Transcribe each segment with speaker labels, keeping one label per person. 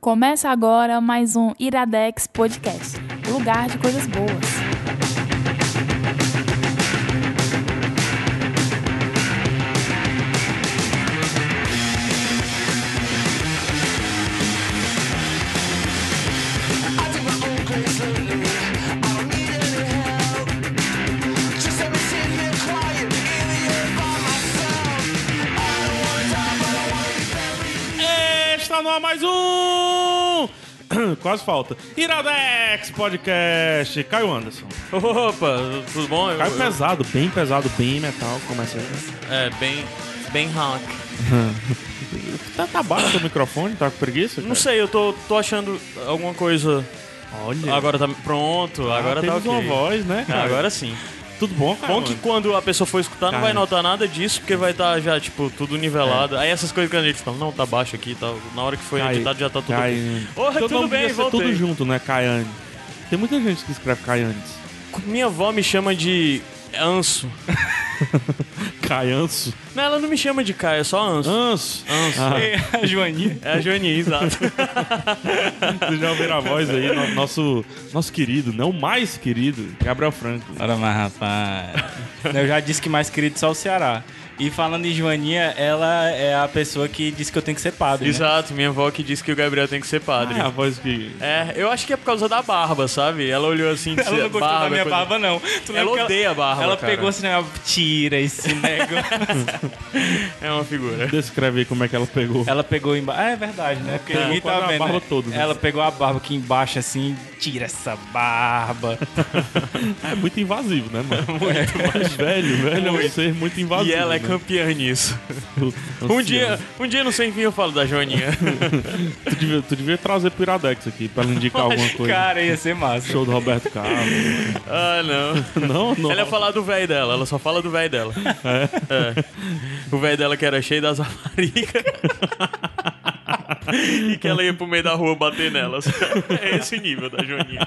Speaker 1: Começa agora mais um Iradex Podcast lugar de coisas boas.
Speaker 2: Está no ar mais um! Quase falta. Iradex Podcast, Caio Anderson.
Speaker 3: Opa, tudo bom? Eu-
Speaker 2: Caio
Speaker 3: eu-
Speaker 2: pesado, bem pesado, bem metal. Começa aí.
Speaker 3: é, bem, bem rock.
Speaker 2: Tá, tá baixo o teu microfone? Tá com preguiça?
Speaker 3: Não sei, eu tô, tô achando alguma coisa.
Speaker 2: Olha.
Speaker 3: Agora tá pronto, agora tá
Speaker 2: Ah, temos
Speaker 3: ok.
Speaker 2: uma voz, né?
Speaker 3: Ah,
Speaker 2: cara?
Speaker 3: agora sim.
Speaker 2: Tudo bom, Caio?
Speaker 3: Tá Bom Tá. que quando a pessoa for escutar não
Speaker 2: Cara.
Speaker 3: vai notar nada disso, porque vai estar já, tipo, tudo nivelado. Aí essas coisas que a gente fala, não, tá baixo aqui, tá, na hora que foi
Speaker 2: Caio,
Speaker 3: editado já tá tudo...
Speaker 2: Caio.
Speaker 3: Porra,
Speaker 2: Teu
Speaker 3: tudo
Speaker 2: nome
Speaker 3: bem,
Speaker 2: devia ser
Speaker 3: voltei.
Speaker 2: tudo junto, né? Caiane. Tem muita gente que escreve Caianes.
Speaker 3: Minha avó me chama de Anso.
Speaker 2: Caianço.
Speaker 3: Não, ela não me chama de Caio, é só Anso.
Speaker 2: Anso.
Speaker 3: Anso.
Speaker 2: Ah.
Speaker 3: a Joaninha. É a Joaninha, exato.
Speaker 2: Vocês Ah, já ouviram a voz aí, no- nosso, nosso querido, não mais querido, Gabriel Franco.
Speaker 4: Ora, mas rapaz. eu já disse que mais querido só o Ceará. E falando em Joaninha, ela é a pessoa que disse que eu tenho que ser padre. Né?
Speaker 3: Exato, minha avó que disse que o Gabriel tem que ser padre.
Speaker 2: É a voz que
Speaker 3: É, eu acho que é por causa da barba, sabe? Ela olhou assim
Speaker 2: é
Speaker 3: e disse,
Speaker 4: Ela não gostou
Speaker 3: barba,
Speaker 4: da minha
Speaker 3: coisa-
Speaker 4: barba, não. Tu lembra
Speaker 3: Ela
Speaker 4: que
Speaker 3: odeia a barba,
Speaker 4: Ela
Speaker 3: cara.
Speaker 4: pegou assim, né? tira esse negócio.
Speaker 3: É uma figura.
Speaker 2: Descreve aí como é que ela pegou.
Speaker 4: ela pegou embaixo. Ah, é verdade, né? Porque ninguém
Speaker 2: quase
Speaker 4: tá
Speaker 2: a
Speaker 4: vendo.
Speaker 2: barba
Speaker 4: né?
Speaker 2: toda, né?
Speaker 4: Ela pegou a barba aqui embaixo assim, tira essa barba.
Speaker 2: É muito invasivo, né, mano? muito mais velho, velho é um ser muito invasivo.
Speaker 3: E ela é
Speaker 2: né? Então, assim,
Speaker 3: campeã nisso.
Speaker 2: O- o
Speaker 3: Um
Speaker 2: Ciano.
Speaker 3: dia, um dia no sem fim eu falo da Joaninha.
Speaker 2: Tu devia, tu devia trazer pro Iradex aqui pra ela indicar alguma coisa.
Speaker 4: Cara, ia ser massa.
Speaker 2: Show do Roberto Carlos.
Speaker 3: ah, não.
Speaker 2: Não, não.
Speaker 3: Ela é ia falar do velho dela, ela só fala do velho dela. É. O velho dela que era cheio das avaricas. e que ela ia pro meio da rua bater nelas. É esse nível da Joaninha.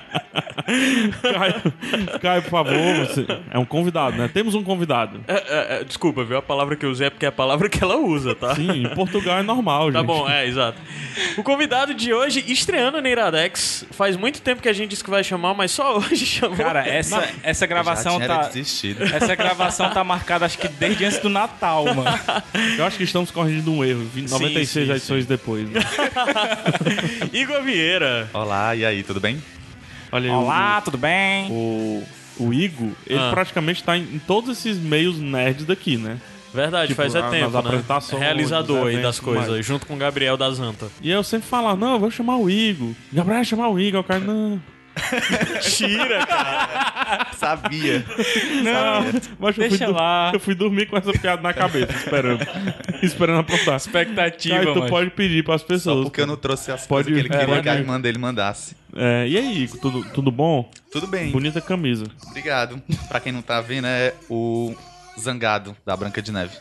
Speaker 2: Caio, Caio, por favor, você- é um convidado, né? Temos um convidado.
Speaker 3: É, é, é, desculpa, viu? A palavra que eu usei é porque é a palavra que ela usa, tá?
Speaker 2: Sim, em Portugal é normal,
Speaker 3: Tá
Speaker 2: gente.
Speaker 3: bom, é, exato. O convidado de hoje, estreando na Iradex, faz muito tempo que a gente disse que vai chamar, mas só hoje chamou.
Speaker 4: Cara, essa, essa gravação
Speaker 5: já tinha
Speaker 4: tá.
Speaker 5: desistido.
Speaker 4: Essa gravação tá marcada, acho que desde antes do Natal, mano.
Speaker 2: Eu acho que estamos corrigindo um erro. Vi- 96
Speaker 3: sim,
Speaker 2: edições depois. né?
Speaker 3: Igor Vieira.
Speaker 5: Olá, e aí, tudo bem?
Speaker 2: Olha aí, o-
Speaker 4: Olá, tudo bem?
Speaker 2: o, o Igo, ele
Speaker 3: Ah.
Speaker 2: praticamente tá em, em todos esses meios nerds daqui, né?
Speaker 3: Verdade,
Speaker 2: Tipo,
Speaker 3: faz é
Speaker 2: nas
Speaker 3: tempo, né?
Speaker 2: apresentações, nos
Speaker 3: Realizador aí
Speaker 2: eventos,
Speaker 3: das coisas,
Speaker 2: mas-
Speaker 3: junto com o Gabriel da Zanta.
Speaker 2: E eu sempre falava, não, eu vou chamar o Igo. Gabriel, chamar o Igo. Aí O cara, não.
Speaker 3: Tira, cara.
Speaker 5: Sabia. É.
Speaker 4: Não,
Speaker 2: Mas eu
Speaker 4: Deixa
Speaker 2: fui dur-
Speaker 4: lá.
Speaker 2: Eu fui dormir com essa piada na cabeça, esperando. esperando aprontar.
Speaker 4: expectativa,
Speaker 2: Cara, tu
Speaker 4: mano.
Speaker 2: pode pedir pras pessoas.
Speaker 5: Porque eu não trouxe as
Speaker 2: Pode
Speaker 5: coisas que ele
Speaker 2: ir.
Speaker 5: queria
Speaker 2: É,
Speaker 5: que a
Speaker 2: né?
Speaker 5: irmã dele mandasse.
Speaker 2: É, e aí, Igo, tudo, tudo bom?
Speaker 5: Tudo bem,
Speaker 2: Bonita camisa.
Speaker 5: obrigado. Pra quem não tá vendo, é o Zangado, da Branca de Neve.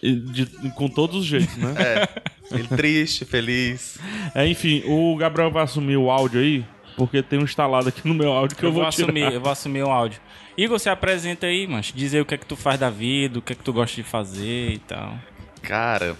Speaker 2: E de- com todos os jeitos, né?
Speaker 5: É, ele triste, feliz.
Speaker 2: É, enfim, o Gabriel vai assumir o áudio aí, porque tem um instalado aqui no meu áudio que eu,
Speaker 4: Eu vou,
Speaker 2: tirar.
Speaker 4: assumir, eu vou assumir um áudio. Igor, se apresenta aí, mancho. Diz aí o que é que tu faz da vida, o que é que tu gosta de fazer e tal.
Speaker 5: Cara,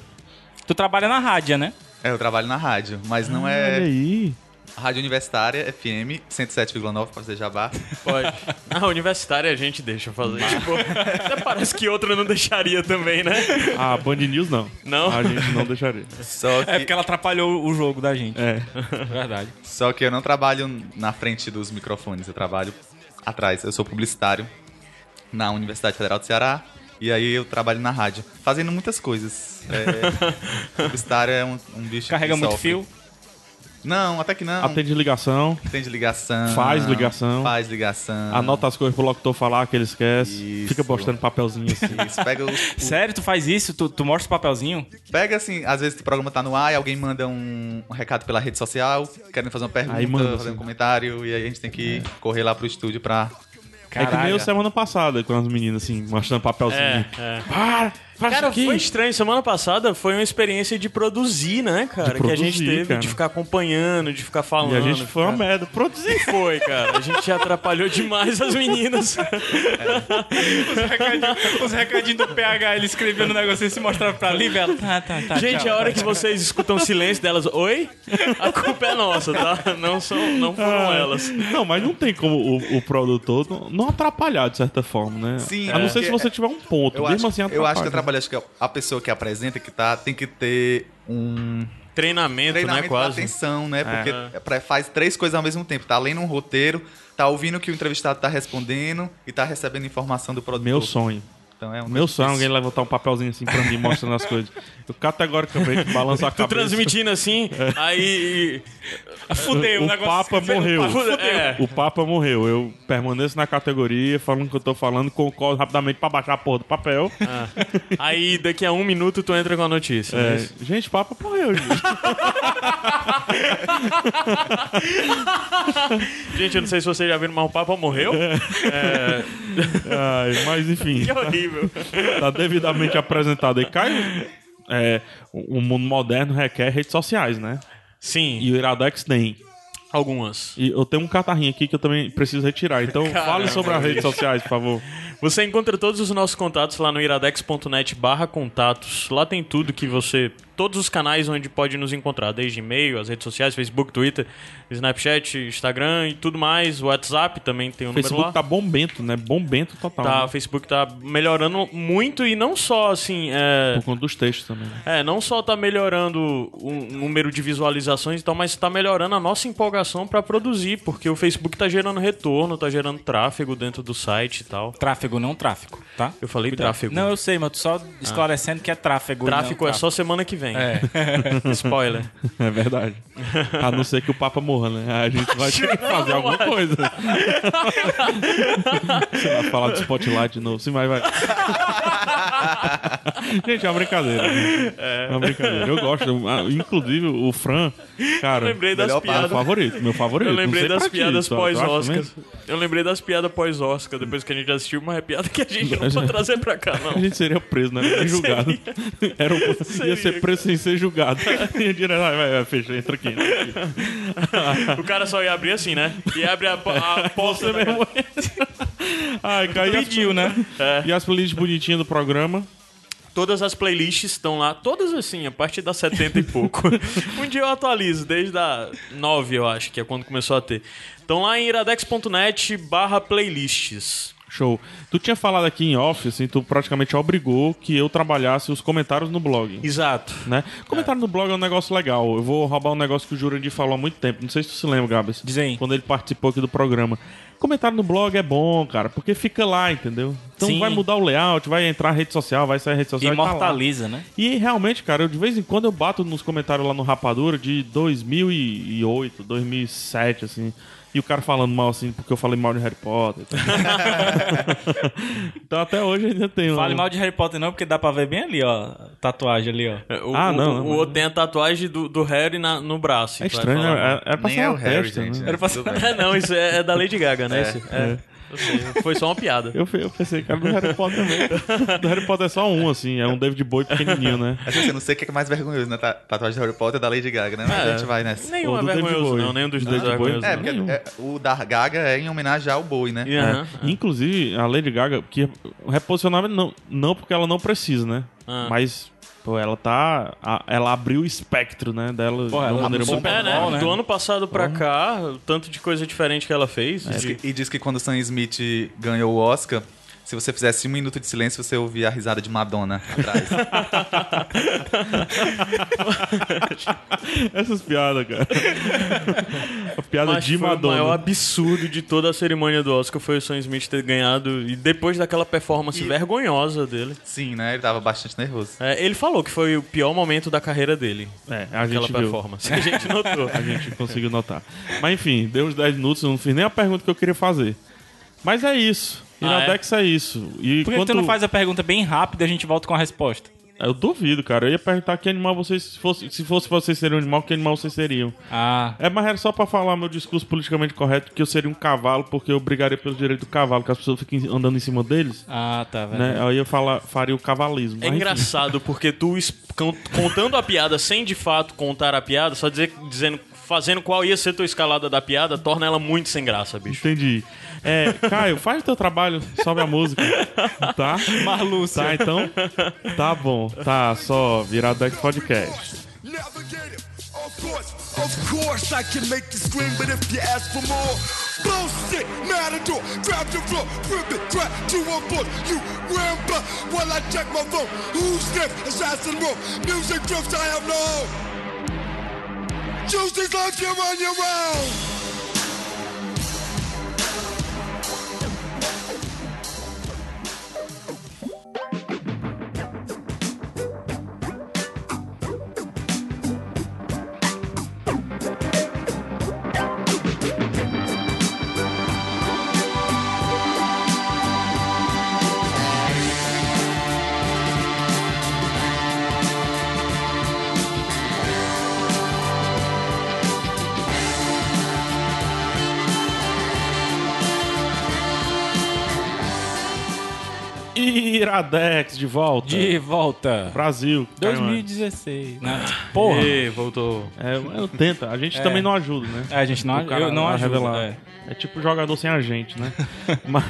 Speaker 4: Tu trabalha na rádio, né?
Speaker 5: é, eu trabalho na rádio, mas não
Speaker 2: Olha
Speaker 5: é
Speaker 2: aí.
Speaker 5: rádio universitária, FM, 107,9 pra fazer jabá.
Speaker 3: Pode. Ah, universitária a gente deixa fazer. Tipo, até parece que outra não deixaria também, né?
Speaker 2: Ah, Band News não.
Speaker 3: Não?
Speaker 2: A gente não deixaria.
Speaker 5: Só que,
Speaker 4: É porque ela atrapalhou o jogo da gente.
Speaker 2: É.
Speaker 4: Verdade.
Speaker 5: só que eu não trabalho na frente dos microfones, eu trabalho atrás. Eu sou publicitário na Universidade Federal do Ceará. E aí eu trabalho na rádio, fazendo muitas coisas. É, publicitário é um, um bicho que
Speaker 4: Carrega muito
Speaker 5: sofre.
Speaker 4: fio.
Speaker 5: Não, até que não.
Speaker 2: Atende ligação,
Speaker 5: Atende ligação.
Speaker 2: Faz ligação.
Speaker 5: Faz ligação.
Speaker 2: anota as coisas pro locutor falar que ele esquece,
Speaker 5: Isso.
Speaker 2: fica postando papelzinho assim.
Speaker 5: Isso, pega, os-
Speaker 4: Sério, tu faz isso? Tu, tu mostra o papelzinho?
Speaker 5: pega assim, às vezes o programa tá no ar e alguém manda um, um recado pela rede social, querendo fazer uma pergunta,
Speaker 2: Aí manda,
Speaker 5: fazer
Speaker 2: assim.
Speaker 5: um comentário, e aí a gente tem que correr lá pro estúdio pra.
Speaker 2: É que nem
Speaker 4: Caralho.
Speaker 2: eu semana passada, com as meninas assim, mostrando papelzinho.
Speaker 3: É, é.
Speaker 2: Para! Faz
Speaker 3: Cara,
Speaker 2: o quê?
Speaker 3: foi estranho. Semana passada foi uma experiência de produzir, né, cara?
Speaker 2: De
Speaker 3: que a gente
Speaker 2: produzir,
Speaker 3: teve,
Speaker 2: cara.
Speaker 3: de ficar acompanhando, de ficar falando.
Speaker 2: E a gente foi uma
Speaker 3: cara.
Speaker 2: merda. Produzir.
Speaker 3: Foi, cara. A gente atrapalhou demais as meninas.
Speaker 4: Os recadinhos do PH, ele escreveu no negócio e se mostrava pra ali, velho. Tá, tá, tá.
Speaker 3: gente,
Speaker 4: tchau,
Speaker 3: a hora
Speaker 4: tá,
Speaker 3: que vocês escutam o silêncio delas, oi? A culpa é nossa, tá? Não, são, não foram
Speaker 2: Ah,
Speaker 3: elas.
Speaker 2: Não, mas não tem como o, o produtor não, não atrapalhar de certa forma, né?
Speaker 5: Sim,
Speaker 2: A não
Speaker 5: é.
Speaker 2: ser se você tiver um ponto.
Speaker 5: Eu
Speaker 2: mesmo
Speaker 5: acho,
Speaker 2: assim,
Speaker 5: eu
Speaker 2: atrapalha.
Speaker 5: acho que atrapalha, acho que a pessoa que apresenta, que tá, tem que ter um
Speaker 2: é
Speaker 3: Treinamento, né,
Speaker 5: treinamento da
Speaker 3: quase.
Speaker 5: atenção, né? Porque
Speaker 3: É.
Speaker 5: é pra- faz três coisas ao mesmo tempo. Tá lendo um roteiro, tá ouvindo o que o entrevistado tá respondendo e tá recebendo informação do produtor.
Speaker 2: Meu sonho.
Speaker 5: Então é um
Speaker 2: Meu sonho é alguém levantar um papelzinho assim pra mim mostrando as coisas. Eu categoricamente balanço a
Speaker 3: Tu
Speaker 2: cabeça.
Speaker 3: transmitindo assim, aí...
Speaker 2: o
Speaker 4: Fudeu,
Speaker 3: um
Speaker 4: o negócio.
Speaker 2: Papa
Speaker 4: fudeu,
Speaker 2: morreu.
Speaker 4: Papa fudeu.
Speaker 3: É,
Speaker 2: O Papa morreu. Eu permaneço na categoria, falando o que eu tô falando, concordo rapidamente pra baixar a porra do papel.
Speaker 5: Ah,
Speaker 3: aí daqui a um minuto tu entra com a notícia.
Speaker 2: É,
Speaker 3: né?
Speaker 2: gente, o Papa morreu, gente.
Speaker 3: Gente, eu não sei se vocês já viram, mas o Papa morreu.
Speaker 2: Ai, mas enfim,
Speaker 3: Que horrível.
Speaker 2: tá devidamente apresentado aí. Caio, é, o o mundo moderno requer redes sociais, né?
Speaker 3: Sim,
Speaker 2: E o Iradex tem.
Speaker 3: algumas.
Speaker 2: E eu tenho um catarrinho aqui que eu também preciso retirar. Então fale sobre as redes sociais, por favor.
Speaker 3: Você encontra todos os nossos contatos lá no iradex.net barra contatos. Lá tem tudo que você... Todos os canais onde pode nos encontrar, desde e-mail, as redes sociais, Facebook, Twitter, Snapchat, Instagram e tudo mais. WhatsApp também tem o
Speaker 2: O
Speaker 3: número lá.
Speaker 2: Facebook tá bombento, né? Bombento total.
Speaker 3: Tá, o
Speaker 2: né?
Speaker 3: Facebook tá melhorando muito e não só assim. É,
Speaker 2: Por conta dos textos também. né?
Speaker 3: é, não só tá melhorando o número de visualizações e tal, mas tá melhorando a nossa empolgação pra produzir, porque o Facebook tá gerando retorno, tá gerando tráfego dentro do site e tal.
Speaker 4: Tráfego, não tráfico, tá?
Speaker 3: Eu falei tráfego.
Speaker 4: Não, eu sei, mas tô só esclarecendo que é tráfego. e não
Speaker 3: tráfego é só semana que vem.
Speaker 4: É.
Speaker 3: Spoiler.
Speaker 2: É verdade. A não ser que o Papa morra, né? Aí A gente vai ter que fazer alguma coisa. Você vai falar do Spotlight de novo. Sim, mas vai. gente, é uma brincadeira. né? É uma brincadeira. Eu gosto. Eu- ah, Inclusive, o Fran, cara,
Speaker 3: Lembrei das
Speaker 5: melhor
Speaker 2: é o
Speaker 3: piadas.
Speaker 2: favorito, meu favorito.
Speaker 3: Eu
Speaker 2: Não
Speaker 3: lembrei
Speaker 2: sei
Speaker 3: das
Speaker 2: pra ti,
Speaker 3: piadas
Speaker 2: tu- tu acha
Speaker 3: pós-Oscar.
Speaker 2: mesmo?
Speaker 3: Eu lembrei das piadas pós-Oscar, depois que a gente assistiu, mas é piada que a gente não pode trazer pra cá, não.
Speaker 2: A gente seria preso, né? Nem julgado. Era um- Ia ser
Speaker 3: Seria.
Speaker 2: preso sem ser julgado. Ia direto, vai, vai, vai, fecha, entra aqui. Entra aqui.
Speaker 3: O cara só ia abrir assim, né? E abre a, po- a porta. da-
Speaker 2: Ai, caiu.
Speaker 4: Pediu, né?
Speaker 3: É.
Speaker 2: E as playlists bonitinhas do programa.
Speaker 3: Todas as playlists estão lá, todas assim, a partir das 70 e pouco. um dia eu atualizo, desde a 9, eu acho, que é quando começou a ter. Então lá em iradex.net barra playlists.
Speaker 2: Show. Tu tinha falado aqui em off, assim, tu praticamente obrigou que eu trabalhasse os comentários no blog.
Speaker 3: Exato.
Speaker 2: Né? Comentário no blog é um negócio legal. Eu vou roubar um negócio que o Jurandir falou há muito tempo. Não sei se tu se lembra, Gabs.
Speaker 4: Diz aí.
Speaker 2: Quando ele participou aqui do programa. Comentário no blog é bom, cara, porque fica lá, entendeu? Então
Speaker 4: Sim.
Speaker 2: vai mudar o layout, vai entrar a rede social, vai sair a rede social. e tá lá.
Speaker 4: Imortaliza, né?
Speaker 2: E realmente, cara, eu de vez em quando eu bato nos comentários lá no Rapadura de 2008, 2007, assim. E o cara falando mal, assim, porque eu falei mal de Harry Potter. e tal. então até hoje ainda um tem.
Speaker 4: Fale mal de Harry Potter não, porque dá pra ver bem ali, ó. Tatuagem ali, ó.
Speaker 3: É, O,
Speaker 2: Ah, não,
Speaker 3: o-
Speaker 2: não,
Speaker 3: O,
Speaker 2: não.
Speaker 3: outro tem a tatuagem do, do Harry na- no braço.
Speaker 2: É
Speaker 3: tu vai
Speaker 2: estranho,
Speaker 3: falar,
Speaker 2: né? Era pra
Speaker 5: Nem
Speaker 2: ser
Speaker 5: é o
Speaker 2: uma
Speaker 5: Harry,
Speaker 2: testa,
Speaker 5: gente.
Speaker 2: né?
Speaker 5: Né?
Speaker 4: Era pra ser-
Speaker 5: Tudo bem.
Speaker 3: É, não, isso é, é da Lady Gaga, né? Esse- é. Eu sei, Foi só uma piada.
Speaker 2: Eu, fe- eu pensei que era do Harry Potter mesmo. do Harry Potter é só um, assim. É um David Bowie pequenininho, né?
Speaker 5: Mas assim, eu não sei o que é mais vergonhoso, né? Ta- Tatuagem do Harry Potter e da Lady Gaga, né? Mas a gente vai nessa.
Speaker 3: Nenhum
Speaker 2: Ou
Speaker 3: é
Speaker 2: do David
Speaker 3: vergonhoso,
Speaker 2: Bowie.
Speaker 3: não. Nenhum dos
Speaker 2: Ah,
Speaker 3: dois é
Speaker 2: David
Speaker 3: vergonhoso.
Speaker 5: É, porque
Speaker 2: Nenhum.
Speaker 5: é, o da Gaga é em homenagem ao boi, né?
Speaker 3: E, aham,
Speaker 2: É. Inclusive, a Lady Gaga, que reposicionamento não, não porque ela não precisa, né?
Speaker 3: Ah.
Speaker 2: Mas, pô, ela tá. a- ela abriu o espectro, né? Dela
Speaker 4: Porra,
Speaker 2: de
Speaker 4: ela
Speaker 2: uma maneira
Speaker 4: abriu
Speaker 2: muito
Speaker 4: super-
Speaker 3: É, né?
Speaker 4: Bom, né?
Speaker 3: Do ano passado pra cá, o tanto de coisa diferente que ela fez.
Speaker 2: É,
Speaker 5: Diz
Speaker 3: de-
Speaker 5: que- e diz que quando o Sam Smith ganhou o Oscar, se você fizesse um minuto de silêncio, você ouvia a risada de Madonna atrás.
Speaker 2: Essas piadas, cara. a piada
Speaker 3: Mas
Speaker 2: de
Speaker 3: foi O maior
Speaker 2: Madonna.
Speaker 3: absurdo de toda a cerimônia do Oscar foi o Sam Smith ter ganhado e depois daquela performance vergonhosa dele.
Speaker 5: Sim, né? Ele tava bastante nervoso.
Speaker 3: É, ele falou que foi o pior momento da carreira dele,
Speaker 2: É, a
Speaker 3: aquela
Speaker 2: gente viu.
Speaker 3: performance. A gente notou.
Speaker 2: A gente conseguiu notar. Mas enfim, deu uns 10 minutos, eu não fiz nem a pergunta que eu queria fazer. Mas é isso.
Speaker 3: Ah, é?
Speaker 2: Iradex é? isso. E
Speaker 4: Por que
Speaker 2: quando
Speaker 4: tu não faz a pergunta bem rápida e a gente volta com a resposta?
Speaker 2: Eu duvido, cara. Eu ia perguntar que animal vocês. Se fosse, se fosse vocês serem um animal, que animal vocês seriam?
Speaker 4: Ah,
Speaker 2: É, mas era só pra falar meu discurso politicamente correto que eu seria um cavalo, porque eu brigaria pelo direito do cavalo, que as pessoas fiquem andando em cima deles.
Speaker 4: ah tá, velho.
Speaker 2: Né? Aí eu fala, faria o cavalismo.
Speaker 3: É
Speaker 2: Mas, enfim.
Speaker 3: engraçado porque tu es- con- contando a piada sem de fato contar a piada, só dizer, dizendo, fazendo qual ia ser tua escalada da piada, torna ela muito sem graça, bicho.
Speaker 2: Entendi. É, Caio, faz o teu trabalho, sobe a música. Tá?
Speaker 4: Marlúcio.
Speaker 2: Tá, então? Tá bom. Tá, só Viradex Podcast.
Speaker 6: Navigate it. Of course, of course I can make you scream, but if you ask for more, bullshit, matador, grab your floor, rip it, crack to a foot, you ramble while I check my phone. Who's this? Assassin Wolf, music drifts I have no. Choose these lives you're on your own.
Speaker 2: Iradex de volta.
Speaker 4: De volta.
Speaker 2: Brasil. Caio Anjo.
Speaker 4: 2016. Não, porra.
Speaker 3: Ê, voltou.
Speaker 2: É, eu tento. A gente também não ajuda, né?
Speaker 4: É, a gente não,
Speaker 2: O cara
Speaker 4: eu não
Speaker 2: a
Speaker 4: ajudo.
Speaker 2: revelar.
Speaker 4: é.
Speaker 2: É tipo jogador sem a gente, né? mas,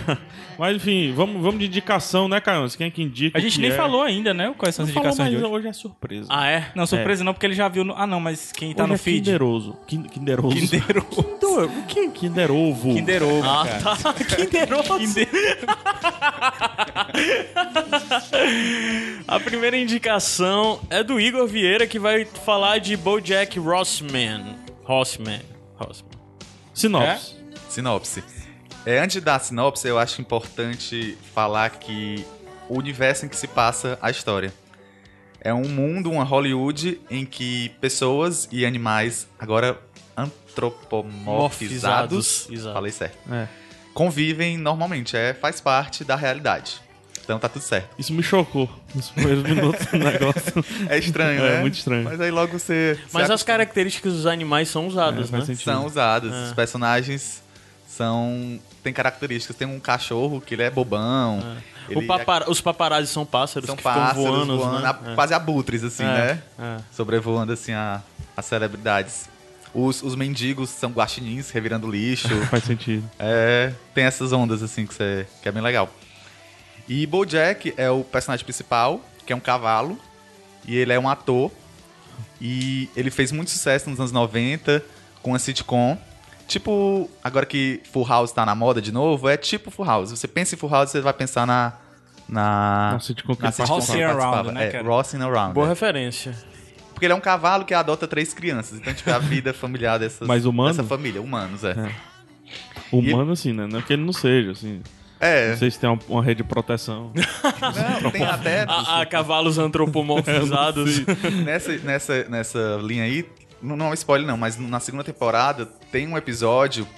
Speaker 2: mas, enfim, vamos, vamos de indicação, né, Caio? Quem é que indica?
Speaker 4: A
Speaker 2: o
Speaker 4: gente
Speaker 2: que
Speaker 4: nem
Speaker 2: é?
Speaker 4: falou ainda, né? Quais são
Speaker 2: Não
Speaker 4: as
Speaker 2: falou,
Speaker 4: indicações
Speaker 2: mas
Speaker 4: de hoje?
Speaker 2: hoje é surpresa.
Speaker 3: Ah, é?
Speaker 4: Não, surpresa não, porque ele já viu no... Ah, não, mas quem tá
Speaker 2: Hoje
Speaker 4: no
Speaker 2: é
Speaker 4: feed...
Speaker 2: Kinderoso. Kin- Kinderoso.
Speaker 4: Kinderovo.
Speaker 2: Kinder- O que é Kinder Ovo?
Speaker 4: Kinder Ovo,
Speaker 3: Ah,
Speaker 4: cara.
Speaker 3: tá. Kinderoso. A primeira indicação é do Igor Vieira, que vai falar de BoJack Rossman. Rossman. Rossman.
Speaker 2: Sinopse.
Speaker 5: Sinopse. É, antes da sinopse, eu acho importante falar que o universo em que se passa a história. É um mundo, uma Hollywood, em que pessoas e animais, agora antropomorfizados,
Speaker 3: Morfizados, exato.
Speaker 5: falei certo,
Speaker 2: É.
Speaker 5: convivem normalmente, é, faz parte da realidade. Então tá tudo certo.
Speaker 2: Isso me chocou nos primeiros minutos do negócio.
Speaker 5: É estranho,
Speaker 2: É,
Speaker 5: né?
Speaker 2: muito estranho.
Speaker 5: Mas aí logo você... você
Speaker 3: Mas as características dos animais são usadas, né?
Speaker 2: faz sentido.
Speaker 5: são usadas. Os personagens são... Tem características. Tem um cachorro que ele é bobão.
Speaker 3: O
Speaker 5: ele é
Speaker 3: papara- Os paparazzi são pássaros
Speaker 5: São
Speaker 3: que
Speaker 5: pássaros
Speaker 3: ficam voando.
Speaker 5: voando,
Speaker 3: né?
Speaker 5: a- quase abutres, assim, né?
Speaker 3: é.
Speaker 5: Sobrevoando, assim, a- as celebridades. Os, os mendigos são guaxinins revirando lixo.
Speaker 2: Faz sentido.
Speaker 5: É, tem essas ondas, assim, que, cê- que é bem legal. E Bojack é o personagem principal, que é um cavalo. E ele é um ator. E ele fez muito sucesso nos anos 90 com a sitcom. Tipo, agora que Full House tá na moda de novo, é tipo Full House. Você pensa em Full House, você vai pensar na... Na,
Speaker 2: Não sei de qualquer
Speaker 5: na sitcom que
Speaker 4: Rossing
Speaker 5: ele
Speaker 4: Around,
Speaker 5: participava.
Speaker 4: né,
Speaker 5: É,
Speaker 4: cara?
Speaker 5: Rossing Around.
Speaker 3: Boa
Speaker 5: é.
Speaker 3: referência.
Speaker 5: Porque ele é um cavalo que adota três crianças. Então, tipo, é a vida familiar dessas,
Speaker 2: Mas humano?
Speaker 5: dessa família. Humanos, é.
Speaker 2: Humano, assim, né? Não que ele não seja, assim.
Speaker 5: É,
Speaker 2: Não sei se tem uma, uma rede de proteção.
Speaker 5: não, tem até...
Speaker 4: Ah,
Speaker 3: Há cavalos antropomorfizados.
Speaker 5: nessa, nessa, nessa linha aí, não, não é um spoiler não, mas na segunda temporada tem um episódio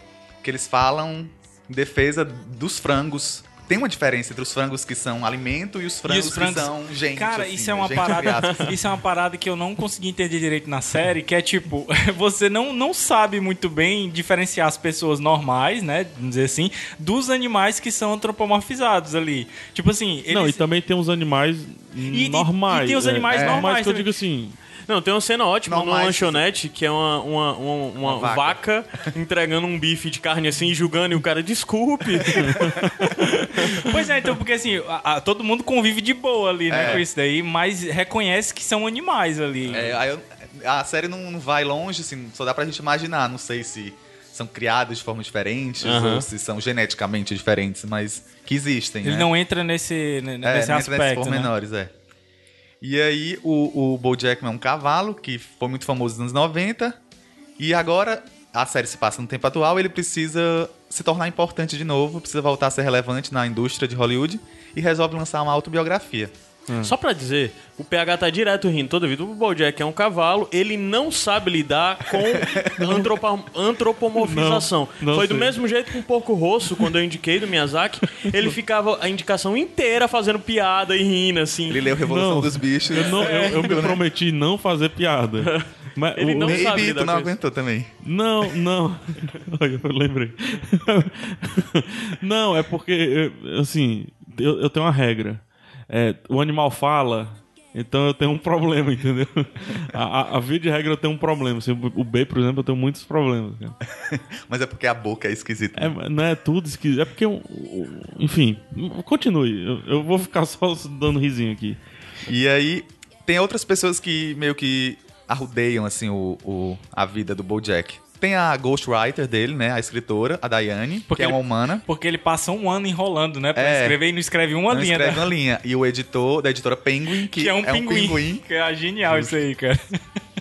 Speaker 5: que eles falam em defesa dos frangos. Tem uma diferença entre os frangos que são alimento e os frangos, que são gente.
Speaker 4: Cara,
Speaker 5: assim,
Speaker 4: isso é uma
Speaker 5: gente, entre
Speaker 4: parada.
Speaker 5: aspas.
Speaker 4: Isso é uma parada que eu não consegui entender direito na série, que é tipo, você não, não sabe muito bem diferenciar as pessoas normais, né? Vamos dizer assim, dos animais que são antropomorfizados ali. Tipo assim, eles.
Speaker 2: Não, então e também tem uns animais
Speaker 4: e-
Speaker 2: normais.
Speaker 4: e tem os
Speaker 2: é.
Speaker 4: animais
Speaker 2: É.
Speaker 4: normais
Speaker 2: Mas que eu
Speaker 4: também.
Speaker 2: digo assim,
Speaker 3: Não, tem uma cena ótima
Speaker 5: Não,
Speaker 3: numa
Speaker 5: mas-
Speaker 3: lanchonete que é uma, uma, uma, uma
Speaker 5: Uma
Speaker 3: vaca. entregando um bife de carne assim e julgando e o cara, desculpe.
Speaker 4: Pois é, então, porque assim, a- a- todo mundo convive de boa ali, né?
Speaker 5: É.
Speaker 4: Com isso daí, mas reconhece que são animais ali.
Speaker 5: É, aí eu- a série não, não vai longe, assim, só dá pra gente imaginar. Não sei se são criados de forma diferente
Speaker 3: Aham.
Speaker 5: ou se são geneticamente diferentes, mas que existem.
Speaker 4: Ele
Speaker 5: né?
Speaker 4: não entra nesse, ne- nesse
Speaker 5: não É, entra nesses
Speaker 4: aspecto. né?
Speaker 5: pormenores, é. E aí, o, o BoJack é um cavalo que foi muito famoso nos anos 90. E agora, a série se passa no tempo atual, ele precisa se tornar importante de novo, precisa voltar a ser relevante na indústria de Hollywood e resolve lançar uma autobiografia.
Speaker 3: Só pra dizer, o PH tá direto rindo toda vida. O Bojack é um cavalo, ele não sabe lidar com antropa- antropomorfização.
Speaker 2: Não, não
Speaker 3: Foi do
Speaker 2: sei.
Speaker 3: mesmo jeito com o Porco Rosso, quando eu indiquei do Miyazaki. Ele ficava a indicação inteira fazendo piada e rindo, assim.
Speaker 5: Ele leu Revolução
Speaker 2: Não.
Speaker 5: dos Bichos.
Speaker 2: Eu, não- eu- eu me
Speaker 4: Né?
Speaker 2: prometi não fazer piada. Mas
Speaker 3: Ele
Speaker 2: o-
Speaker 3: não
Speaker 5: Nem
Speaker 3: sabe lidar
Speaker 5: Bito não
Speaker 3: com isso.
Speaker 5: aguentou também.
Speaker 2: Não, não. Olha, eu lembrei. não, é porque, eu- assim, eu, eu tenho uma regra. É, o animal fala, então eu tenho um problema, entendeu? A, a, a via de regra eu tenho um problema. Assim, o o B, por exemplo, eu tenho muitos problemas. Cara.
Speaker 5: Mas é porque a boca é esquisita.
Speaker 2: É, mas não é tudo esquisito. É porque, eu- eu- enfim, continue. Eu, eu vou ficar só dando risinho aqui.
Speaker 5: E aí, tem outras pessoas que meio que arrudeiam, assim, o, o- a vida do Bojack. Tem a ghostwriter dele, né? A escritora, a Dayane,
Speaker 4: Porque
Speaker 5: que é
Speaker 4: ele-
Speaker 5: uma humana.
Speaker 4: Porque ele passa um ano enrolando, né? Pra
Speaker 5: É.
Speaker 4: escrever e não escreve uma
Speaker 5: Não
Speaker 4: linha,
Speaker 5: escreve
Speaker 4: né?
Speaker 5: uma linha. E o editor, da editora Penguin, que,
Speaker 4: Que é um pinguim.
Speaker 5: pinguim,
Speaker 4: Que é genial isso aí, cara.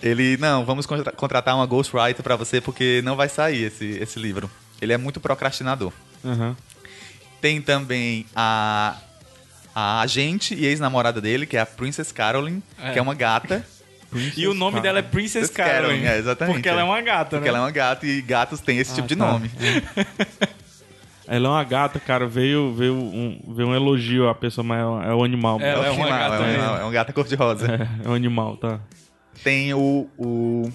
Speaker 5: ele, não, vamos contra- contratar uma ghostwriter pra você, porque não vai sair esse, esse livro. Ele é muito procrastinador.
Speaker 2: Aham.
Speaker 5: Tem também a, a agente e ex-namorada dele, que é a Princess Caroline, que é uma gata.
Speaker 4: E o nome dela é Princess
Speaker 5: Princess Carol,
Speaker 4: Carolyn.
Speaker 5: é, exatamente,
Speaker 4: Porque
Speaker 5: é.
Speaker 4: ela é uma gata,
Speaker 5: Porque
Speaker 4: né? Ah,
Speaker 5: ela é uma gata e gatos têm esse tipo de
Speaker 2: tá.
Speaker 5: nome.
Speaker 2: Ela é uma gata, cara. Veio, veio, um, veio um elogio à pessoa, mas é um- é o animal.
Speaker 4: É, Ela
Speaker 5: É um
Speaker 4: uma
Speaker 5: animal,
Speaker 4: gata
Speaker 5: é um
Speaker 4: mesmo.
Speaker 5: animal, é um gata cor-de-rosa.
Speaker 2: É, é um animal, tá?
Speaker 5: Tem o, o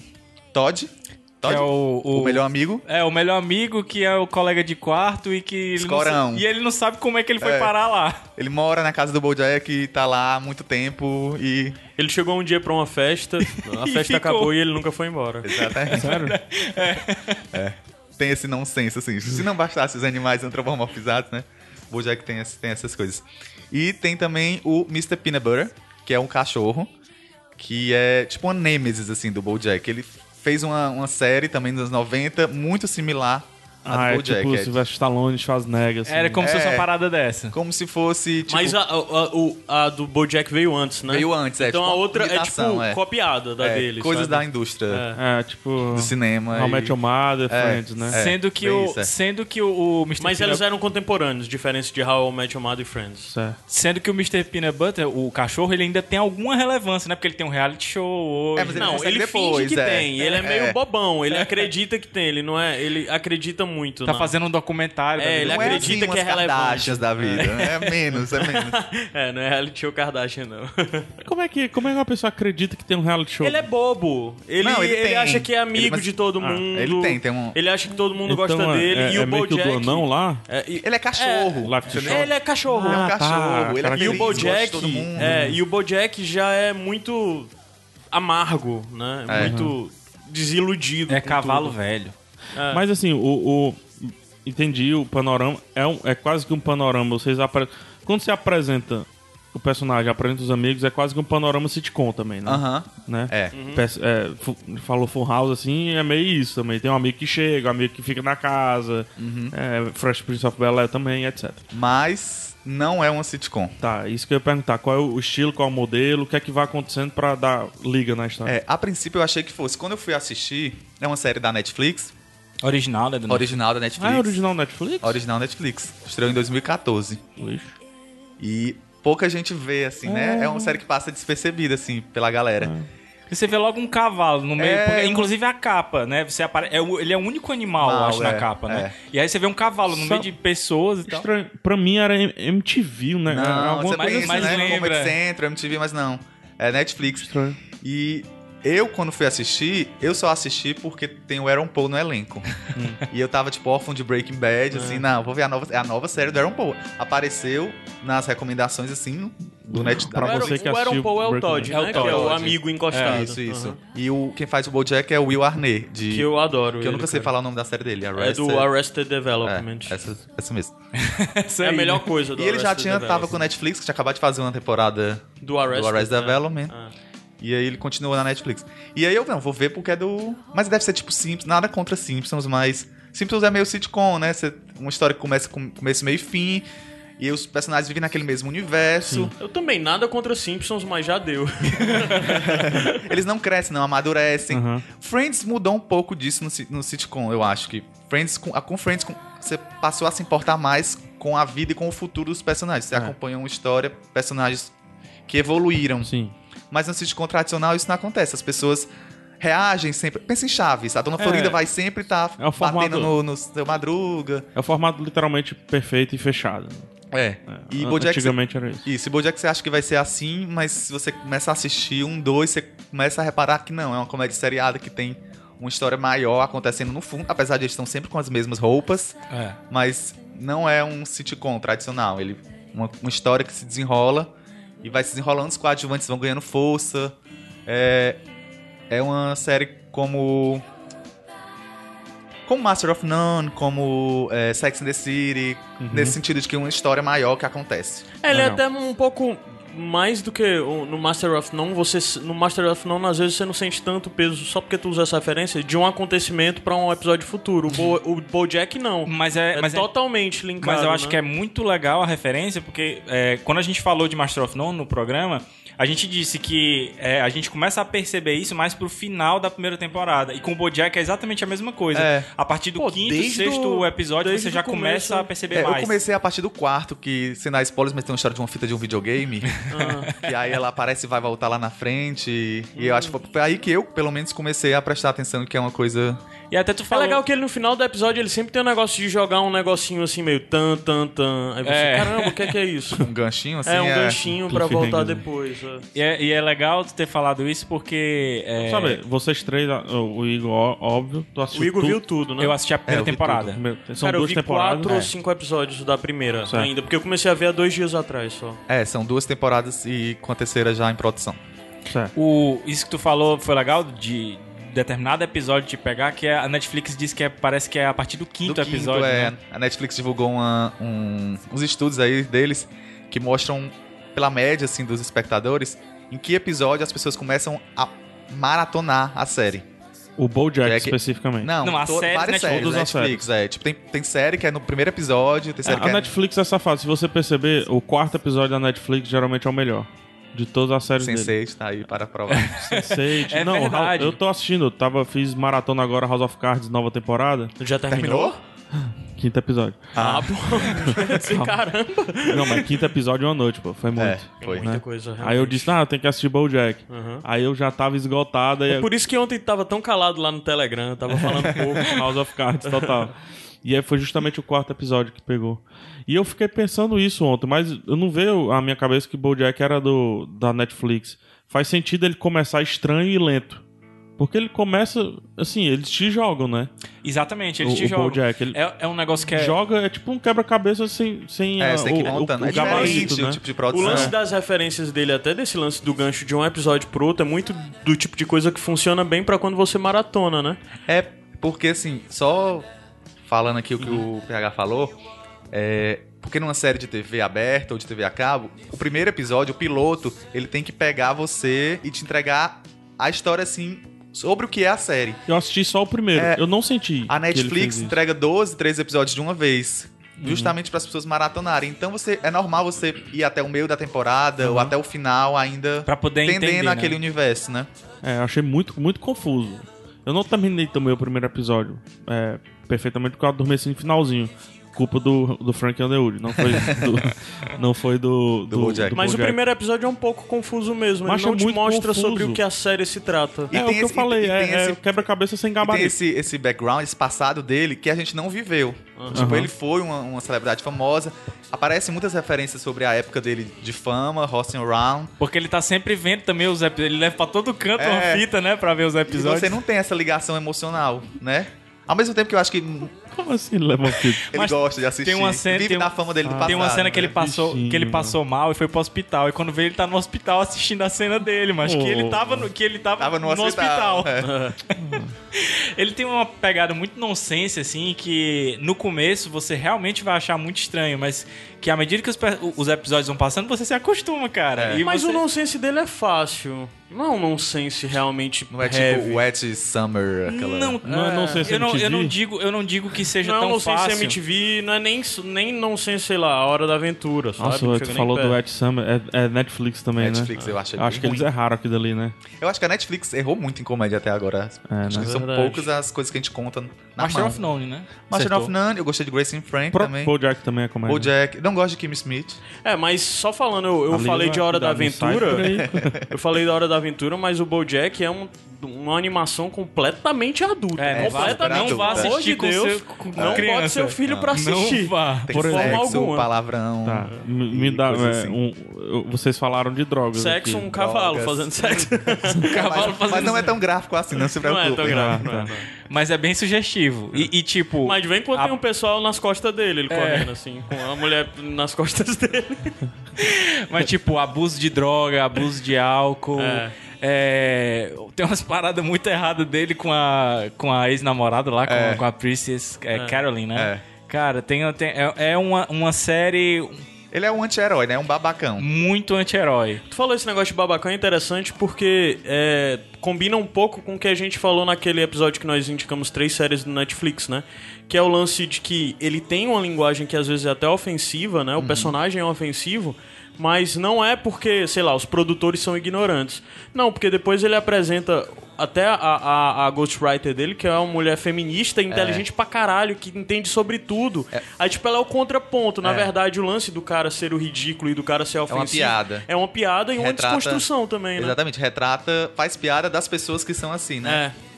Speaker 5: Todd.
Speaker 4: Que
Speaker 5: Todd?
Speaker 4: é o,
Speaker 5: o melhor amigo.
Speaker 4: É, o melhor amigo que é o colega de quarto e que... Ele não
Speaker 5: Escorão.
Speaker 4: sa- e ele não sabe como é que ele foi
Speaker 5: É.
Speaker 4: parar lá.
Speaker 5: Ele mora na casa do Bojack e tá lá há muito tempo e...
Speaker 3: Ele chegou um dia pra uma festa, a
Speaker 4: E
Speaker 3: festa
Speaker 4: ficou.
Speaker 3: acabou e ele nunca foi embora.
Speaker 5: Exatamente.
Speaker 2: Sério?
Speaker 5: É. tem esse nonsense, assim. Se não bastasse os animais antropomorfizados, né? O Bojack tem, esse- tem essas coisas. E tem também o Mr. Peanut Butter, que é um cachorro, que é tipo uma nêmesis, assim, do Bojack. Ele fez uma, uma série também nos anos 90, muito similar à
Speaker 2: Ah,
Speaker 5: do
Speaker 2: é
Speaker 5: Bojack.
Speaker 2: tipo
Speaker 5: é
Speaker 2: Sylvester Stallone, Schwarzenegger, assim.
Speaker 4: Era como se fosse
Speaker 5: É.
Speaker 4: uma parada dessa.
Speaker 5: como se fosse, tipo...
Speaker 3: Mas a, a- a- o- a do Bojack veio antes, né?
Speaker 5: Veio antes, é,
Speaker 3: Então
Speaker 5: tipo
Speaker 3: a
Speaker 5: uma
Speaker 3: outra é tipo
Speaker 5: imitação, é.
Speaker 3: copiada da
Speaker 5: é,
Speaker 3: dele.
Speaker 5: coisas
Speaker 3: sabe?
Speaker 5: da indústria
Speaker 2: É, tipo...
Speaker 5: do cinema.
Speaker 2: How
Speaker 5: e-
Speaker 2: I Met Your Mother,
Speaker 5: É.
Speaker 2: Friends, né?
Speaker 5: É,
Speaker 4: sendo, que
Speaker 5: bem
Speaker 4: o,
Speaker 5: isso, é.
Speaker 4: sendo que o, o Mr.
Speaker 3: Mas
Speaker 4: Peanut-
Speaker 3: eles eram contemporâneos, diferente de How I Met Your Mother e Friends.
Speaker 2: Isso é.
Speaker 4: Sendo que o Mr. Peanut Butter, o cachorro, ele ainda tem alguma relevância, né? Porque ele tem um reality show hoje.
Speaker 5: É, mas ele
Speaker 3: Não,
Speaker 5: consegue
Speaker 3: ele
Speaker 5: depois,
Speaker 3: finge que
Speaker 5: é.
Speaker 3: tem. Ele é,
Speaker 5: É.
Speaker 3: meio bobão. Ele acredita que tem. Ele não é. Ele acredita muito.
Speaker 4: Tá
Speaker 3: na-
Speaker 4: fazendo um documentário.
Speaker 3: É,
Speaker 4: da vida
Speaker 3: ele
Speaker 5: Não
Speaker 4: dele.
Speaker 5: é
Speaker 3: acredita
Speaker 5: assim,
Speaker 3: que
Speaker 5: umas
Speaker 3: é relevante.
Speaker 5: Kardashians da vida. né? É menos, é menos.
Speaker 3: É, não é reality show Kardashian, não.
Speaker 2: Como é que como é que uma pessoa acredita que tem um reality show?
Speaker 3: Ele é bobo. Ele,
Speaker 5: Não, ele
Speaker 3: ele,
Speaker 5: tem.
Speaker 3: acha que é amigo
Speaker 5: Ele- mas-
Speaker 3: de todo
Speaker 5: Ah,
Speaker 3: mundo.
Speaker 5: ele tem, tem um-
Speaker 3: Ele acha que todo mundo
Speaker 2: Então,
Speaker 3: gosta
Speaker 2: é-
Speaker 3: dele.
Speaker 2: É,
Speaker 3: e o
Speaker 2: é meio que
Speaker 3: Bojack...
Speaker 2: o do anão lá?
Speaker 3: É, e-
Speaker 5: Ele é cachorro.
Speaker 2: Life
Speaker 5: entendeu?
Speaker 2: Show.
Speaker 3: Ele é cachorro.
Speaker 5: Ele é um
Speaker 2: Ah, tá.
Speaker 5: cachorro. ele é
Speaker 2: Cara,
Speaker 3: E o
Speaker 5: feliz, gosta de
Speaker 3: Bojack,
Speaker 5: todo mundo.
Speaker 3: é, e o Bojack já é muito amargo, né?
Speaker 5: É.
Speaker 3: Muito desiludido.
Speaker 4: É
Speaker 3: com
Speaker 4: cavalo
Speaker 3: tudo.
Speaker 4: velho.
Speaker 3: Ah.
Speaker 2: Mas assim, o, o- entendi, o panorama é, um- é quase que um panorama. Vocês apre... quando você apresenta o personagem, apresenta os amigos, é quase que um panorama sitcom também, né?
Speaker 5: Aham.
Speaker 2: né?
Speaker 5: É.
Speaker 2: Peço- é, fu- falou Full House assim, é meio isso também. Tem um amigo que chega, um amigo que fica na casa,
Speaker 5: Uhum.
Speaker 2: é, Fresh Prince of Bel Air também, etc.
Speaker 5: Mas não é uma sitcom.
Speaker 2: Tá, isso que eu ia perguntar. Qual é o estilo, qual é o modelo, o que é que vai acontecendo pra dar liga na história?
Speaker 5: É, a princípio eu achei que fosse. Quando eu fui assistir, é uma série da Netflix,
Speaker 4: Original, né? do
Speaker 5: original da Netflix.
Speaker 2: Ah, é original Netflix?
Speaker 5: Original Netflix. Estreou em 2014.
Speaker 2: Lixo.
Speaker 5: E pouca gente vê, assim, né? É uma série que passa despercebida, assim, pela
Speaker 2: É.
Speaker 5: galera.
Speaker 4: E Você vê logo um cavalo no meio.
Speaker 5: É,
Speaker 4: porque-
Speaker 5: um-
Speaker 4: inclusive a capa, né? Você apare... é o- Ele é o único animal, eu
Speaker 5: Mal,
Speaker 4: acho,
Speaker 5: é,
Speaker 4: na capa, né? E aí você vê um cavalo no
Speaker 2: Só-
Speaker 4: meio de pessoas e tal.
Speaker 2: Estranho. Pra mim era M- MTV, né? Era
Speaker 5: Então. Não,
Speaker 2: alguma
Speaker 5: você
Speaker 4: coisa
Speaker 5: pensa,
Speaker 4: mais
Speaker 5: né?
Speaker 4: lembra.
Speaker 5: Comedy Central, MTV, mas não. É Netflix.
Speaker 2: Estranho.
Speaker 5: E eu, quando fui assistir, eu só assisti porque tem o Aaron Paul no elenco. e eu tava, tipo, órfão de Breaking Bad, assim, não, vou ver a nova, é a nova série do Aaron Paul. Apareceu nas recomendações, assim, do Net, da
Speaker 2: Pra
Speaker 3: O
Speaker 5: Netflix.
Speaker 2: você que
Speaker 3: Aaron- o Aaron
Speaker 2: assistiu
Speaker 3: Paul é o
Speaker 2: Breaking
Speaker 3: Todd,
Speaker 4: Bad.
Speaker 3: né?
Speaker 4: É o
Speaker 3: Que é o
Speaker 5: Todd.
Speaker 3: amigo encostado.
Speaker 5: É, isso, isso.
Speaker 3: Aham.
Speaker 5: E o, quem faz o Bojack é o Will Arnett, de...
Speaker 3: Que eu adoro.
Speaker 5: que eu nunca
Speaker 3: ele,
Speaker 5: sei
Speaker 3: cara.
Speaker 5: falar o nome da série dele.
Speaker 3: É do
Speaker 5: Arrested-
Speaker 3: Arrested Development.
Speaker 5: É, essa, essa mesmo.
Speaker 4: Isso
Speaker 3: É a
Speaker 4: aí,
Speaker 3: melhor
Speaker 4: né?
Speaker 3: coisa do
Speaker 5: E ele já
Speaker 3: Arrested
Speaker 5: tinha, tava com o
Speaker 3: Development.
Speaker 5: Netflix, que tinha acabado de fazer uma temporada
Speaker 3: Do Arrested,
Speaker 5: do Arrested
Speaker 3: né?
Speaker 5: Development. E aí ele continuou na Netflix. E aí eu não, vou ver porque é do. Mas deve ser tipo Simpsons, nada contra Simpsons, mas. Simpsons é meio sitcom, né? Cê- Uma história que começa com começo, meio e fim. E os personagens vivem naquele mesmo universo.
Speaker 3: Eu também, nada contra Simpsons, mas já deu.
Speaker 5: Eles não crescem, não amadurecem.
Speaker 2: Aham.
Speaker 5: Friends mudou um pouco disso no, si- no sitcom, eu acho que. Friends com, a- com Friends, com- você passou a se importar mais com a vida e com o futuro dos personagens. Você acompanha uma história, personagens que evoluíram.
Speaker 2: Sim.
Speaker 5: Mas no sitcom tradicional isso não acontece. As pessoas reagem sempre. Pensa em Chaves. A Dona Florinda vai sempre estar
Speaker 2: É o formato-
Speaker 5: batendo no, no seu Madruga.
Speaker 2: É o formato literalmente perfeito e fechado.
Speaker 5: É. E
Speaker 2: An-
Speaker 5: Bojack...
Speaker 2: Antigamente era isso.
Speaker 5: Isso, e Bojack você acha que vai ser assim, mas se você começa a assistir um, dois, você começa a reparar que não, é uma comédia seriada que tem uma história maior acontecendo no fundo, apesar de eles estão sempre com as mesmas roupas,
Speaker 4: É.
Speaker 5: mas não é um sitcom tradicional, ele uma, uma história que se desenrola e vai se desenrolando, os coadjuvantes vão ganhando força. É, é uma série como como Master of None, como é, Sex and the City, nesse sentido de que é uma história maior que acontece.
Speaker 3: É, ele é
Speaker 2: Não,
Speaker 3: até um pouco mais do que o- no Master of None, você s- no Master of None às vezes você não sente tanto peso só porque tu usa essa referência de um acontecimento pra um episódio futuro. O, Bo, o BoJack não.
Speaker 4: Mas é,
Speaker 3: É
Speaker 4: mas é-
Speaker 3: totalmente linkado.
Speaker 4: Mas eu acho
Speaker 3: né?
Speaker 4: que é muito legal a referência, porque é, quando a gente falou de Master of None no programa, a gente disse que é, a gente começa a perceber isso mais pro final da primeira temporada. E com o Bojack é exatamente a mesma coisa.
Speaker 5: É.
Speaker 4: A partir do
Speaker 5: Pô,
Speaker 4: quinto,
Speaker 5: desde
Speaker 4: sexto
Speaker 5: o-
Speaker 4: episódio,
Speaker 3: desde
Speaker 4: você já
Speaker 3: o começo- né?
Speaker 4: começa a perceber
Speaker 5: É,
Speaker 4: mais.
Speaker 5: eu comecei a partir do quarto, que sem dar spoilers, mas tem uma história de uma fita de um videogame. E aí ela aparece e vai voltar lá na frente. E, e eu acho que foi aí que eu, pelo menos, comecei a prestar atenção que é uma coisa.
Speaker 4: E até tu
Speaker 3: É
Speaker 4: falou...
Speaker 3: legal que ele no final do episódio ele sempre tem um negócio de jogar um negocinho assim meio tan tan tan. Aí você,
Speaker 4: É.
Speaker 3: caramba, o que é que é isso?
Speaker 5: Um ganchinho, assim.
Speaker 3: é um ganchinho pra
Speaker 2: cliffhanger,
Speaker 3: voltar
Speaker 2: né?
Speaker 3: depois. é.
Speaker 4: E é, e é legal tu ter falado isso, porque... é,
Speaker 2: Sabe, vocês três, ah, o Igor, ó- óbvio, tu assistiu
Speaker 3: O Igor
Speaker 2: Tipo, tu-
Speaker 3: viu tudo, né?
Speaker 4: Eu assisti a primeira
Speaker 5: É, eu vi
Speaker 4: temporada.
Speaker 2: primeiro- São
Speaker 3: Cara, eu
Speaker 2: duas
Speaker 3: vi
Speaker 2: temporadas.
Speaker 3: quatro
Speaker 2: É.
Speaker 3: ou cinco episódios da primeira
Speaker 2: Certo.
Speaker 3: ainda, porque eu comecei a ver há dois dias atrás só.
Speaker 5: É, são duas temporadas e com a terceira já em produção.
Speaker 2: Certo.
Speaker 4: O, isso que tu falou foi legal de determinado episódio te pegar, que a Netflix diz que é- parece que é a partir do quinto,
Speaker 5: Do quinto,
Speaker 4: episódio,
Speaker 5: é,
Speaker 4: né?
Speaker 5: A Netflix divulgou uma- um- uns estudos aí deles que mostram, pela média, assim, dos espectadores, em que episódio as pessoas começam a maratonar a série.
Speaker 2: O BoJack
Speaker 5: Jack-
Speaker 2: especificamente.
Speaker 5: Não,
Speaker 4: Não, as
Speaker 5: to-
Speaker 4: séries Netflix.
Speaker 5: várias séries
Speaker 2: Todas as
Speaker 5: Netflix, é. Tipo, tem, tem série que é no primeiro episódio, tem
Speaker 2: É,
Speaker 5: série que
Speaker 2: a
Speaker 5: é...
Speaker 2: Netflix é safada. Se você perceber, o quarto episódio da Netflix geralmente é o melhor. De todas as séries dele.
Speaker 5: Sense8 tá aí para provar.
Speaker 2: Sense8.
Speaker 4: É
Speaker 2: Não, House-
Speaker 4: verdade.
Speaker 2: eu tô assistindo. Eu tava, fiz maratona agora House of Cards, nova temporada.
Speaker 3: Já terminou?
Speaker 5: Terminou?
Speaker 2: Quinto episódio.
Speaker 3: Ah, bom. Caramba.
Speaker 2: Não, mas quinto episódio é uma noite, pô. Foi muito.
Speaker 5: É, foi.
Speaker 3: Muita coisa, realmente.
Speaker 2: Aí eu disse, ah, eu tenho que assistir BoJack. Aí eu já tava esgotada.
Speaker 4: É
Speaker 2: E...
Speaker 3: Por isso que ontem tava tão calado lá no Telegram, tava falando pouco.
Speaker 2: House of Cards, total. E aí foi justamente o quarto episódio que pegou. E eu fiquei pensando isso ontem, mas eu não veio a minha cabeça que BoJack era do da Netflix. Faz sentido ele começar estranho e lento. Porque ele começa, assim, eles te jogam, né?
Speaker 4: Exatamente, eles
Speaker 2: O-
Speaker 4: te
Speaker 2: o
Speaker 4: jogam.
Speaker 2: BoJack, ele-
Speaker 4: é, é um negócio que é...
Speaker 2: Joga, é tipo um quebra-cabeça sem, sem,
Speaker 5: É,
Speaker 2: ah,
Speaker 5: você tem que ir
Speaker 2: o,
Speaker 5: montando.
Speaker 2: o,
Speaker 5: é
Speaker 2: o gabarito,
Speaker 5: diferente
Speaker 2: né?
Speaker 5: o tipo de
Speaker 3: O
Speaker 5: produção.
Speaker 3: lance das referências dele, até desse lance do gancho de um episódio pro outro, é muito do tipo de coisa que funciona bem pra quando você maratona, né?
Speaker 5: É, porque assim, só falando aqui o que o PH falou, é, porque numa série de TV aberta ou de TV a cabo, o primeiro episódio, o piloto, ele tem que pegar você e te entregar a história, assim, sobre o que é a série.
Speaker 2: Eu assisti só o primeiro, eu não senti.
Speaker 5: É. A
Speaker 2: que ele
Speaker 5: Netflix
Speaker 2: fez isso.
Speaker 5: entrega 12, 13 episódios de uma vez. Justamente para as pessoas maratonarem. Então você é normal você ir até o meio da temporada ou até o final ainda
Speaker 4: Pra poder
Speaker 5: entendendo
Speaker 4: entender, né?
Speaker 5: aquele universo, né?
Speaker 2: É, eu achei muito, muito confuso. Eu não terminei também o primeiro episódio é, perfeitamente porque eu adormeci no finalzinho. Culpa do, do Frank Underwood, não foi do, não foi do, do,
Speaker 5: BoJack.
Speaker 2: do
Speaker 3: Mas o
Speaker 2: BoJack.
Speaker 3: primeiro episódio é um pouco confuso mesmo. Ele
Speaker 2: Mas
Speaker 3: não
Speaker 2: é
Speaker 3: te
Speaker 2: muito
Speaker 3: mostra
Speaker 2: confuso.
Speaker 3: sobre o que a série se trata.
Speaker 5: E
Speaker 2: é o
Speaker 5: tem
Speaker 2: que eu
Speaker 5: esse-
Speaker 2: falei,
Speaker 5: e
Speaker 2: é,
Speaker 5: tem
Speaker 2: é
Speaker 5: esse-
Speaker 2: quebra-cabeça sem
Speaker 5: E tem
Speaker 2: gabarito.
Speaker 5: esse, esse background, esse passado dele que a gente não viveu. Tipo, ele foi uma, uma celebridade famosa. Aparecem muitas referências sobre a época dele de fama, Rossing Around.
Speaker 4: Porque ele tá sempre vendo também os episódios. Ele leva pra todo canto uma
Speaker 5: É.
Speaker 4: fita, né? Pra ver os
Speaker 5: E
Speaker 4: episódios.
Speaker 5: você não tem essa ligação emocional, né? Ao mesmo tempo que eu acho que hum,
Speaker 2: Como assim ele leva o filho?
Speaker 5: ele
Speaker 4: Mas
Speaker 5: gosta de assistir.
Speaker 4: tem uma cena-
Speaker 5: Vive
Speaker 4: tem
Speaker 5: da
Speaker 4: uma-
Speaker 5: fama dele do passado.
Speaker 4: Tem uma cena que
Speaker 5: né?
Speaker 4: ele passou,
Speaker 2: Bichinho,
Speaker 4: que ele passou mal e foi pro hospital. E quando veio, ele tá no hospital assistindo a cena dele, mas que ele tava no, que ele tava,
Speaker 5: Tava no hospital. é.
Speaker 4: Ele tem uma pegada muito nonsense, assim, que no começo você realmente vai achar muito estranho, mas que à medida que os, pe- os episódios vão passando, você se acostuma, cara. E
Speaker 3: Mas
Speaker 4: você-
Speaker 3: o nonsense dele é fácil. Não é um nonsense realmente
Speaker 5: Não é
Speaker 3: heavy.
Speaker 5: tipo Wet Summer, aquela...
Speaker 4: Não,
Speaker 2: Não é nonsense
Speaker 4: eu não, eu não
Speaker 2: MTV?
Speaker 4: digo, eu não digo que seja
Speaker 3: não é um
Speaker 4: tão
Speaker 3: nonsense
Speaker 4: fácil.
Speaker 3: MTV, não é nem, nem nonsense, sei lá, a hora da aventura, sabe?
Speaker 2: Nossa,
Speaker 3: Não
Speaker 2: tu
Speaker 3: chega nem
Speaker 2: falou
Speaker 3: perto.
Speaker 2: do Ed Summer, é, é Netflix também,
Speaker 5: Netflix,
Speaker 2: né?
Speaker 5: eu achei
Speaker 2: Acho que
Speaker 5: bem
Speaker 2: eles
Speaker 5: ruim.
Speaker 2: erraram aqui dali, né?
Speaker 5: Eu acho que a Netflix errou muito em comédia até agora.
Speaker 2: É,
Speaker 5: acho
Speaker 2: né?
Speaker 5: que são
Speaker 3: Verdade.
Speaker 5: poucas as coisas que a gente conta Na
Speaker 4: Master
Speaker 5: mão.
Speaker 4: of None, né?
Speaker 5: Master
Speaker 4: Acertou.
Speaker 5: of None, eu gostei de Grace and Frank
Speaker 2: Pro,
Speaker 5: também.
Speaker 2: Bojack também é comédia.
Speaker 5: Bojack. Não gosto de Kim Smith.
Speaker 3: É, mas só falando, eu, eu
Speaker 2: Ali
Speaker 3: falei
Speaker 2: vai
Speaker 3: de Hora da
Speaker 2: cuidar do site por
Speaker 3: Aventura.
Speaker 2: aí.
Speaker 3: Eu falei da Hora da Aventura, mas o BoJack é um- uma animação completamente adulta.
Speaker 4: É, não vá,
Speaker 3: completamente.
Speaker 4: não vá
Speaker 3: pelo amor
Speaker 4: assistir
Speaker 3: de
Speaker 4: com
Speaker 3: Deus,
Speaker 4: seu- com
Speaker 3: não
Speaker 4: criança.
Speaker 3: bota seu filho pra
Speaker 4: Não
Speaker 3: assistir.
Speaker 4: vá.
Speaker 5: Tem
Speaker 3: Por
Speaker 5: sexo,
Speaker 3: exemplo. alguma.
Speaker 5: palavrão.
Speaker 2: Tá, me, me
Speaker 5: e
Speaker 2: dá.
Speaker 5: coisa
Speaker 2: é,
Speaker 5: assim.
Speaker 2: um- eu- vocês falaram de drogas.
Speaker 3: Sexo,
Speaker 2: aqui.
Speaker 3: um cavalo
Speaker 5: Drogas.
Speaker 3: fazendo sexo.
Speaker 4: Cavalo
Speaker 5: mas, mas
Speaker 4: fazendo-
Speaker 5: não é tão gráfico assim, não se
Speaker 3: não
Speaker 5: preocupe.
Speaker 3: é tão grave.
Speaker 2: Ah,
Speaker 3: não é,
Speaker 2: tá.
Speaker 3: não.
Speaker 4: Mas é bem sugestivo. E, e, tipo.
Speaker 3: Mas de vez em quando
Speaker 4: a-
Speaker 3: tem um pessoal nas costas dele, ele correndo assim, com a mulher nas costas dele.
Speaker 4: Mas, tipo, abuso de droga, abuso de álcool.
Speaker 3: É.
Speaker 4: é, tem umas paradas muito erradas dele com a, com a ex-namorada lá, com,
Speaker 5: É.
Speaker 4: com a Princess é, Caroline, né?
Speaker 5: É.
Speaker 4: Cara, tem, tem- é, é uma, uma série
Speaker 5: Ele é um anti-herói, né? É um babacão.
Speaker 4: muito anti-herói.
Speaker 3: Tu falou esse negócio de babacão é interessante porque é, combina um pouco com o que a gente falou naquele episódio que nós indicamos três séries do Netflix, né? Que é o lance de que ele tem uma linguagem que às vezes é até ofensiva, né? O personagem é ofensivo, mas não é porque, sei lá, os produtores são ignorantes. Não, porque depois ele apresenta até a, a, a ghostwriter dele, que é uma mulher feminista, inteligente pra caralho, que entende sobre tudo. Aí, tipo, ela é o contraponto. Na verdade, o lance do cara ser o ridículo e do cara ser ofensivo
Speaker 5: piada.
Speaker 3: é uma piada e uma
Speaker 5: Retrata-
Speaker 3: desconstrução também, né?
Speaker 5: Exatamente, retrata, faz piada das pessoas que são assim, né?
Speaker 3: É.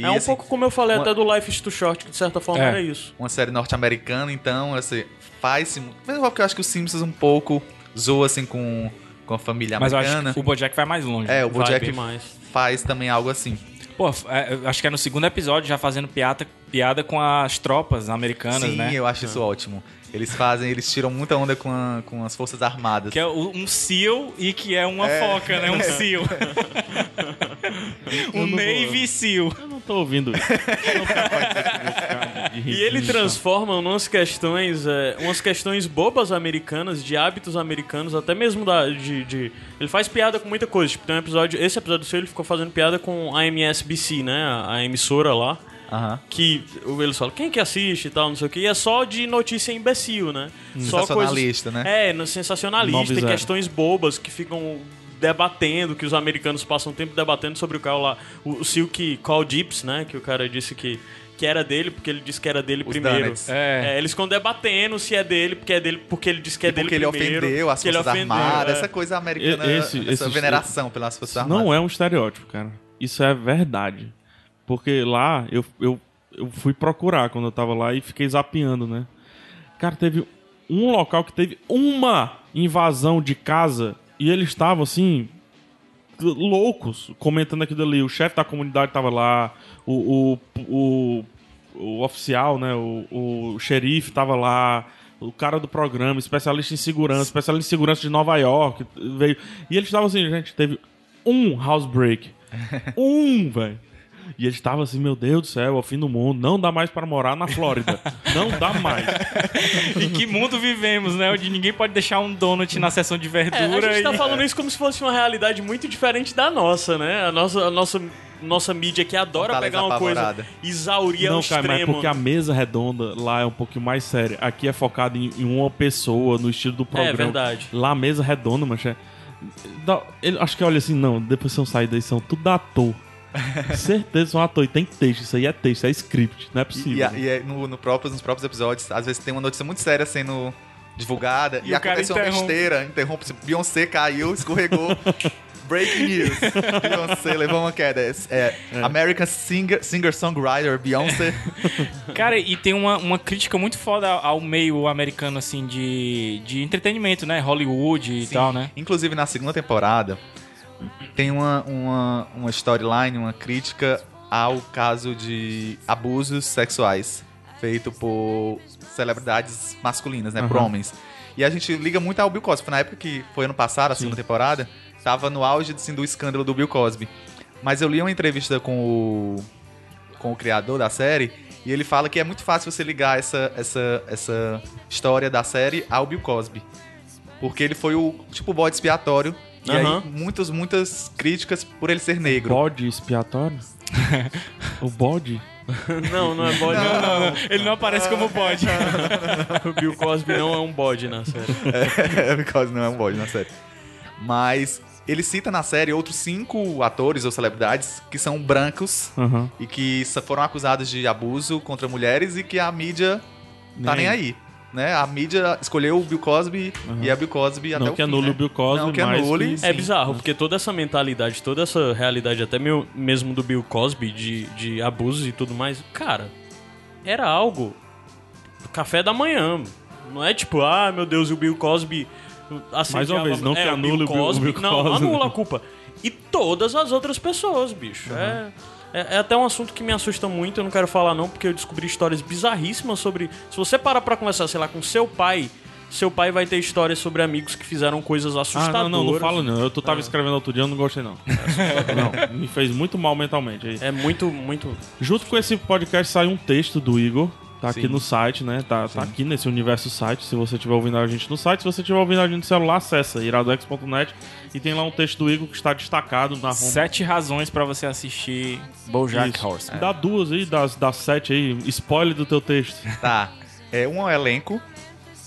Speaker 5: E,
Speaker 3: é um
Speaker 5: assim,
Speaker 3: pouco como eu falei
Speaker 5: uma-
Speaker 3: até do Life is Too Short, que de certa forma
Speaker 4: É.
Speaker 3: era isso.
Speaker 5: Uma série norte-americana, então, assim, faz. Mesmo que eu acho que o Simpsons um pouco zoa, assim, com, com a família
Speaker 4: Mas eu
Speaker 5: americana.
Speaker 4: acho que o Bojack vai mais longe.
Speaker 5: Tá É, o
Speaker 3: Vai
Speaker 5: Bojack
Speaker 3: bem mais.
Speaker 5: faz também algo assim.
Speaker 4: Pô, é, eu acho que é no segundo episódio já fazendo piada, piada com as tropas americanas,
Speaker 5: Sim,
Speaker 4: né?
Speaker 5: eu acho isso ótimo. Eles fazem, eles tiram muita onda com, a- com as forças armadas.
Speaker 4: Que é o- um seal e que é uma foca, né? Um seal. um
Speaker 2: não vou-
Speaker 4: Navy Seal.
Speaker 2: Eu não tô ouvindo isso. Eu não tô capaz de- de- de-
Speaker 3: E ele
Speaker 2: de-
Speaker 3: transforma umas questões, é, umas questões bobas americanas, de hábitos americanos, até mesmo da, de, de- Ele faz piada com muita coisa. Tipo, tem um episódio. Esse episódio seu ele ficou fazendo piada com a MSBC, né? A, a emissora lá.
Speaker 5: Aham.
Speaker 3: Que eles falam, quem que assiste e tal, não sei o que. E é só de notícia imbecil, né? Só
Speaker 5: Hum. Sensacionalista, né?
Speaker 3: coisas- É, no
Speaker 2: Nove
Speaker 3: sensacionalista, e
Speaker 2: zero.
Speaker 3: questões bobas que ficam debatendo, que os americanos passam tempo debatendo sobre o cara lá, o, o Silk Call Dips, né? Que o cara disse que, que era dele, porque ele disse que era dele
Speaker 5: Os
Speaker 3: primeiro.
Speaker 5: donuts.
Speaker 4: É.
Speaker 3: eles ficam debatendo se é dele, porque é dele, porque ele disse que é
Speaker 5: E
Speaker 3: dele
Speaker 5: porque ele
Speaker 3: primeiro.
Speaker 5: ofendeu as
Speaker 3: que ele
Speaker 5: forças
Speaker 3: ofendeu,
Speaker 5: armadas,
Speaker 3: é.
Speaker 5: essa coisa americana,
Speaker 2: E- esse-
Speaker 5: essa
Speaker 2: esses-
Speaker 5: veneração pelas forças armadas.
Speaker 2: Não é um estereótipo, cara. Isso é verdade. Porque lá eu, eu, eu fui procurar quando eu tava lá e fiquei zapeando, né? Cara, teve um local que teve uma invasão de casa e eles estavam assim. Loucos comentando aquilo ali. O chefe da comunidade tava lá, o, o, o, o oficial, né? O, o xerife tava lá, o cara do programa, especialista em segurança, especialista em segurança de Nova York veio. E eles estavam assim, gente, teve um housebreak. Um, velho. E eles estavam assim, meu Deus do céu, é o fim do mundo, não dá mais pra morar na Flórida. Não dá mais.
Speaker 4: E que mundo vivemos, né? Onde ninguém pode deixar um donut na seção de
Speaker 3: É, a
Speaker 4: verdura
Speaker 3: gente tá
Speaker 4: e-
Speaker 3: falando isso como se fosse uma realidade muito diferente da nossa, né? A nossa, a nossa, nossa mídia que adora
Speaker 5: Fortaleza
Speaker 3: pegar uma
Speaker 5: apavorada.
Speaker 3: coisa exaurir ao
Speaker 2: não, cara, mas é
Speaker 3: um extremo.
Speaker 2: porque a mesa redonda lá é um pouquinho mais séria. Aqui é focado em, em uma pessoa, no estilo do programa.
Speaker 3: É verdade.
Speaker 2: Lá a mesa redonda, mancha. Dá- Ele, acho que olha assim, não, depois que eu sair daí, são tudo ator. Certeza são ator. E tem texto, isso aí é texto, é script, não é
Speaker 5: E,
Speaker 2: possível.
Speaker 5: e a- e é no, no próprio, nos próprios episódios, às vezes tem uma notícia muito séria sendo divulgada
Speaker 4: E
Speaker 5: e,
Speaker 4: o cara
Speaker 5: acontece uma
Speaker 4: interrompe.
Speaker 5: besteira, interrompe. se Beyoncé caiu, escorregou. Breaking news. Beyoncé levou uma queda. É, é, American singer- singer-songwriter Beyoncé.
Speaker 4: Cara, e tem uma, uma crítica muito foda ao meio americano, assim, de, de entretenimento, né? Hollywood e tal, né?
Speaker 5: Inclusive, na segunda temporada, tem uma, uma, uma storyline, uma crítica ao caso de abusos sexuais feito por celebridades masculinas, né? Por
Speaker 2: Aham.
Speaker 5: homens. E a gente liga muito ao Bill Cosby. Foi na época que foi ano passado, a segunda temporada, tava no auge assim, do escândalo do Bill Cosby. Mas eu li uma entrevista com o, com o criador da série e ele fala que é muito fácil você ligar essa, essa, essa história da série ao Bill Cosby. Porque ele foi o tipo bode expiatório. E
Speaker 3: Aham.
Speaker 5: aí, muitas, muitas críticas por ele ser negro.
Speaker 2: Bode expiatório? o bode?
Speaker 3: Não, não é bode.
Speaker 4: Não, não, não. Ele não aparece como bode.
Speaker 3: O Bill Cosby não é um bode na série.
Speaker 5: É, Bill Cosby não é um bode, na série. Mas Ele cita na série outros cinco atores ou celebridades que são brancos
Speaker 2: Aham.
Speaker 5: e que sa- foram acusados de abuso contra mulheres e que a mídia tá nem,
Speaker 2: Nem
Speaker 5: aí. Né? A mídia escolheu o Bill Cosby
Speaker 2: Aham.
Speaker 5: e é Bill Cosby até
Speaker 2: Não
Speaker 5: o
Speaker 2: que
Speaker 5: fim,
Speaker 2: anule
Speaker 5: né?
Speaker 2: o Bill Cosby,
Speaker 5: Não que
Speaker 2: mas
Speaker 5: anule.
Speaker 2: que-
Speaker 5: É,
Speaker 3: É bizarro, porque toda essa mentalidade, toda essa realidade, até meu- mesmo do Bill Cosby, de, de abusos e tudo mais, cara, era algo do café da manhã. Não é tipo, ah, meu Deus, e o Bill Cosby
Speaker 2: Mais uma vez, não que
Speaker 3: é,
Speaker 2: anule o Bill- o Bill
Speaker 3: Não,
Speaker 2: Cosby.
Speaker 3: anula a culpa. E todas as outras pessoas, bicho. É, é, é até um assunto que me assusta muito, eu não quero falar não, porque eu descobri histórias bizarríssimas sobre... Se você parar pra conversar, sei lá, com seu pai... Seu pai vai ter histórias sobre amigos que fizeram coisas
Speaker 2: Ah,
Speaker 3: assustadoras.
Speaker 2: não, não, não fala não. Eu tô-
Speaker 3: assim.
Speaker 2: tava escrevendo outro dia, eu não gostei não. não, me fez muito mal mentalmente. Aí.
Speaker 3: É muito, muito.
Speaker 2: Junto com esse podcast sai um texto do Igor. Tá aqui
Speaker 5: Sim.
Speaker 2: no site, né? Tá, tá aqui nesse universo site. Se você estiver ouvindo a gente no site, se você estiver ouvindo a gente no celular, acessa iradox.net e tem lá um texto do Igor que está destacado na home.
Speaker 4: Sete razões pra você assistir Bojack
Speaker 2: Isso.
Speaker 5: né?
Speaker 4: Horseman.
Speaker 2: Dá duas aí, das, das sete aí. Spoiler do teu texto.
Speaker 5: Tá. É um é o elenco.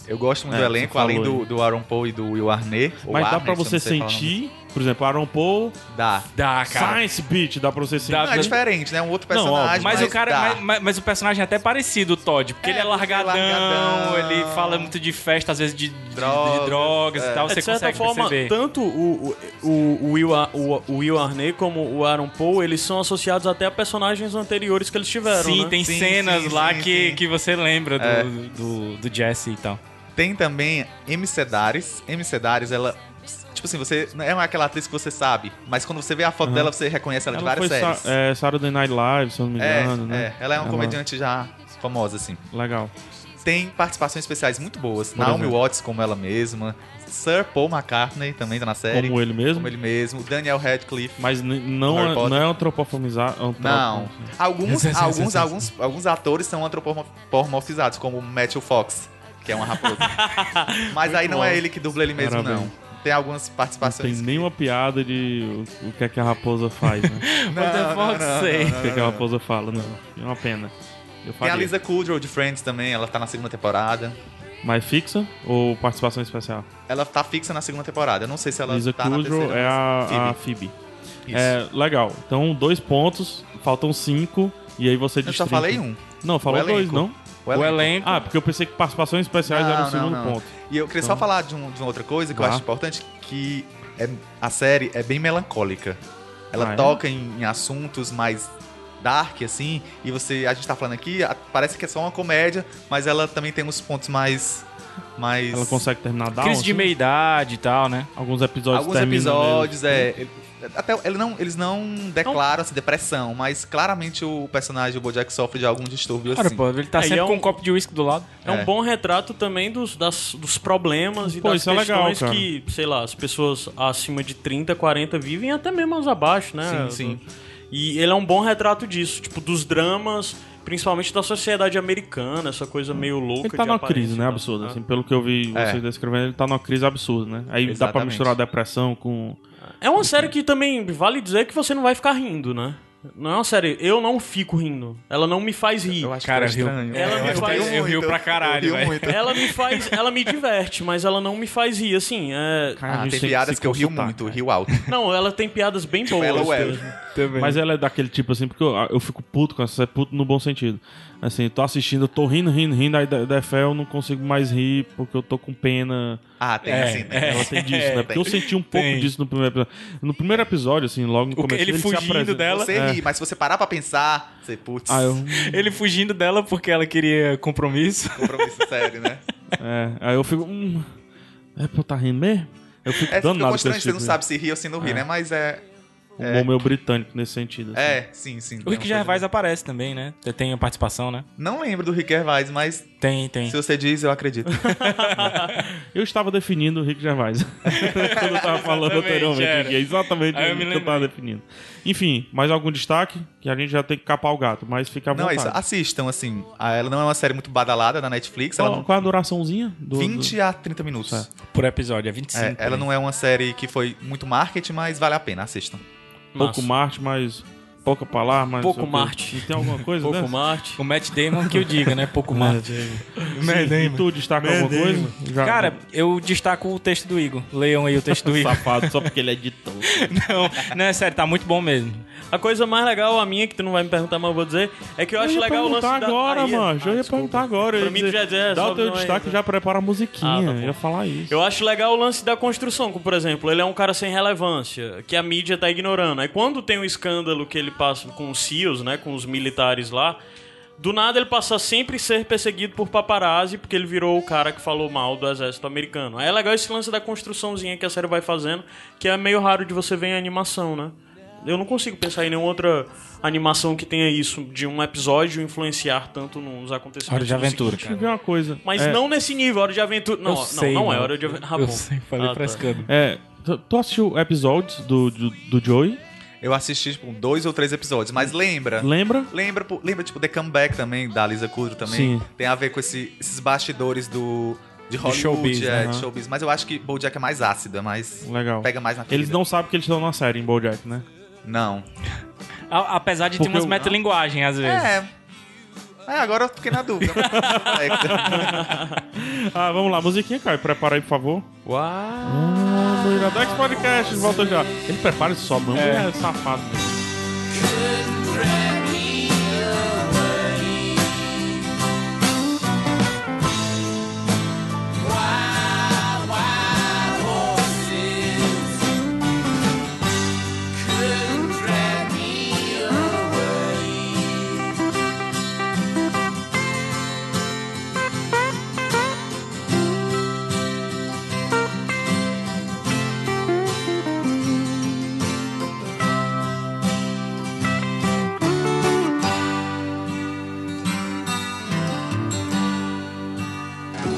Speaker 5: Eu gosto muito
Speaker 2: É,
Speaker 5: do
Speaker 2: você
Speaker 5: elenco,
Speaker 2: falou
Speaker 5: além do,
Speaker 2: aí.
Speaker 5: do Aaron Paul e do Will Arnett. ou
Speaker 2: Mas dá
Speaker 5: Arnett,
Speaker 2: pra
Speaker 5: eu não
Speaker 2: você
Speaker 5: sei falar o nome. Ah,
Speaker 2: sentir, por exemplo, Aaron Paul,
Speaker 5: Dá.
Speaker 4: Dá, cara.
Speaker 2: Science Beat, dá pra você sentir.
Speaker 5: Não, é diferente, né? É um outro
Speaker 2: Não,
Speaker 5: personagem.
Speaker 2: óbvio.
Speaker 4: Mas, o cara,
Speaker 5: dá.
Speaker 4: mas, mas- mas o personagem é até parecido, o Todd, porque
Speaker 5: É,
Speaker 4: ele é
Speaker 5: porque ele é
Speaker 4: largadão,
Speaker 5: largadão.
Speaker 4: ele fala muito de festa, às vezes de, de- de drogas,
Speaker 5: Drogas,
Speaker 4: e
Speaker 5: é.
Speaker 4: tal,
Speaker 3: É,
Speaker 4: você
Speaker 3: de certa
Speaker 4: consegue
Speaker 3: forma,
Speaker 4: perceber.
Speaker 3: tanto o, o, o, Will, Ar- o, o Will Arnett como o Aaron Paul, eles são associados até a personagens anteriores que eles tiveram.
Speaker 4: Sim,
Speaker 3: né?
Speaker 4: tem
Speaker 5: Sim,
Speaker 4: cenas
Speaker 5: sim,
Speaker 4: lá
Speaker 5: sim,
Speaker 4: que,
Speaker 5: sim.
Speaker 4: que você lembra do,
Speaker 5: É.
Speaker 4: do, do Jesse e tal.
Speaker 5: Tem também M. Sedaris. M. Sedaris, ela. Tipo assim, você. Não é aquela atriz que você sabe, mas quando você vê a foto dela, você reconhece ela, de várias
Speaker 2: foi
Speaker 5: séries.
Speaker 2: Sa é, Saturday Night Live, se eu não me
Speaker 5: É,
Speaker 2: engano, né?
Speaker 5: é, ela é uma comediante já famosa, assim.
Speaker 2: Legal.
Speaker 5: Tem participações especiais muito boas. Naomi
Speaker 2: exemplo.
Speaker 5: Watts, como ela mesma. Sir Paul McCartney também tá na série.
Speaker 2: Como ele mesmo.
Speaker 5: Como ele mesmo. Daniel Radcliffe.
Speaker 2: Mas n- não,
Speaker 5: Harry
Speaker 2: é-
Speaker 5: Potter.
Speaker 2: não é antropofamizar.
Speaker 5: Não. Alguns,
Speaker 4: Sim, sim, sim,
Speaker 5: alguns,
Speaker 4: sim.
Speaker 5: alguns, alguns atores são antropomorfizados, como o Matthew Fox, que é uma raposa. Mas aí não é ele que dubla ele mesmo,
Speaker 2: Parabéns.
Speaker 5: não. Tem algumas
Speaker 2: Não tem
Speaker 5: participações.
Speaker 2: nenhuma piada de o, o que é que a raposa faz, né?
Speaker 5: Não,
Speaker 4: What the
Speaker 5: não,
Speaker 4: fuck,
Speaker 5: não,
Speaker 4: sei.
Speaker 5: não,
Speaker 2: o
Speaker 5: não,
Speaker 2: que, é que a
Speaker 5: não.
Speaker 2: raposa fala, não. É uma pena. Eu
Speaker 5: Tem a
Speaker 2: faria.
Speaker 5: Lisa Kudrow de Friends também, ela tá na segunda temporada.
Speaker 2: Mas fixa ou participação especial?
Speaker 5: Ela tá fixa na segunda temporada. Eu não sei se ela
Speaker 2: Lisa
Speaker 5: tá na
Speaker 2: Kudrow
Speaker 5: terceira.
Speaker 2: é a a
Speaker 5: mas-
Speaker 2: Phoebe.
Speaker 5: Phoebe. Isso.
Speaker 2: É, legal. Então, dois pontos, faltam cinco, e aí você
Speaker 5: Eu só
Speaker 2: destrinca.
Speaker 5: falei um.
Speaker 2: Não, falou
Speaker 5: O elenco.
Speaker 2: dois, não?
Speaker 5: O
Speaker 4: O
Speaker 5: elenco.
Speaker 4: elenco,
Speaker 2: Ah, porque eu pensei que participações especiais
Speaker 5: Não,
Speaker 2: era o
Speaker 5: não,
Speaker 2: segundo
Speaker 5: não.
Speaker 2: ponto.
Speaker 5: E eu queria só falar de, um- de uma outra coisa que eu
Speaker 2: Vá.
Speaker 5: acho importante, que é- a série é bem melancólica. Ela
Speaker 2: Ah, é?
Speaker 5: toca em, em assuntos mais dark, assim, e você. A gente tá falando aqui, a- parece que é só uma comédia, mas ela também tem uns pontos mais. mais
Speaker 2: Ela consegue terminar down,
Speaker 5: um
Speaker 4: crise de
Speaker 2: assim?
Speaker 4: meia-idade e tal, né?
Speaker 2: Alguns episódios
Speaker 5: alguns
Speaker 2: terminam meio-
Speaker 5: episódios, é. ele- Até ele não, eles não declaram assim, depressão, mas claramente o personagem, o Bojack, sofre de algum distúrbio
Speaker 4: Cara,
Speaker 5: assim.
Speaker 4: pô, ele tá
Speaker 3: Aí
Speaker 4: sempre
Speaker 3: é um-
Speaker 4: com um copo de uísque do lado.
Speaker 3: É um
Speaker 5: É.
Speaker 3: bom retrato também dos, das- dos problemas e
Speaker 2: Pô,
Speaker 3: das
Speaker 2: isso é legal,
Speaker 3: questões
Speaker 2: cara.
Speaker 3: que, sei lá, as pessoas acima de 30, 40 vivem e até mesmo as abaixo, né?
Speaker 5: Sim, sim.
Speaker 3: E ele é um bom retrato disso, tipo, dos dramas, principalmente da sociedade americana, essa coisa meio louca.
Speaker 2: Ele tá
Speaker 3: de
Speaker 2: numa
Speaker 3: aparência
Speaker 2: crise,
Speaker 3: e
Speaker 2: né?
Speaker 3: tal.
Speaker 2: Absurda.
Speaker 3: Ah.
Speaker 2: Assim, pelo que eu vi
Speaker 5: É.
Speaker 2: vocês descrevendo, ele tá numa crise absurda, né? Aí dá pra
Speaker 5: Exatamente.
Speaker 2: misturar depressão com.
Speaker 3: É uma série que também vale dizer que você não vai ficar rindo, né? Não é uma série. Eu não fico rindo. Ela não me faz rir.
Speaker 5: Eu acho
Speaker 4: Cara,
Speaker 5: que é
Speaker 4: riu.
Speaker 5: estranho.
Speaker 3: Ela me
Speaker 5: eu acho que
Speaker 3: faz-
Speaker 5: é
Speaker 4: eu rio
Speaker 5: muito,
Speaker 4: pra caralho,
Speaker 5: eu rio
Speaker 4: velho.
Speaker 5: muito.
Speaker 3: Ela me faz. Ela me diverte, mas ela não me faz rir, assim. é-
Speaker 2: Cara, a
Speaker 5: Ah,
Speaker 2: gente
Speaker 5: tem
Speaker 2: que
Speaker 5: piadas
Speaker 2: se
Speaker 5: que eu rio
Speaker 2: consultar,
Speaker 5: muito,
Speaker 2: cara.
Speaker 5: rio alto.
Speaker 3: Não, ela tem piadas bem boas.
Speaker 5: ela ou ela.
Speaker 3: né?
Speaker 4: Também.
Speaker 2: Mas ela é daquele tipo assim, porque eu, eu fico puto com essa, é puto no bom sentido. Assim, tô assistindo, eu tô rindo, rindo, rindo, aí da, da fé eu não consigo mais rir porque eu tô com pena.
Speaker 5: Ah, tem
Speaker 4: É,
Speaker 5: assim, tem.
Speaker 4: é.
Speaker 5: Ela
Speaker 2: Tem disso, né? Porque eu senti um pouco
Speaker 4: Tem.
Speaker 2: disso no primeiro episódio. No primeiro episódio, assim, logo no
Speaker 4: O que-
Speaker 2: começo,
Speaker 4: ele
Speaker 2: se
Speaker 4: fugindo
Speaker 2: apresenta.
Speaker 4: dela.
Speaker 5: Você
Speaker 2: É.
Speaker 5: ri, mas se você parar pra pensar, você, putz,
Speaker 2: Ah, eu,
Speaker 4: Ele fugindo dela porque ela queria compromisso.
Speaker 5: compromisso sério, né?
Speaker 2: é, aí eu fico. Hum, é pra eu tá rindo mesmo? Eu fico
Speaker 5: É, fica
Speaker 2: danado. com
Speaker 5: constrange,
Speaker 2: esse
Speaker 5: você não
Speaker 2: tipo de-
Speaker 5: sabe se ri ou se não ri, né? Mas é...
Speaker 2: O humor meu britânico nesse sentido. assim.
Speaker 5: É, sim, sim.
Speaker 4: O Rick
Speaker 5: é uma coisa-
Speaker 4: Gervais aparece também, né? Tem a participação, né?
Speaker 5: Não lembro do Rick Gervais, mas
Speaker 4: Tem, tem.
Speaker 5: se você diz, eu acredito.
Speaker 2: Eu estava definindo o Rick Gervais. Quando eu estava falando
Speaker 4: Exatamente,
Speaker 2: anteriormente.
Speaker 4: era.
Speaker 2: que é exatamente
Speaker 4: Aí eu
Speaker 2: o
Speaker 4: me
Speaker 2: que eu estava definindo. Enfim, mais algum destaque? Que a gente já tem que capar o gato, mas fica à
Speaker 5: Não, é
Speaker 2: vontade.
Speaker 5: isso. Assistam, assim. A- Ela não é uma série muito badalada da Netflix. Ela
Speaker 2: Qual,
Speaker 5: não...
Speaker 2: qual a duraçãozinha? Do,
Speaker 5: 20 a 30 minutos.
Speaker 2: Tá.
Speaker 4: Por episódio, é 25.
Speaker 5: É, ela não é uma série que foi muito marketing, mas vale a pena, assistam.
Speaker 2: Do... Pouco Marte,
Speaker 3: Massa.
Speaker 2: mas pouca palavra, mas.
Speaker 3: Pouco
Speaker 2: não sei o quê.
Speaker 3: Marte.
Speaker 2: Não tem alguma coisa? né?
Speaker 3: Pouco
Speaker 2: dessa?
Speaker 3: Marte.
Speaker 4: O Matt Damon que eu diga, né? Pouco mais.
Speaker 2: Sim, e tu destaca alguma coisa? Já-
Speaker 4: Cara, eu destaco o texto do Igor. Leiam aí o texto do Igor.
Speaker 2: safado, só porque ele é editor.
Speaker 4: não, não, é sério, tá muito bom mesmo.
Speaker 3: A coisa mais legal, a minha, que tu não vai me perguntar, mas eu vou dizer, é que eu,
Speaker 2: Eu
Speaker 3: acho
Speaker 2: ia
Speaker 3: legal o lance
Speaker 2: perguntar
Speaker 3: da
Speaker 2: agora,
Speaker 3: Bahia.
Speaker 2: mano. eu
Speaker 3: Ah,
Speaker 2: ia
Speaker 3: desculpa.
Speaker 2: perguntar agora. eu
Speaker 3: Pra
Speaker 2: ia
Speaker 3: mim,
Speaker 2: dizer,
Speaker 3: tu já dizer,
Speaker 2: Dá o
Speaker 3: sobe
Speaker 2: teu
Speaker 3: não aí,
Speaker 2: destaque e
Speaker 3: né?
Speaker 2: já prepara a
Speaker 3: Ah,
Speaker 2: musiquinha.
Speaker 3: tá bom.
Speaker 2: eu ia falar isso.
Speaker 3: Eu acho legal o lance da construção, como, por exemplo, ele é um cara sem relevância, que a mídia tá ignorando. Aí quando tem um escândalo que ele passa com os CEOs, né, com os militares lá, do nada ele passa a sempre ser perseguido por paparazzi, porque ele virou o cara que falou mal do exército americano. Aí é legal esse lance da construçãozinha que a série vai fazendo, que é meio raro de você ver em animação, né? Eu não consigo pensar em nenhuma outra animação que tenha isso, de um episódio influenciar tanto nos acontecimentos.
Speaker 4: Hora de
Speaker 3: do
Speaker 4: aventura.
Speaker 3: seguinte.
Speaker 2: Deixa eu ver uma coisa.
Speaker 3: Mas
Speaker 2: É,
Speaker 3: não nesse nível, hora de aventura. Não,
Speaker 4: Eu
Speaker 3: não,
Speaker 4: sei,
Speaker 3: não é
Speaker 4: mano.
Speaker 3: hora de aventura. Ah,
Speaker 4: eu
Speaker 3: bom.
Speaker 4: sei, falei
Speaker 3: Ah,
Speaker 4: pra
Speaker 3: tá.
Speaker 4: escândalo.
Speaker 2: É, tu, tu assistiu episódios do, do, do Joey?
Speaker 5: Eu assisti, tipo, dois ou três episódios, mas lembra.
Speaker 2: Lembra?
Speaker 5: Lembra, pô, lembra, tipo, The Comeback também, da Lisa Kudrow também.
Speaker 2: Sim.
Speaker 5: Tem a ver com esse- esses bastidores do... De Hollywood,
Speaker 4: showbiz,
Speaker 5: é, de
Speaker 2: aham.
Speaker 5: showbiz. Mas eu acho que BoJack é mais ácido, é mais...
Speaker 2: Legal.
Speaker 5: Pega mais na ferida.
Speaker 2: Eles não sabem que eles estão na série em BoJack, né?
Speaker 5: Não.
Speaker 4: A- apesar de ter
Speaker 2: Porque
Speaker 4: umas
Speaker 2: eu-
Speaker 4: metalinguagens, às vezes.
Speaker 5: É... É, agora eu fiquei na dúvida. É,
Speaker 2: Ah, vamos lá, musiquinha, Caio. Prepara aí, por favor. Uau! Do Iradex Podcast, volta já. Ele prepara isso só, mano. É, safado. mesmo.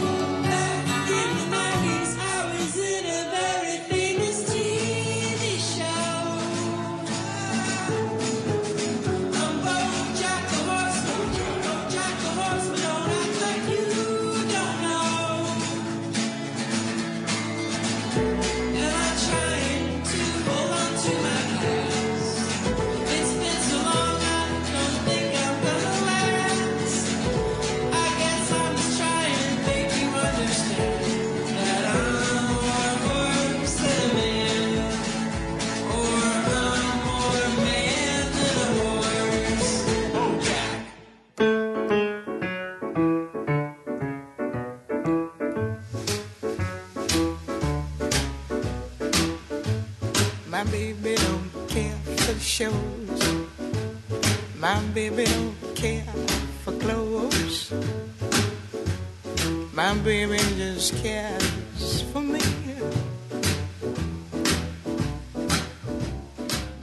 Speaker 7: In the nineties, I was in a very famous TV show. I'm BoJack Horseman, you're BoJack Horseman. Don't act like you don't know. And I'm trying to hold on to my past. It's been so long, I don't think I'm gonna last. I guess I'm just trying to make you understand that I'm one more man, or I'm more man than a horse. Oh, Jack.
Speaker 8: My baby don't care for shows. My baby don't care for clothes. My baby just cares for me.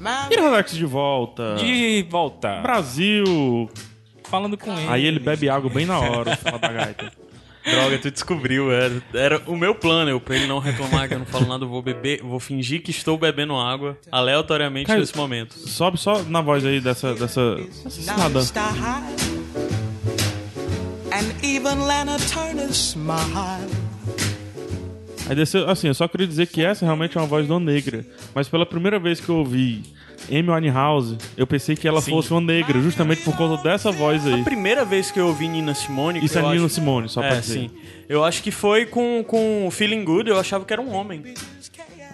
Speaker 8: My
Speaker 2: Iradex de volta.
Speaker 4: De volta.
Speaker 2: Brasil!
Speaker 4: Falando com ele.
Speaker 2: Aí ele bebe água bem na hora, o filho da gaita.
Speaker 3: Droga, tu descobriu. Era, era o meu plano, eu, pra ele não reclamar que eu não falo nada, eu vou beber, eu vou fingir que estou bebendo água aleatoriamente
Speaker 2: Cara,
Speaker 3: nesse momento.
Speaker 2: Sobe só na voz aí dessa. dessa. dessa nada.
Speaker 8: non-star high. And even Lana Turner smiled.
Speaker 2: Aí desceu, assim, eu só queria dizer que essa realmente é uma voz de uma negra. Mas pela primeira vez que eu ouvi Amy Winehouse, eu pensei que ela fosse uma negra, justamente por conta dessa voz aí.
Speaker 3: A primeira vez que eu ouvi Nina Simone.
Speaker 2: Isso
Speaker 3: eu
Speaker 2: é Nina
Speaker 3: acho-
Speaker 2: Simone, só pra
Speaker 3: É,
Speaker 2: dizer.
Speaker 3: sim. Eu acho que foi com, com o Feeling Good, eu achava que era um homem.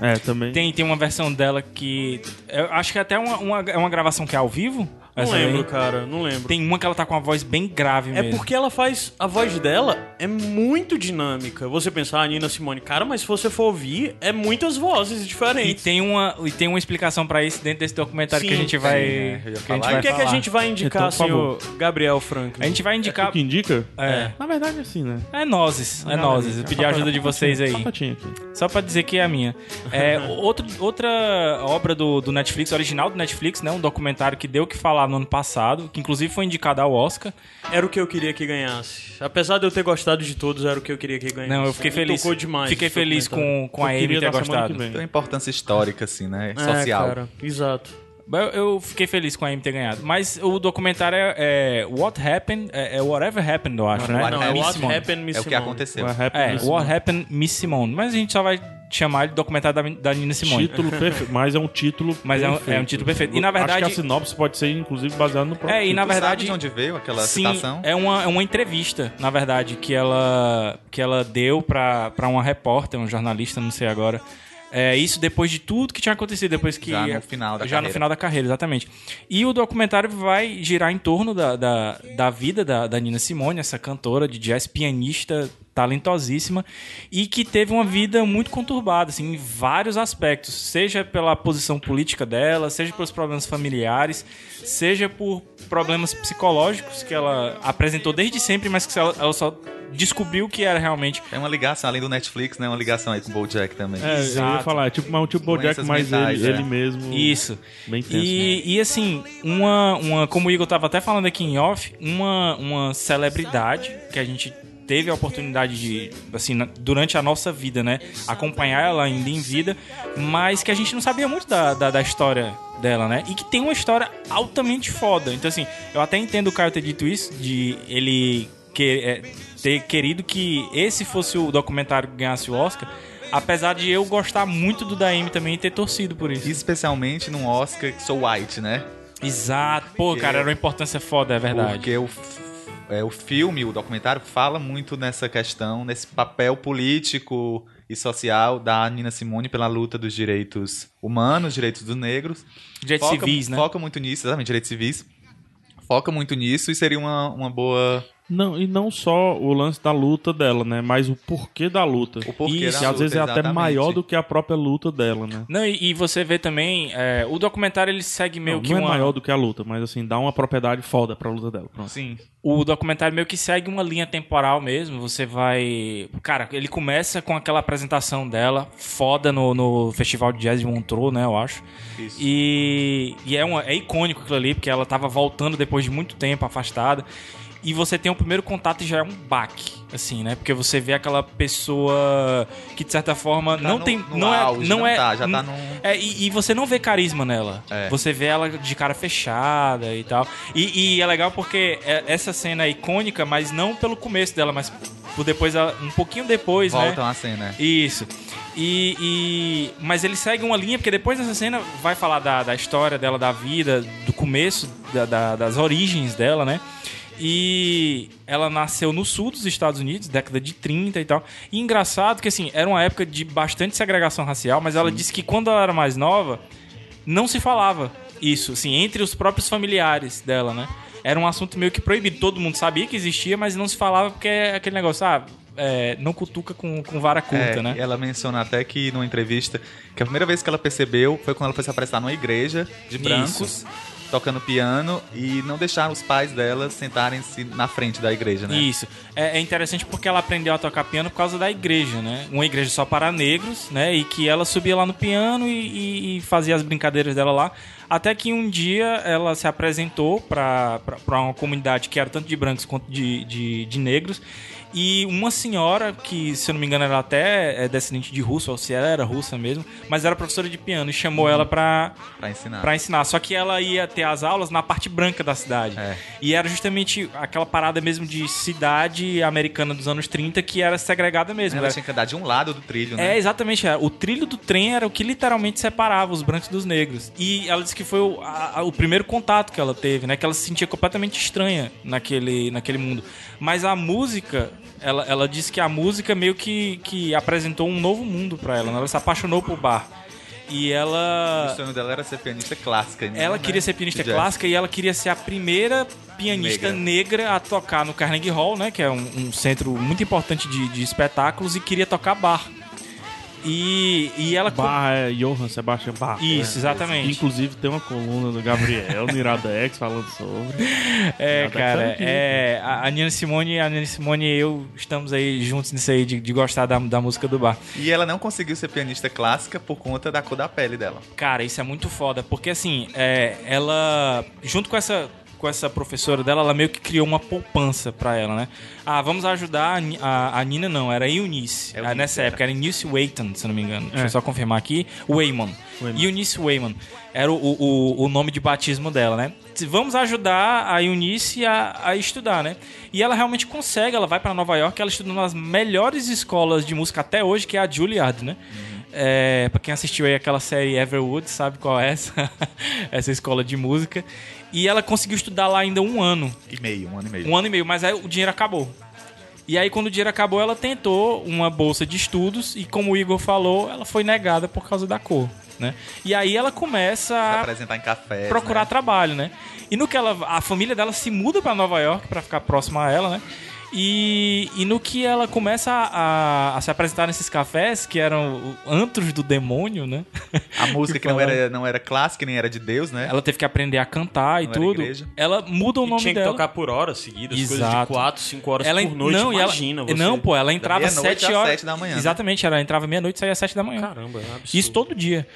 Speaker 2: É, também.
Speaker 4: Tem, tem uma versão dela que. Eu acho que até uma, uma, é uma gravação que é ao vivo.
Speaker 3: Não
Speaker 4: Essa
Speaker 3: lembro,
Speaker 4: daí.
Speaker 3: cara, não lembro.
Speaker 4: Tem uma que ela tá com a voz bem grave
Speaker 3: É
Speaker 4: mesmo.
Speaker 3: porque ela faz. A voz dela é muito dinâmica. Você pensar, ah, Nina Simone, cara, mas se você for ouvir, é muitas vozes
Speaker 4: E
Speaker 3: diferentes.
Speaker 4: tem uma, e tem uma explicação pra isso dentro desse
Speaker 3: é
Speaker 4: documentário
Speaker 3: Sim,
Speaker 4: que a gente vai.
Speaker 5: é, eu ia
Speaker 4: que a gente
Speaker 5: falar
Speaker 4: vai
Speaker 3: O que é que a
Speaker 4: falar.
Speaker 3: gente vai indicar,
Speaker 2: Então, por favor.
Speaker 3: senhor Gabriel Franklin?
Speaker 4: A gente vai
Speaker 2: O
Speaker 4: indicar.
Speaker 2: que indica?
Speaker 4: É.
Speaker 2: Na verdade, assim, né?
Speaker 4: É nozes, é nozes. Eu pedi a ajuda de vocês aí.
Speaker 2: Sapatinho aqui.
Speaker 4: Só pra dizer que é a minha. É, outro, outra obra do, do Netflix, original do Netflix, né? Um documentário que deu o que falar no ano passado, que inclusive foi indicado ao Oscar.
Speaker 3: Era o que eu queria que ganhasse. Apesar de eu ter gostado de todos, era o que eu queria que ganhasse.
Speaker 4: Não, né? eu fiquei
Speaker 3: Me
Speaker 4: feliz.
Speaker 3: Tocou demais.
Speaker 4: Fiquei
Speaker 3: esse
Speaker 4: feliz
Speaker 3: documentário.
Speaker 4: com, com a
Speaker 2: Eu
Speaker 4: Amy
Speaker 2: queria
Speaker 4: ter
Speaker 2: da semana
Speaker 4: gostado.
Speaker 2: que vem.
Speaker 5: Tem uma importância histórica, assim, né?
Speaker 3: É,
Speaker 5: Social.
Speaker 3: cara, exato.
Speaker 4: Eu, eu fiquei feliz com a Amy ter ganhado. Mas o documentário é, é What Happened, é, é Whatever Happened, eu acho, né?
Speaker 5: What
Speaker 3: Não,
Speaker 5: Happened
Speaker 3: é
Speaker 5: Miss
Speaker 3: What
Speaker 5: Simone.
Speaker 3: Happened Miss
Speaker 5: É o que
Speaker 2: Uhum.
Speaker 3: Simone.
Speaker 5: aconteceu.
Speaker 2: Ué, rap
Speaker 4: É,
Speaker 2: disso,
Speaker 4: What
Speaker 2: né?
Speaker 4: Happened Miss Simone. Mas a gente só vai chamar ele de documentário da, da Nina é Simone.
Speaker 2: Título perfeito. Mas é um título
Speaker 4: Mas é um- é um
Speaker 2: perfeito.
Speaker 4: título perfeito. E, na verdade-
Speaker 2: Acho que a sinopse pode ser, inclusive, baseada no próprio
Speaker 4: É, e na
Speaker 5: Tu sabe
Speaker 4: verdade.
Speaker 5: de onde veio aquela
Speaker 4: Sim,
Speaker 5: citação?
Speaker 4: é uma, é uma entrevista, na verdade, que ela, que ela deu pra, pra uma repórter, um jornalista, não sei agora. É isso depois de tudo que tinha acontecido, depois que...
Speaker 5: Já no final da
Speaker 4: Já no
Speaker 5: carreira.
Speaker 4: final da carreira, exatamente. E o documentário vai girar em torno da, da, da vida da, da Nina Simone, essa cantora de jazz, pianista talentosíssima, e que teve uma vida muito conturbada, assim, em vários aspectos, seja pela posição política dela, seja pelos problemas familiares, seja por problemas psicológicos que ela apresentou desde sempre, mas que ela, ela só descobriu que era realmente
Speaker 5: É uma ligação, além do Netflix, né? Uma ligação aí com o Bojack também.
Speaker 2: É, eu ia
Speaker 4: Exato.
Speaker 2: falar, é tipo, mas um tipo Bojack,
Speaker 5: Doenças
Speaker 2: mas
Speaker 5: mentais,
Speaker 2: ele,
Speaker 5: é.
Speaker 2: ele mesmo.
Speaker 4: Isso.
Speaker 2: Hum, Bem tenso,
Speaker 4: e, e, assim, uma, uma. Como o Igor tava até falando aqui em off, uma, uma celebridade que a gente teve a oportunidade de, assim, na- durante a nossa vida, né? Acompanhar ela ainda em vida, mas que a gente não sabia muito da, da, da história dela, né? E que tem uma história altamente foda. Então, assim, eu até entendo o Caio ter dito isso, de ele que, é, ter querido que esse fosse o documentário que ganhasse o Oscar. Apesar de eu gostar muito do da Amy também e ter torcido por isso.
Speaker 5: Especialmente num Oscar que sou white, né?
Speaker 4: Exato. Pô,
Speaker 5: Porque-
Speaker 4: cara, era uma importância foda, é verdade.
Speaker 5: Porque o, f- é, o filme, o documentário, fala muito nessa questão, nesse papel político e social da Nina Simone pela luta dos direitos humanos, direitos dos negros.
Speaker 4: Direitos
Speaker 5: Foca-
Speaker 4: civis, né?
Speaker 5: Foca muito nisso, exatamente, direitos civis. Foca muito nisso e seria uma, uma boa...
Speaker 2: Não, e não só o lance da luta dela, né? Mas o porquê da luta.
Speaker 5: O porquê
Speaker 2: Isso,
Speaker 5: da
Speaker 2: que às
Speaker 5: luta,
Speaker 2: vezes é até
Speaker 5: exatamente.
Speaker 2: maior do que a própria luta dela, né?
Speaker 4: Não, e, e você vê também, é, o documentário ele segue meio
Speaker 2: não,
Speaker 4: que
Speaker 2: não
Speaker 4: uma.
Speaker 2: é maior do que a luta, mas assim, dá uma propriedade foda pra luta dela. Pronto.
Speaker 5: Sim.
Speaker 4: O documentário meio que segue uma linha temporal mesmo. Você vai. Cara, ele começa com aquela apresentação dela, foda no, no Festival de Jazz de Montreux, né, eu acho.
Speaker 5: Isso.
Speaker 4: E, e é, uma, é icônico aquilo ali, porque ela tava voltando depois de muito tempo, afastada. E você tem o primeiro contato e já é um baque, assim, né? Porque você vê aquela pessoa que, de certa forma,
Speaker 5: Tá
Speaker 4: não
Speaker 5: no-
Speaker 4: tem.
Speaker 5: no
Speaker 4: não é.
Speaker 5: auge,
Speaker 4: Não
Speaker 5: não
Speaker 4: é
Speaker 5: tá, já
Speaker 4: n-
Speaker 5: tá num-
Speaker 4: é, e, e você não vê carisma nela.
Speaker 5: É.
Speaker 4: Você vê ela de cara fechada e tal. E, e é legal porque é- essa cena é icônica, mas não pelo começo dela, mas por depois, ela- um pouquinho depois, né?
Speaker 5: Voltam à cena. é.
Speaker 4: Isso. E, e- Mas ele segue uma linha, porque depois dessa cena vai falar da, da história dela, da vida, do começo, da- da- das origens dela, né? E ela nasceu no sul dos Estados Unidos, década de 30 e tal. E engraçado que, assim, era uma época de bastante segregação racial, mas ela disse que quando ela era mais nova, não se falava isso, assim, entre os próprios familiares dela, né? Era um assunto meio que proibido. Todo mundo sabia que existia, mas não se falava porque é aquele negócio, ah, é, não cutuca com, com vara curta,
Speaker 5: É,
Speaker 4: né?
Speaker 5: e Ela menciona até que numa entrevista que a primeira vez que ela percebeu foi quando ela foi se apresentar numa igreja de brancos, tocando piano e não deixaram os pais dela sentarem-se na frente da igreja, né?
Speaker 4: Isso. É, é interessante porque ela aprendeu a tocar piano por causa da igreja, né? Uma igreja só para negros, né? E que ela subia lá no piano e, e- e fazia as brincadeiras dela lá. Até que um dia ela se apresentou para uma comunidade que era tanto de brancos quanto de, de, de negros. E uma senhora, que se eu não me engano era até é, descendente de russo, ou se ela era russa mesmo, mas era professora de piano e chamou
Speaker 5: Uhum.
Speaker 4: ela para
Speaker 5: Pra ensinar.
Speaker 4: Pra ensinar. Só que ela ia ter as aulas na parte branca da cidade.
Speaker 5: É.
Speaker 4: E era justamente aquela parada mesmo de cidade americana dos anos 30 que era segregada mesmo.
Speaker 5: Ela
Speaker 4: Era-
Speaker 5: tinha que andar de um lado do trilho, né?
Speaker 4: É, exatamente. é. O trilho do trem era o que literalmente separava os brancos dos negros. E ela disse que foi o, a- a- o primeiro contato que ela teve, né? Que ela se sentia completamente estranha naquele, naquele mundo. Mas a música, ela, ela disse que a música meio que, que apresentou um novo mundo pra ela. né? Ela se apaixonou por bar. E ela.
Speaker 5: O sonho dela era ser pianista clássica. né?
Speaker 4: Ela queria ser pianista
Speaker 5: De jazz.
Speaker 4: clássica e ela queria ser a primeira pianista negra, a tocar no Carnegie Hall, né? Que é um, um centro muito importante de, de espetáculos e queria tocar bar. E, e ela...
Speaker 2: Barra é Johann Sebastian Barra. É.
Speaker 4: Isso, exatamente.
Speaker 2: Inclusive tem uma coluna do Gabriel no Iradex falando sobre.
Speaker 4: É,
Speaker 2: Nada que
Speaker 4: cara,
Speaker 2: sabe que-
Speaker 4: é, a a Nina Simone, a Nina Simone e eu estamos aí juntos nisso aí de, de gostar da, da música do bar.
Speaker 5: E ela não conseguiu ser pianista clássica por conta da cor da pele dela.
Speaker 4: Cara, isso é muito foda, porque assim, é, ela, junto com essa, com essa professora dela, ela meio que criou uma poupança pra ela, né? Ah, vamos ajudar a, Ni- a- a Nina, não, era a Eunice.
Speaker 5: É,
Speaker 4: Ah, nessa
Speaker 5: Eunice, era.
Speaker 4: época era Eunice Wayton, se eu não me engano. Deixa eu só confirmar aqui. Wayman. Eunice Wayman. Era o, o, o nome de batismo dela, né? Vamos ajudar a Eunice a, a estudar, né? E ela realmente
Speaker 5: Uhum.
Speaker 4: consegue, ela vai pra Nova York, ela estuda nas melhores escolas de música até hoje, que é a Juilliard, né? É, pra quem assistiu aí aquela série Everwood, sabe qual é essa? essa escola de música. E ela conseguiu estudar lá ainda um ano.
Speaker 5: E meio, um ano e meio.
Speaker 4: Um ano e meio, mas aí o dinheiro acabou. E aí, quando o dinheiro acabou, ela tentou uma bolsa de estudos e, como o Igor falou, ela foi negada por causa da cor, né? E aí ela começa
Speaker 5: Se
Speaker 4: a
Speaker 5: apresentar em café.
Speaker 4: É, procurar
Speaker 5: né?
Speaker 4: trabalho, né? E no que ela, a família dela se muda pra Nova York pra ficar próxima a ela, né? E, e no que ela começa a, a- a se apresentar nesses cafés que eram o- antros do demônio, né?
Speaker 5: A música que não
Speaker 4: falava.
Speaker 5: era, não era clássica, nem era de Deus, né?
Speaker 4: Ela teve que aprender a cantar e
Speaker 5: Não era
Speaker 4: tudo.
Speaker 5: igreja.
Speaker 4: Ela muda o
Speaker 3: E
Speaker 4: nome
Speaker 3: tinha que
Speaker 4: dela.
Speaker 3: tocar por horas seguidas, coisas de
Speaker 4: Exato.
Speaker 3: 4, 5 horas
Speaker 4: Ela
Speaker 3: por noite.
Speaker 4: não, e ela-
Speaker 3: Imagina você.
Speaker 4: Não, pô, ela entrava às
Speaker 5: meia-noite
Speaker 4: 7
Speaker 5: às
Speaker 4: horas.
Speaker 5: sete da manhã, né?
Speaker 4: Exatamente, ela entrava meia-noite e saía às 7 da manhã.
Speaker 3: Caramba, é um absurdo.
Speaker 4: Isso todo dia.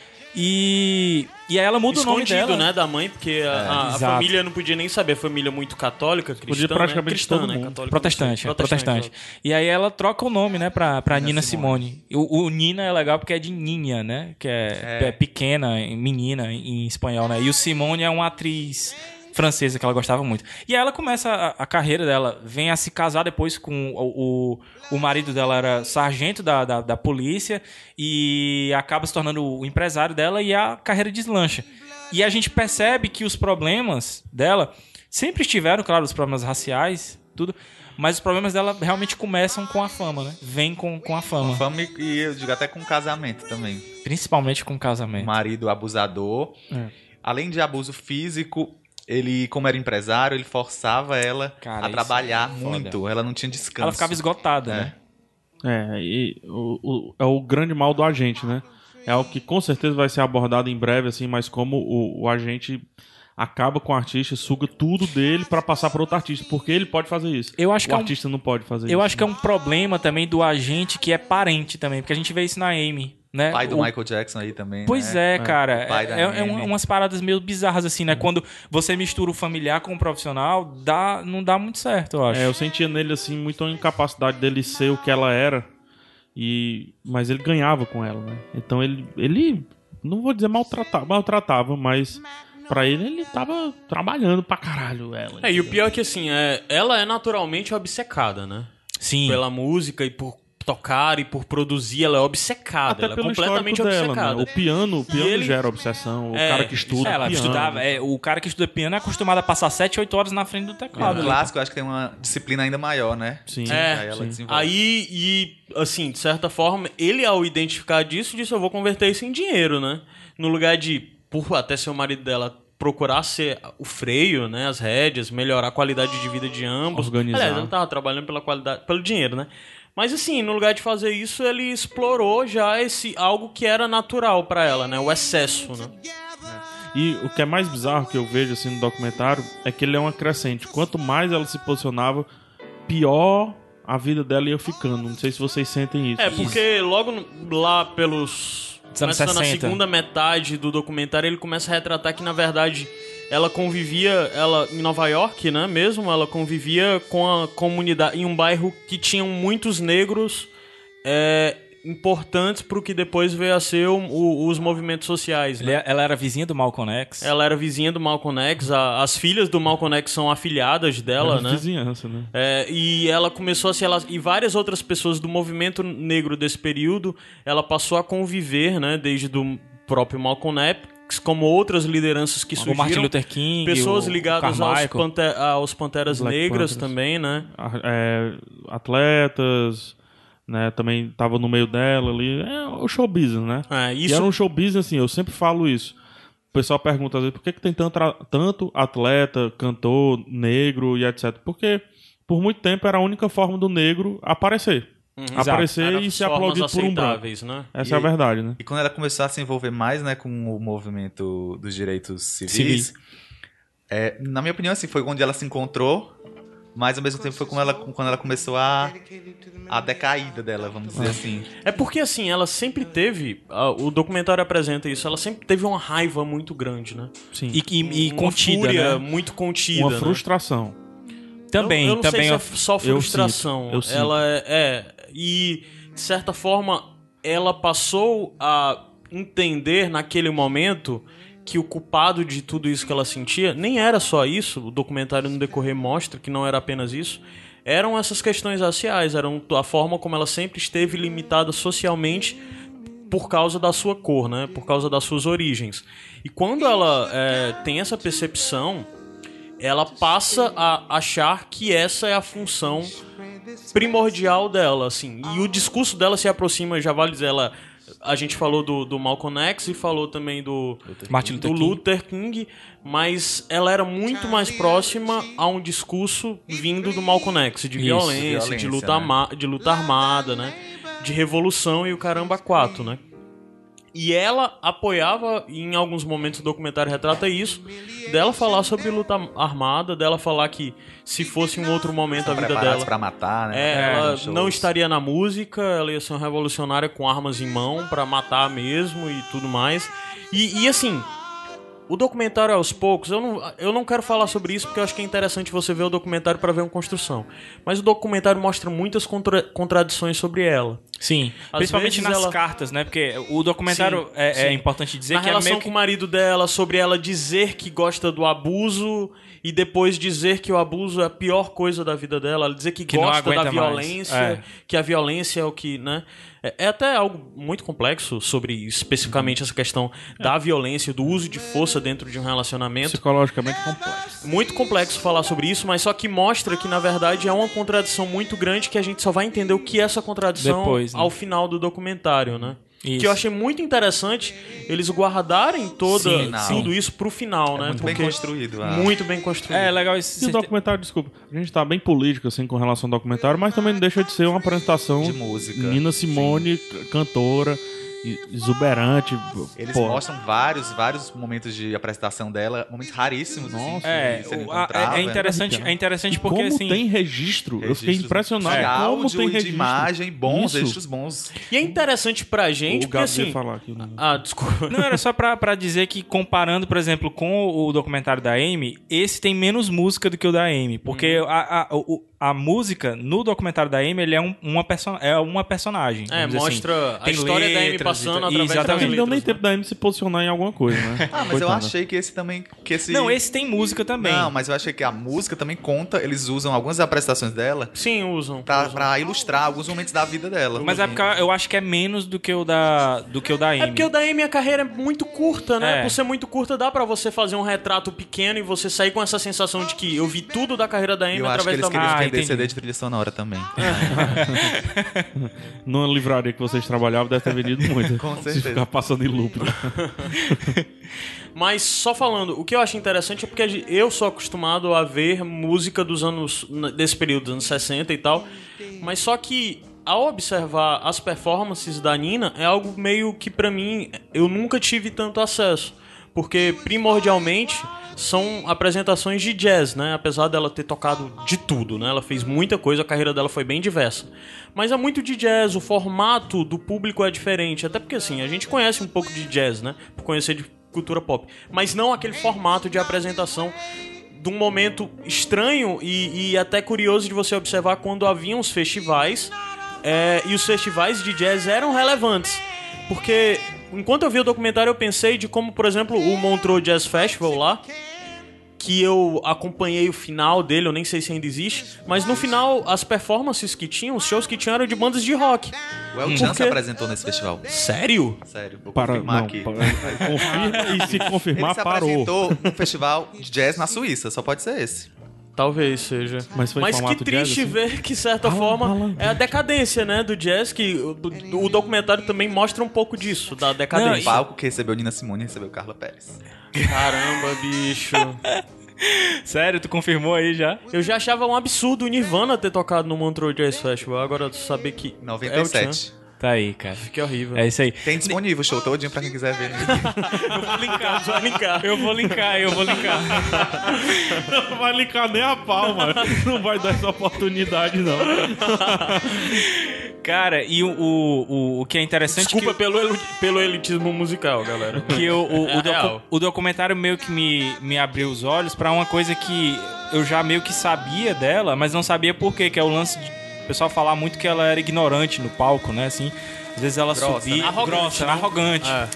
Speaker 4: E e aí ela muda
Speaker 3: Escondido,
Speaker 4: o nome dela. É,
Speaker 3: né, da mãe, porque a, a- a
Speaker 4: Exato.
Speaker 3: família não podia nem saber. Família é muito católica, cristã, né?
Speaker 2: praticamente
Speaker 3: cristã,
Speaker 2: todo
Speaker 3: né?
Speaker 2: mundo.
Speaker 3: Católica,
Speaker 4: Protestante,
Speaker 3: cristã.
Speaker 4: é, protestante. E aí ela troca o nome, né, pra, pra Nina
Speaker 5: Nina
Speaker 4: Simone. O, o Nina é legal porque é de Ninha, né? Que é,
Speaker 5: É.
Speaker 4: é pequena, menina em espanhol, né? E o Simone é uma atriz francesa que ela gostava muito. E aí ela começa a, a carreira dela, vem a se casar depois com o, o, o marido dela era sargento da, da, da polícia e acaba se tornando o empresário dela e a carreira deslancha. E a gente percebe que os problemas dela sempre estiveram, claro, os problemas raciais, tudo, mas os problemas dela realmente começam com a fama, né? Vem com, com a fama.
Speaker 5: Fama e- e eu digo até com casamento também.
Speaker 4: Principalmente com o casamento.
Speaker 5: Marido abusador.
Speaker 4: É.
Speaker 5: Além de abuso físico, ele, como era empresário, ele forçava ela
Speaker 4: Cara,
Speaker 5: a
Speaker 4: isso
Speaker 5: trabalhar
Speaker 4: é foda.
Speaker 5: muito. Ela não tinha descanso.
Speaker 4: Ela ficava esgotada,
Speaker 5: É.
Speaker 4: né?
Speaker 2: É, e o, o- é o grande mal do agente, né? É algo que com certeza vai ser abordado em breve, assim, mas como o, o agente acaba com o artista, suga tudo dele pra passar pra outro artista, porque ele pode fazer isso.
Speaker 4: Eu acho
Speaker 2: o
Speaker 4: que é um-
Speaker 2: artista não pode fazer isso. né?
Speaker 4: Eu acho que é um problema também do agente que é parente também, porque a gente vê isso na Amy, né?
Speaker 5: Pai do
Speaker 4: O-
Speaker 5: Michael Jackson aí também.
Speaker 4: Pois
Speaker 5: né?
Speaker 4: é, cara.
Speaker 5: O pai da
Speaker 4: É, é
Speaker 5: Amy.
Speaker 4: um- umas paradas meio bizarras, assim, né? Quando você mistura o familiar com o profissional, dá, não dá muito certo, eu acho.
Speaker 2: É, eu sentia nele, assim, muito a incapacidade dele ser o que ela era, e mas ele ganhava com ela, né? Então ele, ele não vou dizer maltratava, maltratava mas pra ele, ele tava trabalhando pra caralho ela.
Speaker 3: É, e o pior é que, assim, é, ela é naturalmente obcecada, né?
Speaker 4: Sim.
Speaker 3: Pela música e por tocar e por produzir, ela é obcecada.
Speaker 2: Até
Speaker 3: ela é
Speaker 2: pelo
Speaker 3: completamente
Speaker 2: histórico dela,
Speaker 3: obcecada.
Speaker 2: né? O piano, o piano
Speaker 3: ele-
Speaker 2: gera obsessão. O
Speaker 3: É,
Speaker 2: cara que estuda
Speaker 4: É, ela
Speaker 2: piano.
Speaker 4: estudava. é, o cara que estuda piano é acostumado a passar 7, 8 horas na frente do teclado.
Speaker 5: No
Speaker 4: né?
Speaker 5: É um clássico, eu acho que tem uma disciplina ainda maior, né?
Speaker 2: Sim.
Speaker 3: É,
Speaker 5: aí ela
Speaker 2: sim.
Speaker 5: desenvolve.
Speaker 3: Aí, e assim, de certa forma, ele ao identificar disso, disse: Eu vou converter isso em dinheiro, né? No lugar de, por até ser o marido dela, procurar ser o freio, né? As rédeas, melhorar a qualidade de vida de ambos.
Speaker 2: Organizar.
Speaker 3: Aliás, ele tava trabalhando pela qualidade, pelo dinheiro, né? Mas assim, no lugar de fazer isso, ele explorou já esse algo que era natural pra ela, né? O excesso, né?
Speaker 2: E o que é mais bizarro que eu vejo assim no documentário é que ele é uma crescente. Quanto mais ela se posicionava, pior a vida dela ia ficando. Não sei se vocês sentem isso.
Speaker 3: É, porque logo no- lá pelos.
Speaker 4: Dos anos
Speaker 3: Começa na
Speaker 4: 60.
Speaker 3: segunda metade do documentário, ele começa a retratar que, na verdade, ela convivia, ela em Nova York, né, mesmo, ela convivia com a comunidade, em um bairro que tinham muitos negros é, importantes pro que depois veio a ser o- o- os movimentos sociais, né?
Speaker 4: Ele- é, ela era vizinha do Malcolm X.
Speaker 3: Ela era vizinha do Malcolm X, a- as filhas do Malcolm X são afilhadas dela,
Speaker 4: Uhum.
Speaker 2: É
Speaker 3: né?
Speaker 2: Vizinhança, né?
Speaker 3: É, e ela começou a se ela e várias outras pessoas do movimento negro desse período, ela passou a conviver, né, desde do próprio Malcolm X, como outras lideranças que
Speaker 4: o Martin
Speaker 3: surgiram,
Speaker 4: Luther King.
Speaker 3: pessoas
Speaker 4: o- o
Speaker 3: ligadas aos,
Speaker 4: Carmichael.
Speaker 3: pante aos panteras
Speaker 2: Black
Speaker 3: negras
Speaker 2: Panthers.
Speaker 3: também, né?
Speaker 2: A- é, atletas, né? Também tava no meio dela ali. É o show business, né?
Speaker 3: É,
Speaker 2: E
Speaker 3: isso
Speaker 2: era um show business, assim, eu sempre falo isso. O pessoal pergunta às vezes por que, que tem tanto, tanto atleta, cantor, negro e etc. Porque por muito tempo era a única forma do negro aparecer. aparecer
Speaker 3: era
Speaker 2: e ser
Speaker 3: formas
Speaker 2: aplaudido por um branco.
Speaker 3: aceitáveis, né?
Speaker 2: Essa
Speaker 5: E
Speaker 2: é a
Speaker 5: aí-
Speaker 2: verdade, né?
Speaker 5: E quando ela começou a se envolver mais, né, com o movimento dos direitos civis, é, na minha opinião, assim, foi onde ela se encontrou, mas ao mesmo tempo foi como ela, quando ela começou a, a decaída dela, vamos dizer assim.
Speaker 3: É porque assim, ela sempre teve, ah, o documentário apresenta isso, ela sempre teve uma raiva muito grande, né?
Speaker 2: Sim.
Speaker 4: E, e, e
Speaker 3: uma
Speaker 4: contida,
Speaker 3: fúria
Speaker 4: né?
Speaker 3: muito contida,
Speaker 2: Uma
Speaker 3: né?
Speaker 2: frustração.
Speaker 4: Também,
Speaker 3: eu, eu não
Speaker 4: também.
Speaker 3: sei
Speaker 4: eu-
Speaker 3: se é só
Speaker 2: eu
Speaker 3: frustração.
Speaker 2: sinto, eu sinto.
Speaker 3: Ela é, é. E, de certa forma, ela passou a entender naquele momento que o culpado de tudo isso que ela sentia nem era só isso. O documentário no decorrer mostra que não era apenas isso. Eram essas questões raciais, eram a forma como ela sempre esteve limitada socialmente por causa da sua cor, né? Por causa das suas origens. E quando ela é, tem essa percepção, ela passa a achar que essa é a função primordial dela, assim. E o discurso dela se aproxima, já vale dizer, ela. A gente falou do, do Malcolm X e falou também do
Speaker 4: Martin Luther
Speaker 3: do
Speaker 4: King.
Speaker 3: Luther King, mas ela era muito mais próxima a um discurso vindo do Malcolm X, de
Speaker 4: Isso,
Speaker 3: violência, de,
Speaker 5: violência,
Speaker 3: luta
Speaker 5: né?
Speaker 3: arma- de luta armada, né? De revolução e o caramba quatro, né? E ela apoiava, e em alguns momentos o documentário retrata isso, dela falar sobre luta armada, dela falar que se fosse um outro momento da vida
Speaker 5: Tá Preparados
Speaker 3: dela,
Speaker 5: pra matar, né?
Speaker 3: é, ela
Speaker 5: shows.
Speaker 3: não estaria na música, ela ia ser uma revolucionária com armas em mão pra matar mesmo e tudo mais. E, e, assim, o documentário aos poucos, eu não, eu não quero falar sobre isso porque eu acho que é interessante você ver o documentário pra ver uma construção. Mas o documentário mostra muitas contra- contradições sobre ela.
Speaker 4: Sim,
Speaker 3: Às
Speaker 4: principalmente
Speaker 3: vezes
Speaker 4: nas
Speaker 3: ela-
Speaker 4: cartas, né? Porque o documentário
Speaker 3: Sim,
Speaker 4: é, é
Speaker 3: sim.
Speaker 4: importante dizer
Speaker 3: Na
Speaker 4: que é
Speaker 3: relação
Speaker 4: meio
Speaker 3: com
Speaker 4: que...
Speaker 3: o marido dela, sobre ela dizer que gosta do abuso e depois dizer que o abuso é a pior coisa da vida dela, ela dizer que,
Speaker 4: Que não
Speaker 3: gosta da
Speaker 4: aguenta mais.
Speaker 3: violência,
Speaker 4: É.
Speaker 3: que a violência é o que, né? É, é até algo muito complexo sobre especificamente essa questão da violência, do uso de força dentro de um relacionamento
Speaker 2: Psicologicamente complexo.
Speaker 3: muito complexo falar sobre isso, mas só que mostra que, na verdade, é uma contradição muito grande que a gente só vai entender o que é essa contradição
Speaker 4: Depois, né?
Speaker 3: ao final do documentário, né?
Speaker 4: Isso.
Speaker 3: Que eu achei muito interessante eles guardarem toda,
Speaker 5: Sim, não.
Speaker 3: tudo isso pro final, né?
Speaker 5: É muito bem construído, ah.
Speaker 3: Muito bem construído.
Speaker 4: É, legal isso.
Speaker 2: E o documentário, desculpa, a gente tá bem político assim com relação ao documentário, mas também não deixa de ser uma apresentação
Speaker 5: De música.
Speaker 2: Nina Simone, c- cantora, e- exuberante.
Speaker 5: Eles
Speaker 2: pô.
Speaker 5: mostram vários, vários momentos de apresentação dela, momentos raríssimos. Assim,
Speaker 4: É,
Speaker 5: que você não
Speaker 4: o- a-
Speaker 5: encontrava,
Speaker 4: é, é
Speaker 5: né?
Speaker 4: interessante, é
Speaker 2: E
Speaker 4: interessante porque
Speaker 2: como
Speaker 4: assim.
Speaker 2: tem registro, eu fiquei
Speaker 5: Registros
Speaker 2: impressionado.
Speaker 5: De
Speaker 2: como
Speaker 5: áudio
Speaker 2: tem
Speaker 5: e de
Speaker 2: registro.
Speaker 5: imagem, Tipo bons,
Speaker 2: Isso.
Speaker 5: registros bons.
Speaker 3: E é interessante pra gente,
Speaker 2: o
Speaker 3: porque
Speaker 2: Gabi
Speaker 3: assim.
Speaker 2: ia falar aqui. né?
Speaker 3: Ah, desculpa.
Speaker 4: Não, era só pra, pra dizer que comparando, por exemplo, com o, o documentário da Amy, esse tem menos música do que o da Amy. Porque
Speaker 3: Uhum.
Speaker 4: a, a, o- a música no documentário da Amy ele é, um- uma, perso é uma personagem.
Speaker 3: É,
Speaker 4: vamos dizer assim.
Speaker 3: mostra a
Speaker 4: Tem
Speaker 3: história da Amy
Speaker 4: letras e
Speaker 3: passando
Speaker 4: tal.
Speaker 3: através
Speaker 2: Mas
Speaker 4: Exatamente.
Speaker 2: não deu
Speaker 3: das
Speaker 2: nem
Speaker 3: letras, né?
Speaker 2: tempo da M se posicionar em alguma coisa, né?
Speaker 5: Ah, mas eu
Speaker 2: Coitada.
Speaker 5: achei que esse também. Que esse...
Speaker 4: Não, esse tem música também.
Speaker 5: Não, mas eu achei que a música também conta. Eles usam algumas apresentações dela
Speaker 3: Sim, usam.
Speaker 4: Tá
Speaker 5: pra,
Speaker 3: usam.
Speaker 5: pra ilustrar alguns momentos da vida dela.
Speaker 4: Mas é porque eu acho que é menos do que o da, do que o da Amy.
Speaker 3: É porque o da Amy a carreira é muito curta, né?
Speaker 4: É.
Speaker 3: Por ser muito curta, dá pra você fazer um retrato pequeno e você sair com essa sensação de que eu vi tudo da carreira da Amy
Speaker 5: Eu acho que
Speaker 3: através
Speaker 5: eles
Speaker 3: da
Speaker 5: queriam
Speaker 4: Ah,
Speaker 5: vender
Speaker 4: entendi.
Speaker 5: CD de trilha sonora também.
Speaker 2: Numa livraria que vocês trabalhavam, deve ter vendido muito.
Speaker 5: Com
Speaker 2: Se
Speaker 5: certeza.
Speaker 2: ficar passando em loop. né?
Speaker 3: Mas só falando, o que eu acho interessante é porque a gen- eu sou acostumado a ver música dos anos. n- desse período, dos anos 60 e tal. Mas só que ao observar as performances da Nina, é algo meio que pra mim eu nunca tive tanto acesso. Porque primordialmente são apresentações de jazz, né? Apesar dela ter tocado de tudo, né? Ela fez muita coisa, a carreira dela foi bem diversa. Mas é muito de jazz, o formato do público é diferente. Até porque, assim, a gente conhece um pouco de jazz, né? Por conhecer de cultura pop. Mas não aquele formato de apresentação de um momento estranho e, e até curioso de você observar quando haviam os festivais. é, e os festivais de jazz eram relevantes. Porque enquanto eu vi o documentário, eu pensei de como, por exemplo, o Montreux Jazz Festival lá, que eu acompanhei o final dele, eu nem sei se ainda existe, mas no final as performances que tinham, os shows que tinham eram de bandas de rock.
Speaker 5: O El Chan se
Speaker 3: Porque-
Speaker 5: apresentou nesse festival.
Speaker 3: Sério?
Speaker 5: Sério, vou
Speaker 2: Para,
Speaker 5: confirmar
Speaker 2: não,
Speaker 5: aqui.
Speaker 2: para- confirma e se
Speaker 5: Ele
Speaker 2: confirmar,
Speaker 5: se
Speaker 2: parou.
Speaker 5: apresentou no festival de jazz na Suíça, só pode ser esse.
Speaker 3: Talvez seja.
Speaker 2: Mas foi em
Speaker 3: Mas que
Speaker 2: formato jazz,
Speaker 3: triste
Speaker 2: assim?
Speaker 3: ver que, de certa
Speaker 4: Ah,
Speaker 2: Alan,
Speaker 3: forma,
Speaker 2: Alan.
Speaker 3: é a decadência, né, do jazz, que o, do- o documentário também mostra um pouco disso, da
Speaker 5: O
Speaker 3: decadência.
Speaker 5: palco que recebeu Nina Simone recebeu Carla Pérez.
Speaker 3: Caramba, bicho.
Speaker 4: Sério, tu confirmou aí já?
Speaker 3: Eu já achava um absurdo o Nirvana ter tocado no Montreux Jazz Festival, agora saber que... é o Chan.
Speaker 5: 97.
Speaker 4: Tá aí, cara.
Speaker 3: Que horrível.
Speaker 4: É isso aí.
Speaker 5: Tem disponível o show todinho pra quem quiser ver.
Speaker 3: linkar, vai linkar.
Speaker 4: Eu vou linkar, eu vou linkar.
Speaker 2: Não vai linkar nem a palma. Não vai dar essa oportunidade, não.
Speaker 4: Cara, e o, o, o, o que é interessante
Speaker 3: Desculpa
Speaker 4: que,
Speaker 3: pelo, elu- pelo elitismo musical, galera.
Speaker 4: que eu- o,
Speaker 3: É
Speaker 4: o, docu-
Speaker 3: real.
Speaker 4: o documentário meio que me, me abriu os olhos pra uma coisa que eu já meio que sabia dela, mas não sabia por quê, que é o lance de o pessoal falar muito que ela era ignorante no palco, né? Assim, às vezes ela
Speaker 5: Grossa,
Speaker 4: subia
Speaker 5: né?
Speaker 3: Arrogante,
Speaker 4: grossa,
Speaker 3: né?
Speaker 4: arrogante.
Speaker 3: É.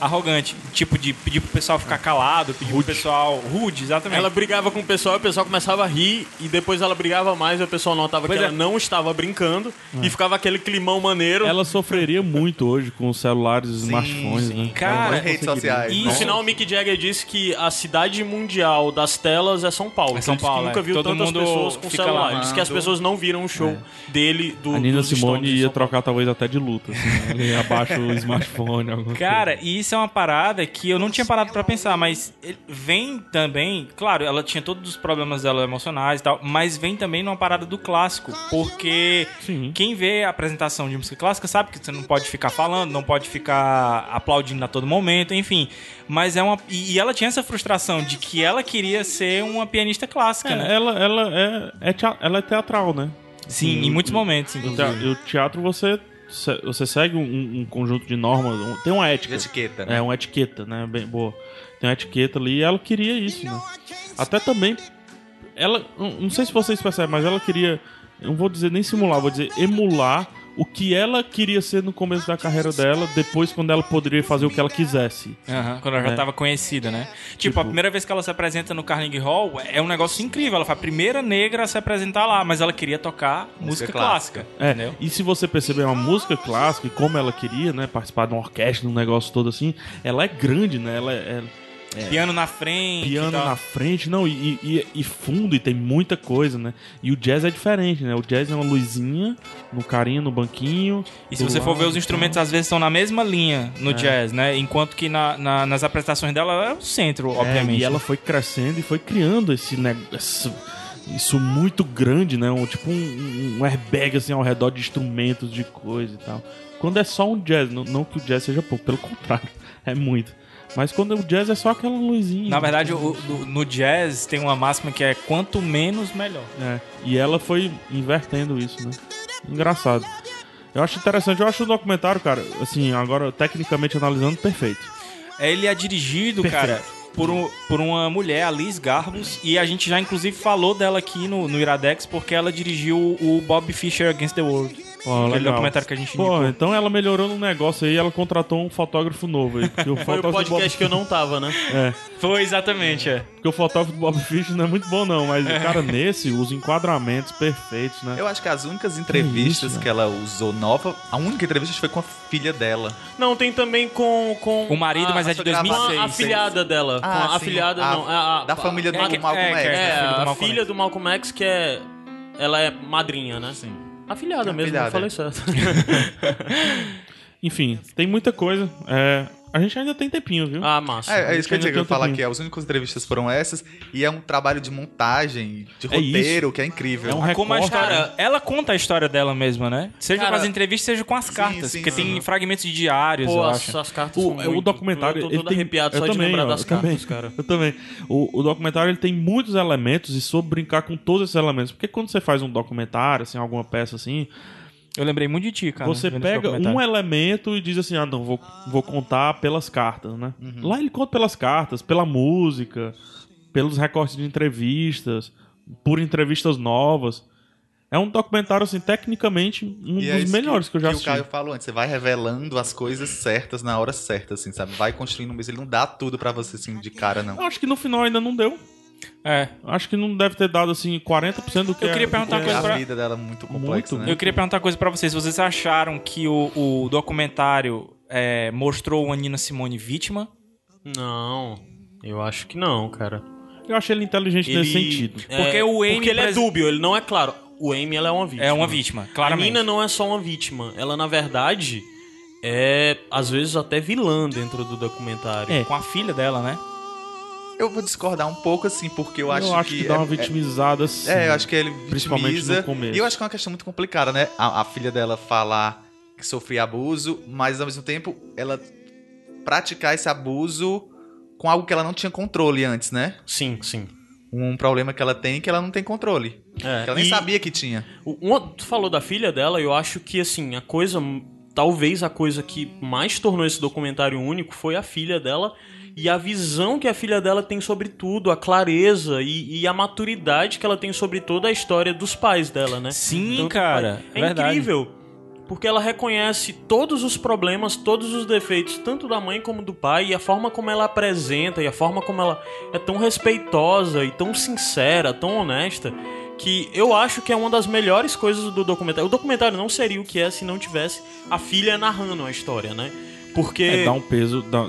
Speaker 4: arrogante. Tipo de pedir pro pessoal ficar calado, pedir pro pessoal rude, exatamente.
Speaker 3: Ela brigava com o pessoal, o pessoal começava a rir, e depois ela brigava mais, e o pessoal notava
Speaker 4: Pois
Speaker 3: que
Speaker 4: é.
Speaker 3: ela não estava brincando, e ficava aquele climão maneiro.
Speaker 2: Ela sofreria muito hoje com os celulares e smartphones,
Speaker 5: sim.
Speaker 2: né? Ela
Speaker 3: é
Speaker 4: Cara,
Speaker 2: não
Speaker 5: um redes
Speaker 2: conseguiria.
Speaker 5: sociais. né?
Speaker 4: E
Speaker 3: No
Speaker 4: Nossa.
Speaker 3: final, o Mick Jagger disse que a cidade mundial das telas é São Paulo.
Speaker 4: É
Speaker 3: que
Speaker 4: São
Speaker 3: ele disse
Speaker 4: Paulo,
Speaker 3: que nunca
Speaker 4: é.
Speaker 3: viu
Speaker 4: Todo
Speaker 3: tantas
Speaker 4: mundo
Speaker 3: pessoas com
Speaker 4: fica
Speaker 3: celular.
Speaker 4: lá,
Speaker 3: Ele disse que as
Speaker 4: mano.
Speaker 3: pessoas não viram o show dele do
Speaker 2: É. A Nina
Speaker 3: dos
Speaker 2: Simone
Speaker 3: Stones
Speaker 2: ia
Speaker 3: em São Paulo.
Speaker 2: trocar talvez até de luta, assim. Ele abaixa o smartphone, alguma
Speaker 4: Cara, e isso é uma parada que eu não tinha parado pra pensar, mas ele- vem também, claro, ela tinha todos os problemas dela emocionais e tal, mas vem também numa parada do clássico, porque
Speaker 2: Sim.
Speaker 4: quem vê a apresentação de música clássica sabe que você não pode ficar falando, não pode ficar aplaudindo a todo momento, enfim, mas é uma e e ela tinha essa frustração de que ela queria ser uma pianista clássica,
Speaker 2: coisa.
Speaker 4: né?
Speaker 2: É, ela, ela, é, é tea- ela é teatral, né?
Speaker 4: Sim, em muitos momentos,
Speaker 2: O,
Speaker 4: inclusive.
Speaker 2: te- o teatro você, se- você segue um, um conjunto de normas, um- tem uma ética.
Speaker 5: Etiqueta, né?
Speaker 2: É, uma etiqueta, né? Bem boa. Tem uma etiqueta ali e ela queria isso, né? Até também. Ela. Não não sei se vocês percebem, mas ela queria. eu Não vou dizer nem simular, vou dizer emular o que ela queria ser no começo da carreira dela, depois quando ela poderia fazer o que ela quisesse.
Speaker 4: Aham, quando ela já
Speaker 2: É.
Speaker 4: tava conhecida, né? Tipo, a primeira vez que ela se apresenta no Carnegie Hall é um negócio incrível. Ela foi a primeira negra a se apresentar lá, mas ela queria tocar música, clássica.
Speaker 5: clássica.
Speaker 2: É,
Speaker 4: Entendeu?
Speaker 2: e se você perceber uma música clássica e como ela queria, né? Participar de uma orquestra, de um negócio todo assim, ela é grande, né? Ela é, é-
Speaker 4: Piano na frente.
Speaker 2: piano
Speaker 4: e tal.
Speaker 2: na frente, não, e, e- e fundo, e tem muita coisa, né? E o jazz é diferente, né? O jazz é uma luzinha, no carinha, no banquinho.
Speaker 4: E se
Speaker 2: do
Speaker 4: você for
Speaker 2: lado,
Speaker 4: ver os
Speaker 2: então.
Speaker 4: instrumentos, às vezes estão na mesma linha
Speaker 2: É.
Speaker 4: no jazz, né? Enquanto que na- na- nas apresentações dela ela é o centro,
Speaker 2: É,
Speaker 4: obviamente.
Speaker 2: e ela foi crescendo e foi criando esse negócio. Isso muito grande, né? Um, tipo um, um airbag assim ao redor de instrumentos, de coisa e tal. Quando é só um jazz, não, não que o jazz seja pouco, pelo contrário, é muito. Mas quando o jazz é só aquela luzinha.
Speaker 4: Na verdade, o- do- no jazz tem uma máxima que é quanto menos, melhor.
Speaker 2: É, e ela foi invertendo isso, né? Engraçado. Eu acho interessante, eu acho o documentário, cara, assim, agora tecnicamente analisando, perfeito.
Speaker 4: Ele é dirigido, cara, por, um- por uma mulher, a Liz Garbus, e a gente já inclusive falou dela aqui no, no Iradex, porque ela dirigiu o Bob Fischer Against the World.
Speaker 2: Ó,
Speaker 4: aquele
Speaker 2: legal.
Speaker 4: documentário que a gente
Speaker 2: Pô,
Speaker 4: indicou.
Speaker 2: então ela melhorou no negócio aí, ela contratou um fotógrafo novo aí. Porque o
Speaker 3: Foi o
Speaker 2: fotógrafo do Bob,
Speaker 3: podcast que eu não tava, né?
Speaker 4: Foi exatamente, é.
Speaker 2: porque o fotógrafo do Bob Fischer não é muito bom não, mas cara, nesse os enquadramentos perfeitos, né?
Speaker 5: Eu acho que as únicas entrevistas
Speaker 2: isso,
Speaker 5: que ela usou nova, a única entrevista foi com a filha dela.
Speaker 3: Não, tem também com. com
Speaker 4: O marido,
Speaker 3: a,
Speaker 4: mas é de
Speaker 5: essa gravação.
Speaker 3: com
Speaker 4: 2006.
Speaker 3: a afilhada dela.
Speaker 5: Ah,
Speaker 3: com a
Speaker 5: sim.
Speaker 3: afilhada,
Speaker 5: A-
Speaker 3: não. a- a-
Speaker 5: da família do
Speaker 4: é que-
Speaker 5: Malcolm
Speaker 4: é, que
Speaker 5: X.
Speaker 4: é-
Speaker 3: É,
Speaker 4: filha do
Speaker 3: a
Speaker 4: Malcolm
Speaker 3: filha
Speaker 4: X.
Speaker 3: do Malcolm X, que é. Ela é madrinha, né? Sim. Afilhada mesmo,
Speaker 5: É Afilhada,
Speaker 3: eu falei certo.
Speaker 2: Enfim, tem muita coisa. É, a gente ainda tem tempinho, viu?
Speaker 3: ah, massa.
Speaker 5: É, é isso que eu
Speaker 2: Ainda
Speaker 5: tinha que
Speaker 2: tem
Speaker 5: falar
Speaker 2: outro
Speaker 5: aqui. As únicas entrevistas foram essas. E é um trabalho de montagem, de
Speaker 2: É isso.
Speaker 5: roteiro, que é incrível.
Speaker 2: É um
Speaker 4: Como a
Speaker 2: recorte,
Speaker 4: história.
Speaker 2: né?
Speaker 4: ela conta a história dela mesma, né? Seja
Speaker 3: Cara,
Speaker 4: com as entrevistas, seja com as cartas.
Speaker 5: sim,
Speaker 4: porque
Speaker 5: sim.
Speaker 4: tem fragmentos de diários,
Speaker 3: Pô,
Speaker 4: eu
Speaker 3: as,
Speaker 4: acho.
Speaker 3: as cartas
Speaker 2: O,
Speaker 3: são
Speaker 2: é, o
Speaker 3: muito-
Speaker 2: documentário
Speaker 3: Eu tô
Speaker 2: ele
Speaker 3: todo
Speaker 2: tem,
Speaker 3: arrepiado
Speaker 2: eu
Speaker 3: só de
Speaker 2: também,
Speaker 3: lembrar
Speaker 2: ó,
Speaker 3: das
Speaker 2: eu também,
Speaker 3: cartas, cara.
Speaker 2: Eu também. O, o documentário ele tem muitos elementos e soube brincar com todos esses elementos. Porque quando você faz um documentário, assim, alguma peça assim,
Speaker 4: Eu lembrei muito de ti, cara.
Speaker 2: você
Speaker 4: vendo esse
Speaker 2: pega
Speaker 4: documentário.
Speaker 2: um elemento e diz assim: ah, não, vou, vou contar pelas cartas, né?
Speaker 4: Uhum.
Speaker 2: Lá ele conta pelas cartas, pela música, pelos recortes de entrevistas, por entrevistas novas. É um documentário, assim, tecnicamente, um
Speaker 5: E é
Speaker 2: dos
Speaker 5: isso
Speaker 2: melhores que, eu já
Speaker 5: que o
Speaker 2: assisti.
Speaker 5: Caio falou antes, você vai revelando as coisas certas na hora certa, assim, sabe? Vai construindo mesmo, ele não dá tudo pra você, assim, de cara, não.
Speaker 2: Eu acho que no final ainda não deu.
Speaker 4: É.
Speaker 2: Acho que não deve ter dado assim 40% do que
Speaker 4: Eu queria
Speaker 2: do
Speaker 4: perguntar
Speaker 2: que
Speaker 4: uma coisa
Speaker 5: A
Speaker 4: pra-
Speaker 5: vida dela é muito complexa,
Speaker 2: Tá Muito,
Speaker 5: né?
Speaker 4: Eu queria perguntar uma coisa pra vocês. Vocês acharam que o, o documentário é, mostrou uma Nina Simone vítima?
Speaker 3: Não, eu acho que não, cara.
Speaker 2: Eu achei ele inteligente nesse sentido.
Speaker 4: Porque o Amy
Speaker 3: Porque ele é
Speaker 4: pres-
Speaker 3: dúbio, ele não é claro. O Amy, ela é uma vítima.
Speaker 4: É uma vítima,
Speaker 3: A
Speaker 4: claramente.
Speaker 3: Nina não é só uma vítima. Ela, na verdade, é, às vezes, até vilã dentro do documentário.
Speaker 2: É.
Speaker 4: Com a filha dela, né?
Speaker 5: Eu vou discordar um pouco, assim, porque eu acho,
Speaker 2: que,
Speaker 5: que
Speaker 2: dá
Speaker 5: é-
Speaker 2: uma
Speaker 5: é-
Speaker 2: vitimizada assim.
Speaker 5: É, eu acho que ele
Speaker 2: Principalmente
Speaker 5: vitimiza.
Speaker 2: no começo.
Speaker 5: E eu acho que é uma questão muito complicada, né? A, a filha dela falar que sofria abuso, mas ao mesmo tempo ela praticar esse abuso com algo que ela não tinha controle antes, né?
Speaker 3: Sim, sim.
Speaker 5: Um problema que ela tem que ela não tem controle.
Speaker 3: É,
Speaker 5: que ela nem
Speaker 3: e-
Speaker 5: sabia que tinha.
Speaker 3: O- um- tu falou da filha dela, eu acho que assim, a coisa. Talvez a coisa que mais tornou esse documentário único foi a filha dela e a visão que a filha dela tem sobre tudo, a clareza e, e a maturidade que ela tem sobre toda a história dos pais dela, né?
Speaker 4: Sim,
Speaker 3: Então,
Speaker 4: cara,
Speaker 3: É
Speaker 4: verdade.
Speaker 3: incrível. Porque ela reconhece todos os problemas, todos os defeitos, tanto da mãe como do pai, e a forma como ela apresenta, e a forma como ela é tão respeitosa e tão sincera, tão honesta, que eu acho que é uma das melhores coisas do documentário. O documentário não seria o que é se não tivesse a filha narrando a história, né? Porque.
Speaker 2: É, dá um peso. Dá...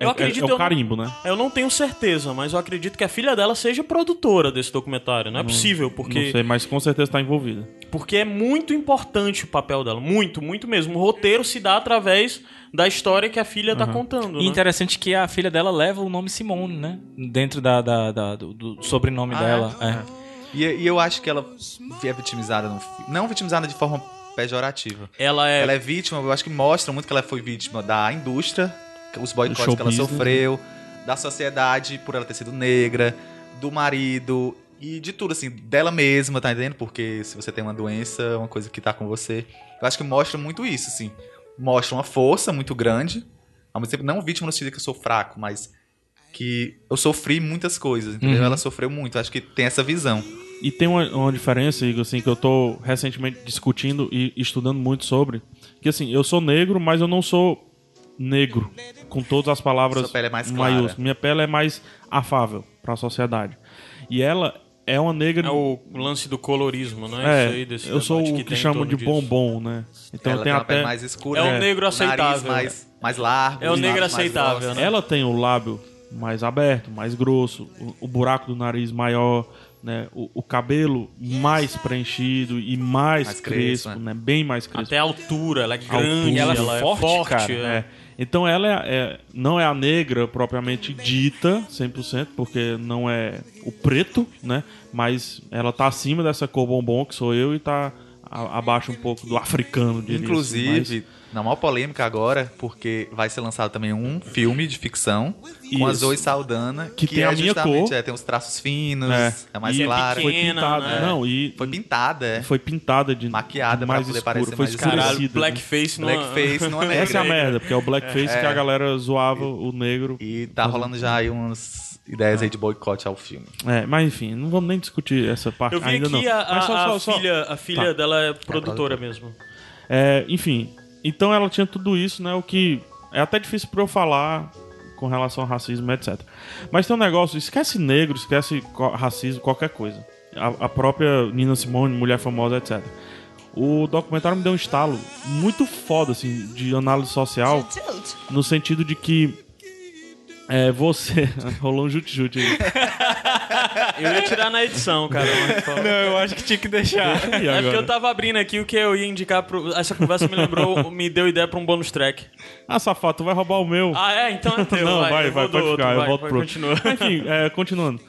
Speaker 2: é,
Speaker 3: Eu acredito
Speaker 2: é, é
Speaker 3: eu-
Speaker 2: o carimbo, né?
Speaker 3: Eu não tenho certeza, mas eu acredito que a filha dela seja produtora desse documentário. Não é
Speaker 2: Hum,
Speaker 3: possível,
Speaker 2: Não
Speaker 3: porque,
Speaker 2: sei, mas com certeza tá envolvida.
Speaker 3: porque é muito importante o papel dela. Muito, muito mesmo. O roteiro se dá através da história que a filha
Speaker 2: Uhum.
Speaker 3: tá contando.
Speaker 4: E
Speaker 3: né?
Speaker 4: interessante que a filha dela leva o nome Simone, né? Dentro da, da- da- do, do sobrenome
Speaker 5: Ah,
Speaker 4: dela.
Speaker 3: então.
Speaker 5: é? E, e eu acho que ela é vitimizada. No, fi- não vitimizada de forma pejorativa.
Speaker 3: Ela é.
Speaker 5: Ela é vítima, eu acho que mostra muito que ela foi vítima da indústria, os boicotes
Speaker 2: show
Speaker 5: que ela
Speaker 2: business.
Speaker 5: sofreu, da sociedade por ela ter sido negra, do marido e de tudo, assim, dela mesma, tá entendendo? Porque se você tem uma doença, é uma coisa que tá com você. Eu acho que mostra muito isso, assim. Mostra uma força muito grande, ao mesmo tempo, não vítima no sentido que eu sou fraco, mas que eu sofri muitas coisas, entendeu?
Speaker 4: Uhum.
Speaker 5: Ela sofreu muito, acho que tem essa visão.
Speaker 2: E tem uma, uma diferença, Igor, assim, que eu tô recentemente discutindo e estudando muito sobre. Que assim, eu sou negro, mas eu não sou negro. Com todas as palavras.
Speaker 5: Sua pele é mais clara.
Speaker 2: maiúsculas. Minha pele é mais afável para a sociedade. E ela é uma negra.
Speaker 3: é o lance do colorismo, não é?
Speaker 2: É,
Speaker 3: Isso aí, desse
Speaker 2: eu sou
Speaker 3: debate
Speaker 2: o
Speaker 3: tem
Speaker 2: que
Speaker 3: em
Speaker 2: chamam
Speaker 3: torno
Speaker 2: de
Speaker 3: disso.
Speaker 2: bombom, né? Então
Speaker 5: ela
Speaker 2: tem
Speaker 5: uma pele
Speaker 2: até.
Speaker 5: mais escura, né?
Speaker 3: É um
Speaker 5: o
Speaker 3: negro
Speaker 5: Nariz
Speaker 3: aceitável.
Speaker 5: mais, mais largo.
Speaker 3: É um
Speaker 5: os
Speaker 3: negro
Speaker 5: lábios mais
Speaker 3: aceitável,
Speaker 5: grossos.
Speaker 3: né?
Speaker 2: Ela tem o lábio mais aberto, mais grosso, o, o buraco do nariz maior, né? O, o cabelo mais preenchido e mais,
Speaker 5: Mais crespo,
Speaker 2: crespo, né? Bem mais crespo.
Speaker 3: Até a altura, ela é
Speaker 2: Altura.
Speaker 3: grande,
Speaker 2: Ela é
Speaker 3: ela, é
Speaker 4: forte,
Speaker 3: forte,
Speaker 4: cara.
Speaker 2: É. Então ela é- é- não é a negra propriamente dita, 100%, porque não é o preto, né? Mas ela tá acima dessa cor bombom que sou eu e tá a- abaixo um pouco do africano, diria. assim,
Speaker 5: Inclusive, na maior polêmica agora, porque vai ser lançado também um filme de ficção com a
Speaker 2: Isso.
Speaker 5: Zoe Saldana,
Speaker 2: Que tem a minha
Speaker 5: justamente,
Speaker 2: cor.
Speaker 5: É, tem os traços finos, é,
Speaker 2: É.
Speaker 5: mais
Speaker 2: E é
Speaker 5: clara.
Speaker 2: mas
Speaker 5: Foi,
Speaker 2: foi
Speaker 3: pequena,
Speaker 2: pintada.
Speaker 3: né?
Speaker 2: Não, e
Speaker 5: foi pintada, é.
Speaker 2: foi pintada de
Speaker 5: Maquiada pra
Speaker 2: mais
Speaker 5: poder
Speaker 2: escura,
Speaker 5: parecer
Speaker 2: foi
Speaker 5: mais escura.
Speaker 2: escurecida.
Speaker 3: Caralho,
Speaker 2: né?
Speaker 3: blackface não
Speaker 5: Blackface não é negra.
Speaker 2: Essa é a merda, porque é o blackface que a galera zoava o negro.
Speaker 5: E tá rolando já aí umas ideias aí de boicote ao filme.
Speaker 2: É, mas enfim, não vamos nem discutir essa parte
Speaker 3: Eu vi
Speaker 2: ainda
Speaker 3: que
Speaker 2: não.
Speaker 3: a, a-
Speaker 2: Mas só-
Speaker 3: a
Speaker 2: só- só-
Speaker 3: filha, a filha
Speaker 2: Tá.
Speaker 3: dela é produtora mesmo.
Speaker 2: É, enfim, então ela tinha tudo isso, né? O que é até difícil pra eu falar com relação ao racismo, etc. Mas tem um negócio, esquece negro, esquece co- racismo, qualquer coisa. A, a própria Nina Simone, mulher famosa, etc. O documentário me deu um estalo muito foda, assim, de análise social, no sentido de que é, você... Rolou um jute-jute aí.
Speaker 3: Eu ia tirar na edição, cara. mas, pô.
Speaker 4: Não, eu acho que tinha que deixar.
Speaker 2: E
Speaker 3: É
Speaker 2: agora?
Speaker 3: porque eu tava abrindo aqui o que eu ia indicar pro. Essa conversa me lembrou, me deu ideia pra um bônus track.
Speaker 2: Ah, safado, tu vai roubar o meu.
Speaker 3: Ah, é? Então é teu.
Speaker 2: Não, vai, vai,
Speaker 3: eu vou do
Speaker 2: pode
Speaker 3: outro,
Speaker 2: ficar, eu
Speaker 3: vai,
Speaker 2: volto
Speaker 3: vai,
Speaker 2: pro outro.
Speaker 3: Continua.
Speaker 2: Enfim, é, continuando.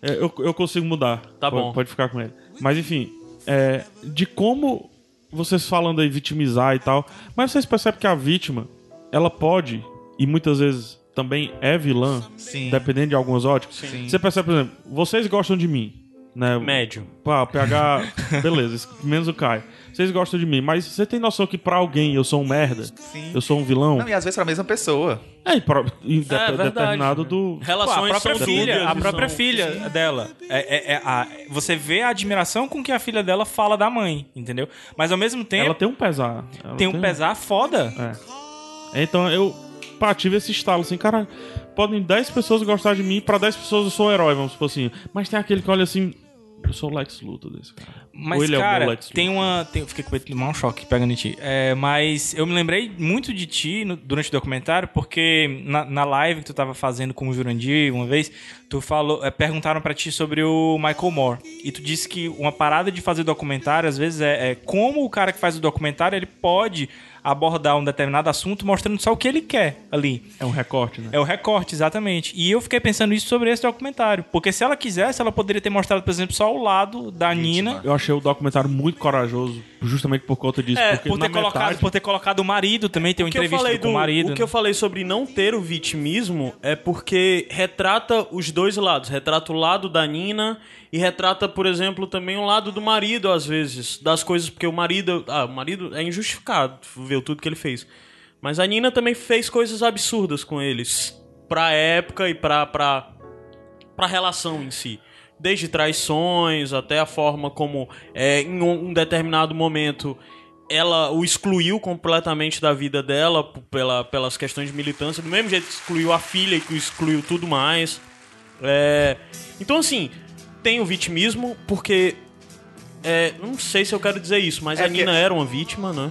Speaker 2: É, eu, eu consigo mudar.
Speaker 3: Tá
Speaker 2: Pode-
Speaker 3: bom.
Speaker 2: Pode ficar com ele. Mas enfim, é, de como vocês falando aí vitimizar e tal, mas vocês percebem que a vítima, ela pode, e muitas vezes também é vilã,
Speaker 5: Sim.
Speaker 2: dependendo de alguns óticos.
Speaker 5: Sim.
Speaker 2: Você percebe, por exemplo, vocês gostam de mim, né?
Speaker 3: Médio.
Speaker 2: Pá, PH, beleza, isso- menos o Kai. Vocês gostam de mim, mas você tem noção que pra alguém eu sou um merda?
Speaker 5: Sim.
Speaker 2: Eu sou um vilão?
Speaker 5: Não, e às vezes pra mesma pessoa.
Speaker 2: É, e pro- e de-
Speaker 3: É, verdade.
Speaker 2: determinado do.
Speaker 4: Pô, a
Speaker 3: Relações
Speaker 4: própria
Speaker 3: são
Speaker 4: filha,
Speaker 3: dúbias
Speaker 4: a
Speaker 3: e
Speaker 4: própria
Speaker 3: são-
Speaker 4: filha dela. É- é- é a- você vê a admiração com que a filha dela fala da mãe, entendeu? Mas ao mesmo tempo,
Speaker 2: Ela tem um pesar. Ela
Speaker 4: tem um pesar foda.
Speaker 2: É. Então eu pá, tive esse estalo assim, cara, podem 10 pessoas gostar de mim, pra 10 pessoas eu sou um herói, vamos supor assim. Mas tem aquele que olha assim, eu sou o Lex Luthor desse cara. Ou
Speaker 4: Mas,
Speaker 2: ele é o meu
Speaker 4: cara,
Speaker 2: Lex Luthor.
Speaker 4: tem uma. Tem, eu fiquei com medo de tomar um choque pegando em ti. É, mas eu me lembrei muito de ti no- durante o documentário, porque na, na live que tu tava fazendo com o Jurandir uma vez, tu falou. é, perguntaram pra ti sobre o Michael Moore. E tu disse que uma parada de fazer documentário, às vezes, é, é como o cara que faz o documentário ele pode abordar um determinado assunto mostrando só o que ele quer ali.
Speaker 2: É um recorte, né?
Speaker 4: É o recorte, exatamente. E eu fiquei pensando isso sobre esse documentário. Porque se ela quisesse, ela poderia ter mostrado, por exemplo, só o lado da Nina.
Speaker 2: Eu achei o documentário muito corajoso, justamente por conta disso.
Speaker 3: É,
Speaker 2: porque
Speaker 4: Por
Speaker 2: na
Speaker 4: ter, colocado,
Speaker 2: metade-
Speaker 4: por ter colocado o marido também, tem uma
Speaker 3: O que eu
Speaker 4: entrevista
Speaker 3: falei
Speaker 4: com o
Speaker 3: do-
Speaker 4: marido. né?
Speaker 3: o que eu falei sobre não ter o vitimismo é porque retrata os dois lados. Retrata o lado da Nina e retrata, por exemplo, também o lado do marido, às vezes, das coisas, porque o marido. Ah, o marido é injustificado, viu tudo que ele fez. Mas a Nina também fez coisas absurdas com eles. Pra época e pra. pra para relação em si. Desde traições até a forma como é, em um um determinado momento ela o excluiu completamente da vida dela p- pela, pelas questões de militância, do mesmo jeito que excluiu a filha e que excluiu tudo mais. É, então, assim, tem o vitimismo, porque. é, não sei se eu quero dizer isso, mas
Speaker 5: É
Speaker 3: a
Speaker 5: que-
Speaker 3: Nina era uma vítima, né?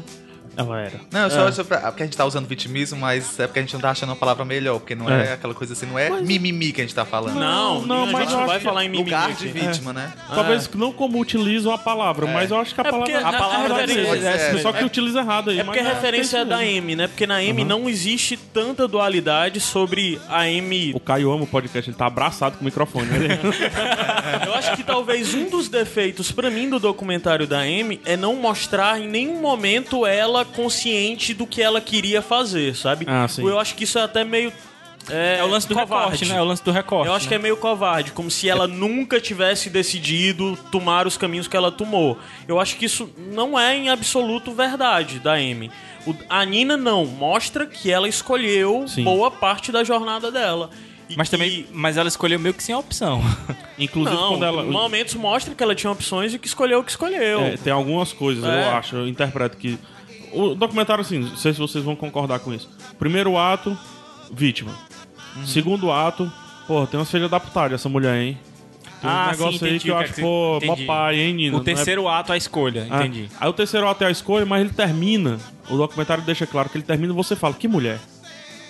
Speaker 3: Ela era.
Speaker 5: Não, só, só pra- porque a gente tá usando vitimismo, mas é porque a gente não tá achando uma palavra melhor, porque não é, aquela coisa assim, não é mimimi que a gente tá falando.
Speaker 3: Não,
Speaker 2: não,
Speaker 3: não,
Speaker 2: mas
Speaker 3: a gente
Speaker 2: eu
Speaker 3: não vai
Speaker 2: acho que
Speaker 3: falar em mimimi.
Speaker 5: Lugar de
Speaker 3: aqui.
Speaker 5: vítima, né?
Speaker 2: Talvez não como utilizam a palavra, mas eu acho que a
Speaker 3: É
Speaker 2: palavra.
Speaker 3: porque a
Speaker 2: é
Speaker 3: palavra
Speaker 2: verdade,
Speaker 5: referência-
Speaker 2: é,
Speaker 5: é,
Speaker 2: Só que
Speaker 5: é-
Speaker 2: utiliza errado aí.
Speaker 3: É porque a
Speaker 2: mas
Speaker 3: referência é
Speaker 2: isso
Speaker 3: da
Speaker 4: um.
Speaker 2: mesmo.
Speaker 3: M, né? Porque na M não existe tanta dualidade sobre a M.
Speaker 2: O Caio ama o podcast, ele tá abraçado com o microfone. Né?
Speaker 4: é.
Speaker 3: Eu acho que talvez um dos defeitos pra mim do documentário da M é não mostrar em nenhum momento ela consciente do que ela queria fazer, sabe?
Speaker 2: Ah, sim.
Speaker 3: Eu acho que isso é até meio é,
Speaker 4: É o lance do
Speaker 3: covarde.
Speaker 4: recorte, né? É o lance do recorte.
Speaker 3: Eu acho que é meio covarde, como se ela nunca tivesse decidido tomar os caminhos que ela tomou. Eu acho que isso não é em absoluto verdade da Amy. O- a Nina não, mostra que ela escolheu
Speaker 2: Sim.
Speaker 3: boa parte da jornada dela. E
Speaker 4: Mas
Speaker 3: que-
Speaker 4: também. Mas ela escolheu meio que sem opção.
Speaker 2: Inclusive,
Speaker 3: Não,
Speaker 2: quando ela.
Speaker 3: em momentos mostra que ela tinha opções e que escolheu o que escolheu.
Speaker 4: Então,
Speaker 2: É, tem algumas coisas,
Speaker 3: É.
Speaker 2: eu acho, eu interpreto que. O documentário, assim, não sei se vocês vão concordar com isso. Primeiro ato, vítima.
Speaker 4: Uhum.
Speaker 2: Segundo ato, pô, tem umas filhas da putagem essa mulher, hein? Tem um
Speaker 4: Ah,
Speaker 2: negócio
Speaker 4: sim,
Speaker 2: aí
Speaker 4: entendi
Speaker 2: que eu
Speaker 4: o que
Speaker 2: acho,
Speaker 4: é que
Speaker 2: pô,
Speaker 4: você-
Speaker 2: mó
Speaker 4: entendi.
Speaker 2: pai, hein, Nina?
Speaker 4: o
Speaker 2: Não é-
Speaker 4: terceiro ato é a escolha,
Speaker 2: Ah,
Speaker 4: entendi.
Speaker 2: Aí o terceiro ato é a escolha, mas ele termina. O documentário deixa claro que ele termina e você fala, que mulher.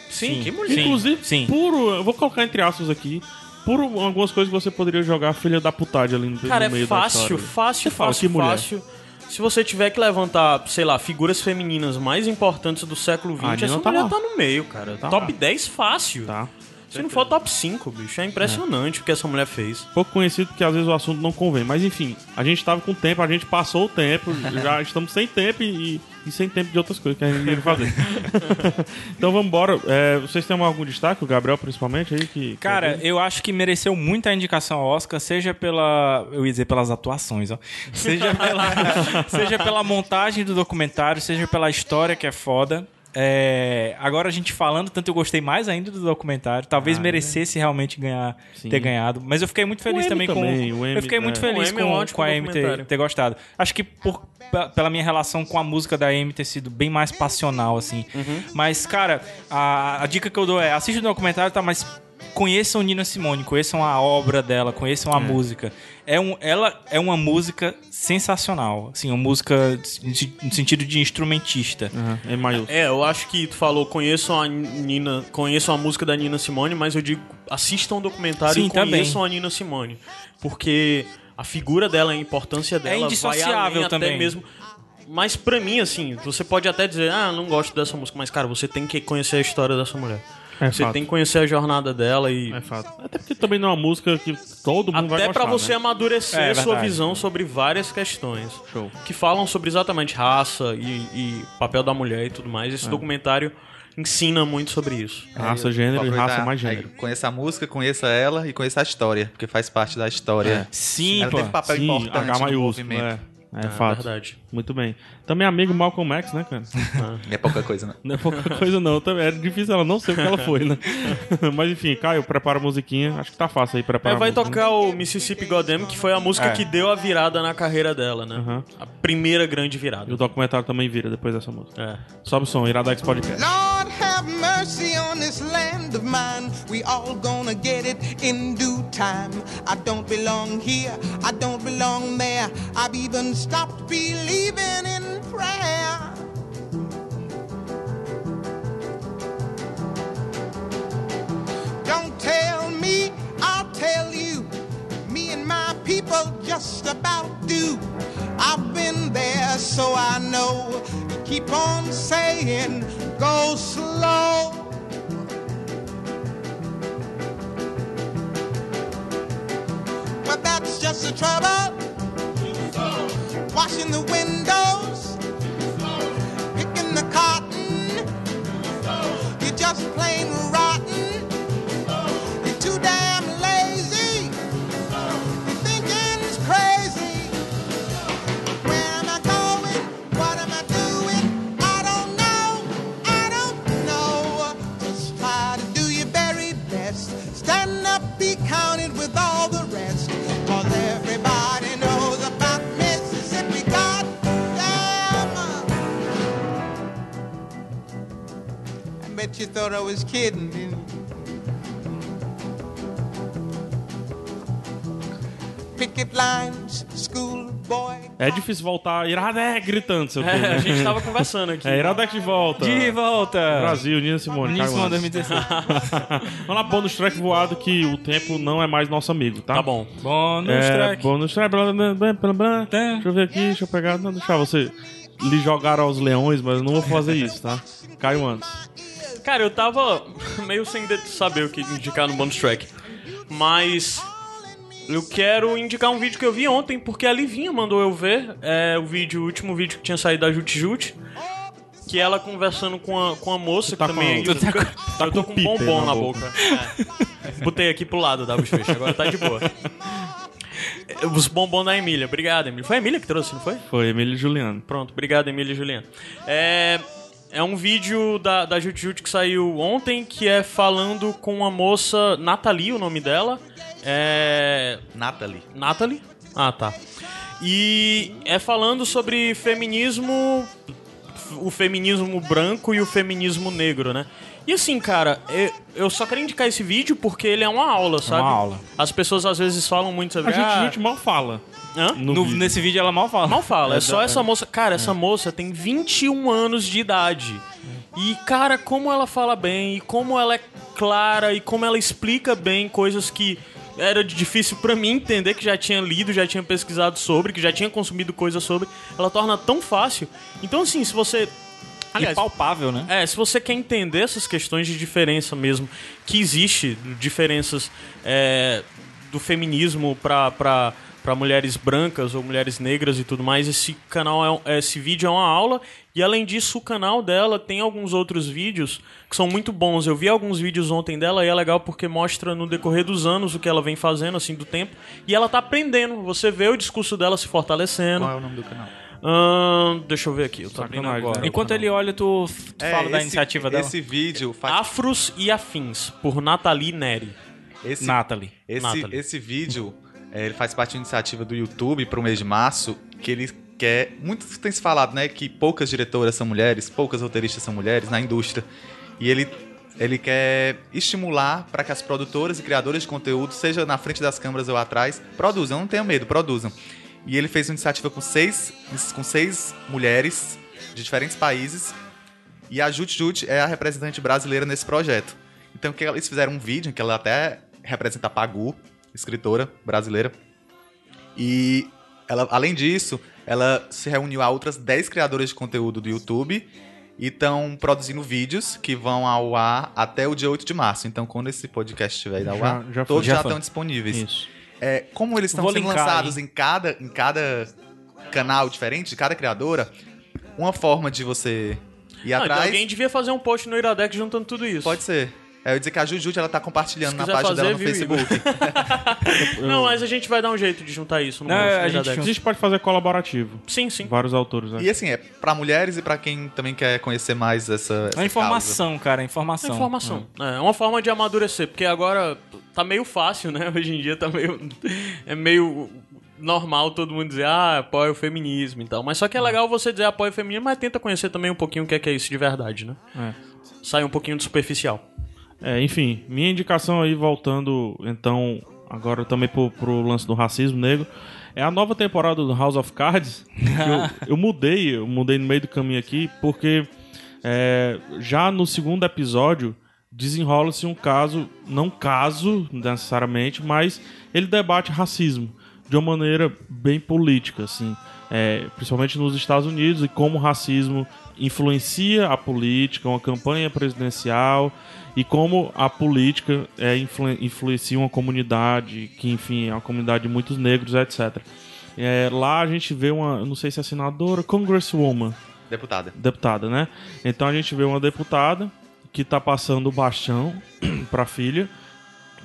Speaker 3: sim,
Speaker 4: sim.
Speaker 3: que mulher.
Speaker 4: Sim,
Speaker 2: Inclusive,
Speaker 4: sim.
Speaker 2: puro. Eu vou colocar entre aspas aqui. Por algumas coisas que você poderia jogar filha da putagem ali no,
Speaker 3: Cara,
Speaker 2: no meio
Speaker 3: é fácil,
Speaker 2: da história.
Speaker 3: fácil,
Speaker 2: Você fala,
Speaker 3: fácil,
Speaker 2: que mulher.
Speaker 3: fácil. Se você tiver que levantar, sei lá, figuras femininas mais importantes do século
Speaker 2: A
Speaker 3: XX,
Speaker 2: Nina
Speaker 3: essa
Speaker 2: tá
Speaker 3: mulher
Speaker 2: lá.
Speaker 3: tá no meio, cara.
Speaker 2: Tá
Speaker 3: top
Speaker 2: lá.
Speaker 3: 10 fácil.
Speaker 2: Tá.
Speaker 3: Se não for top 5, bicho, é impressionante o que essa mulher fez.
Speaker 2: pouco conhecido porque às vezes o assunto não convém. Mas enfim, a gente tava com tempo, a gente passou o tempo, já estamos sem tempo e, e sem tempo de outras coisas que a gente ia fazer. então vamos embora. É, vocês têm algum destaque, o Gabriel principalmente aí? Que,
Speaker 4: Cara, eu acho que mereceu muito a indicação ao Oscar, seja pela. Eu ia dizer pelas atuações, ó. Seja pela, seja pela montagem do documentário, seja pela história que é foda. É, agora a gente falando, tanto eu gostei mais ainda do documentário. Talvez merecesse realmente ganhar,
Speaker 2: Ah, é. Sim.
Speaker 4: ter ganhado. Mas eu fiquei muito feliz
Speaker 2: M
Speaker 4: também,
Speaker 2: também,
Speaker 4: com.
Speaker 2: o M,
Speaker 4: eu fiquei muito
Speaker 2: é.
Speaker 4: feliz
Speaker 3: O M é um
Speaker 4: com,
Speaker 3: ótimo
Speaker 4: com a Amy ter,
Speaker 3: documentário.
Speaker 4: ter gostado. Acho que por, pe- pela minha relação com a música da Amy ter sido bem mais passional, assim.
Speaker 2: Uhum.
Speaker 4: Mas, cara, a, a dica que eu dou é assista o documentário, tá? Mas conheçam Nina Simone, conheçam a obra dela, conheçam a música. É um, ela é uma música sensacional. Assim, uma música de- no sentido de instrumentista.
Speaker 2: É maiúsculo.
Speaker 3: É, eu acho que tu falou, conheço a Nina, conheço a música da Nina Simone, mas eu digo, assistam o documentário
Speaker 4: Sim,
Speaker 3: e
Speaker 4: também.
Speaker 3: conheçam a Nina Simone. Porque a figura dela, a
Speaker 2: É
Speaker 3: importância dela,
Speaker 4: indissociável
Speaker 3: vai além
Speaker 4: também.
Speaker 3: até mesmo. Mas pra mim, assim, você pode até dizer, ah, não gosto dessa música, mas cara, você tem que conhecer a história dessa mulher.
Speaker 2: É
Speaker 3: você
Speaker 2: fato.
Speaker 3: tem que conhecer a jornada dela e.
Speaker 2: É fato. Até porque também não é uma música que todo mundo vai
Speaker 3: Até
Speaker 2: gostar.
Speaker 3: pra você
Speaker 2: né?
Speaker 3: amadurecer
Speaker 4: É,
Speaker 3: sua
Speaker 4: verdade.
Speaker 3: visão sobre várias questões.
Speaker 2: Show.
Speaker 3: Que falam sobre exatamente raça e, e papel da mulher e tudo mais.
Speaker 2: É.
Speaker 3: Esse documentário ensina muito sobre isso.
Speaker 2: Raça,
Speaker 5: Vou
Speaker 2: gênero e
Speaker 5: aproveitar,
Speaker 2: raça é mais
Speaker 5: aí,
Speaker 2: gênero.
Speaker 5: Conheça a música, conheça ela e conheça a história, porque faz parte da história.
Speaker 4: Sim,
Speaker 5: ela
Speaker 4: pô.
Speaker 5: teve papel
Speaker 2: Sim,
Speaker 5: importante
Speaker 2: H
Speaker 5: no
Speaker 2: maiúsculo.
Speaker 5: movimento. Ah,
Speaker 2: É, é,
Speaker 3: É
Speaker 2: fato.
Speaker 3: verdade.
Speaker 2: Muito bem. Também amigo Malcolm X, né, cara?
Speaker 5: É pouca coisa, né?
Speaker 2: Não é pouca coisa, não. Também Era difícil ela não ser o que ela foi, né? Mas enfim, Caio, prepara a musiquinha. Acho que tá fácil aí preparar.
Speaker 3: Aí
Speaker 2: a
Speaker 3: vai
Speaker 2: musiquinha.
Speaker 3: tocar o Mississippi Goddam, que foi a música que deu a virada na carreira dela, né?
Speaker 2: É. Aham.
Speaker 3: A primeira grande
Speaker 2: E o
Speaker 3: virada.
Speaker 2: documentário também vira depois dessa música.
Speaker 3: É.
Speaker 2: Sobe o som, Iradex Podcast.
Speaker 8: Lord have mercy on this land of mine. We all gonna get it in due time. I don't belong here, I don't belong there. I've even stopped believing in prayer. Don't tell me, I'll tell you. Me and my people just about do. I've been there, so I know. Keep on saying, go slow. But that's just the trouble. Washing the windows, picking the cotton. You're just plain rotten. You're too damn lazy. Your thinking's crazy. Where am I going? What am I doing? I don't know. I don't know. Just try to do your very best. Stand up, be counted with all the rest. Cause everybody knows about Mississippi. God damn But you thought I was kidding, didn't you? Picket lines, schoolboy.
Speaker 2: É difícil voltar Iradex gritando, seu filho,
Speaker 3: É, a
Speaker 2: né?
Speaker 3: gente tava conversando aqui.
Speaker 2: É Iradex de volta.
Speaker 4: De volta!
Speaker 2: Brasil, Nina Simone.
Speaker 4: Nina
Speaker 2: Caio
Speaker 4: Simone,
Speaker 2: Antes.
Speaker 4: 2016.
Speaker 2: Vamos lá, bônus track voado que o tempo não é mais nosso amigo, tá?
Speaker 3: Tá bom.
Speaker 4: Bônus
Speaker 2: É,
Speaker 4: track.
Speaker 2: bônus track. Blá, blá, blá, blá, blá. Deixa eu ver aqui, deixa eu pegar. Não, deixa eu- você. Lhe jogaram aos leões, mas eu não vou fazer isso, tá? Caio antes.
Speaker 3: Cara, eu tava meio sem de- saber o que indicar no bonus track. Mas eu quero indicar um vídeo que eu vi ontem, porque a Livinha mandou eu ver. É o vídeo, o último vídeo que tinha saído da Jute Jute. Que ela conversando com a, com a moça,
Speaker 2: tá
Speaker 3: que também é
Speaker 2: com- tu
Speaker 3: youtuber.
Speaker 2: tá
Speaker 3: eu tô
Speaker 2: com
Speaker 3: com, um
Speaker 2: pipe
Speaker 3: bombom
Speaker 2: na
Speaker 3: na
Speaker 2: boca.
Speaker 3: boca. É. Botei aqui pro lado da bochecha, agora tá de boa. Os bombons da Emília. Obrigado, Emília. Foi a Emília que trouxe, não foi?
Speaker 2: Foi Emílio e Juliano.
Speaker 3: Pronto, obrigado, Emília e Juliana. É, é um vídeo da, da Jut Jut que saiu ontem, que é falando com uma moça, Nathalie, o nome dela. É,
Speaker 5: Natalie.
Speaker 3: Nathalie? Ah, tá. E é falando sobre feminismo, o feminismo branco e o feminismo negro, né? E assim, cara, eu- eu só quero indicar esse vídeo porque ele é uma aula, sabe?
Speaker 4: aula.
Speaker 3: As pessoas às vezes falam muito
Speaker 2: A
Speaker 3: sobre...
Speaker 2: gente,
Speaker 3: ah,
Speaker 2: gente mal fala.
Speaker 3: hã?
Speaker 2: No
Speaker 4: No-
Speaker 2: vídeo.
Speaker 4: nesse vídeo ela mal fala.
Speaker 3: Mal fala, é,
Speaker 4: É
Speaker 3: só
Speaker 4: da-
Speaker 3: essa moça. Cara, essa moça tem 21 anos de idade. E, cara, como ela fala bem, e como ela é clara, e como ela explica bem coisas que era difícil pra mim entender, que já tinha lido, já tinha pesquisado sobre, que já tinha consumido coisa sobre. Ela torna tão fácil. Então, assim, se você. Aliás,
Speaker 4: Impalpável,
Speaker 5: Uhum.
Speaker 4: né?
Speaker 3: é, se você quer entender essas questões de diferença mesmo, que existe diferenças é, do feminismo pra, pra, pra mulheres brancas ou mulheres negras e tudo mais, esse canal é um- esse vídeo é uma aula. E além disso, o canal dela tem alguns outros vídeos que são muito bons. Eu vi alguns vídeos ontem dela e é legal porque mostra no decorrer dos anos o que ela vem fazendo, assim, do tempo. E ela tá aprendendo. Você vê o discurso dela se fortalecendo.
Speaker 5: Qual é o nome do canal?
Speaker 3: Ahn, deixa eu ver aqui, eu tô abrindo
Speaker 2: Sacanagem,
Speaker 3: Tá agora.
Speaker 2: né?
Speaker 4: Enquanto ele olha, tu, tu fala da
Speaker 5: É, esse-
Speaker 4: iniciativa dela.
Speaker 5: Esse vídeo faz
Speaker 3: Afros e Afins, por Nathalie Neri.
Speaker 5: esse,
Speaker 4: Natalie.
Speaker 5: esse,
Speaker 3: Nathalie.
Speaker 5: esse vídeo é, ele faz parte de uma iniciativa do YouTube para o mês de março que ele quer muito tem se falado né que poucas diretoras são mulheres poucas roteiristas são mulheres na indústria e ele ele quer estimular para que as produtoras e criadoras de conteúdo seja na frente das câmeras ou atrás produzam não tenham medo produzam e ele fez uma iniciativa com seis com seis mulheres de diferentes países e a Jut Jut é a representante brasileira nesse projeto. Então, que eles fizeram um vídeo em que ela até representa a Pagu, escritora brasileira. E, ela, além disso, ela se reuniu a outras 10 criadoras de conteúdo do YouTube e estão produzindo vídeos que vão ao ar até o dia 8 de março. Então, quando esse podcast estiver ao
Speaker 2: Já-
Speaker 5: ar,
Speaker 2: já foi,
Speaker 5: todos
Speaker 2: já
Speaker 5: já
Speaker 2: foi.
Speaker 5: estão disponíveis.
Speaker 2: Isso.
Speaker 5: É, como eles estão
Speaker 4: Vou
Speaker 5: sendo
Speaker 4: linkar
Speaker 5: lançados em cada, em cada canal diferente, de cada criadora, uma forma de você ir
Speaker 3: Ah, então
Speaker 5: atrás...
Speaker 3: alguém devia fazer um post no Iradex juntando tudo isso.
Speaker 5: Pode ser. É, eu ia dizer que a Jujute, ela tá compartilhando
Speaker 3: Se
Speaker 5: na
Speaker 3: quiser
Speaker 5: página
Speaker 3: fazer,
Speaker 5: dela no
Speaker 3: viu,
Speaker 5: Facebook.
Speaker 3: Não, mas a gente vai dar um jeito de juntar isso no
Speaker 4: Não,
Speaker 3: post
Speaker 4: a
Speaker 3: no
Speaker 4: gente
Speaker 2: A
Speaker 3: Iradex.
Speaker 2: gente pode fazer colaborativo.
Speaker 3: Sim, sim.
Speaker 2: Vários autores, né?
Speaker 5: E assim, é pra mulheres e pra quem também quer conhecer mais essa,
Speaker 4: É
Speaker 5: essa
Speaker 4: informação, cara, é
Speaker 3: É
Speaker 4: informação.
Speaker 3: informação. É. é uma forma de amadurecer, porque agora tá meio fácil, né? Hoje em dia tá meio. É meio normal todo mundo dizer, ah, apoia o feminismo e tal. Mas só que é legal você dizer apoia o feminismo, mas tenta conhecer também um pouquinho o que é, que é isso de verdade, né? Sai um pouquinho do superficial.
Speaker 2: É, enfim, minha indicação aí, voltando então, agora também pro, pro lance do racismo negro, é a nova temporada do House of Cards. que eu, eu mudei, eu mudei no meio do caminho aqui, porque é, já no segundo episódio desenrola-se um caso, não caso necessariamente, mas ele debate racismo de uma maneira bem política, assim, é, principalmente nos Estados Unidos e como o racismo influencia a política, uma campanha presidencial e como a política é, influ- influencia uma comunidade que, enfim, é uma comunidade de muitos negros, etc. É, lá a gente vê uma, eu não sei se é senadora, congresswoman,
Speaker 5: Calma. Deputada.
Speaker 2: deputada, né? Então a gente vê uma deputada que tá passando o baixão pra filha,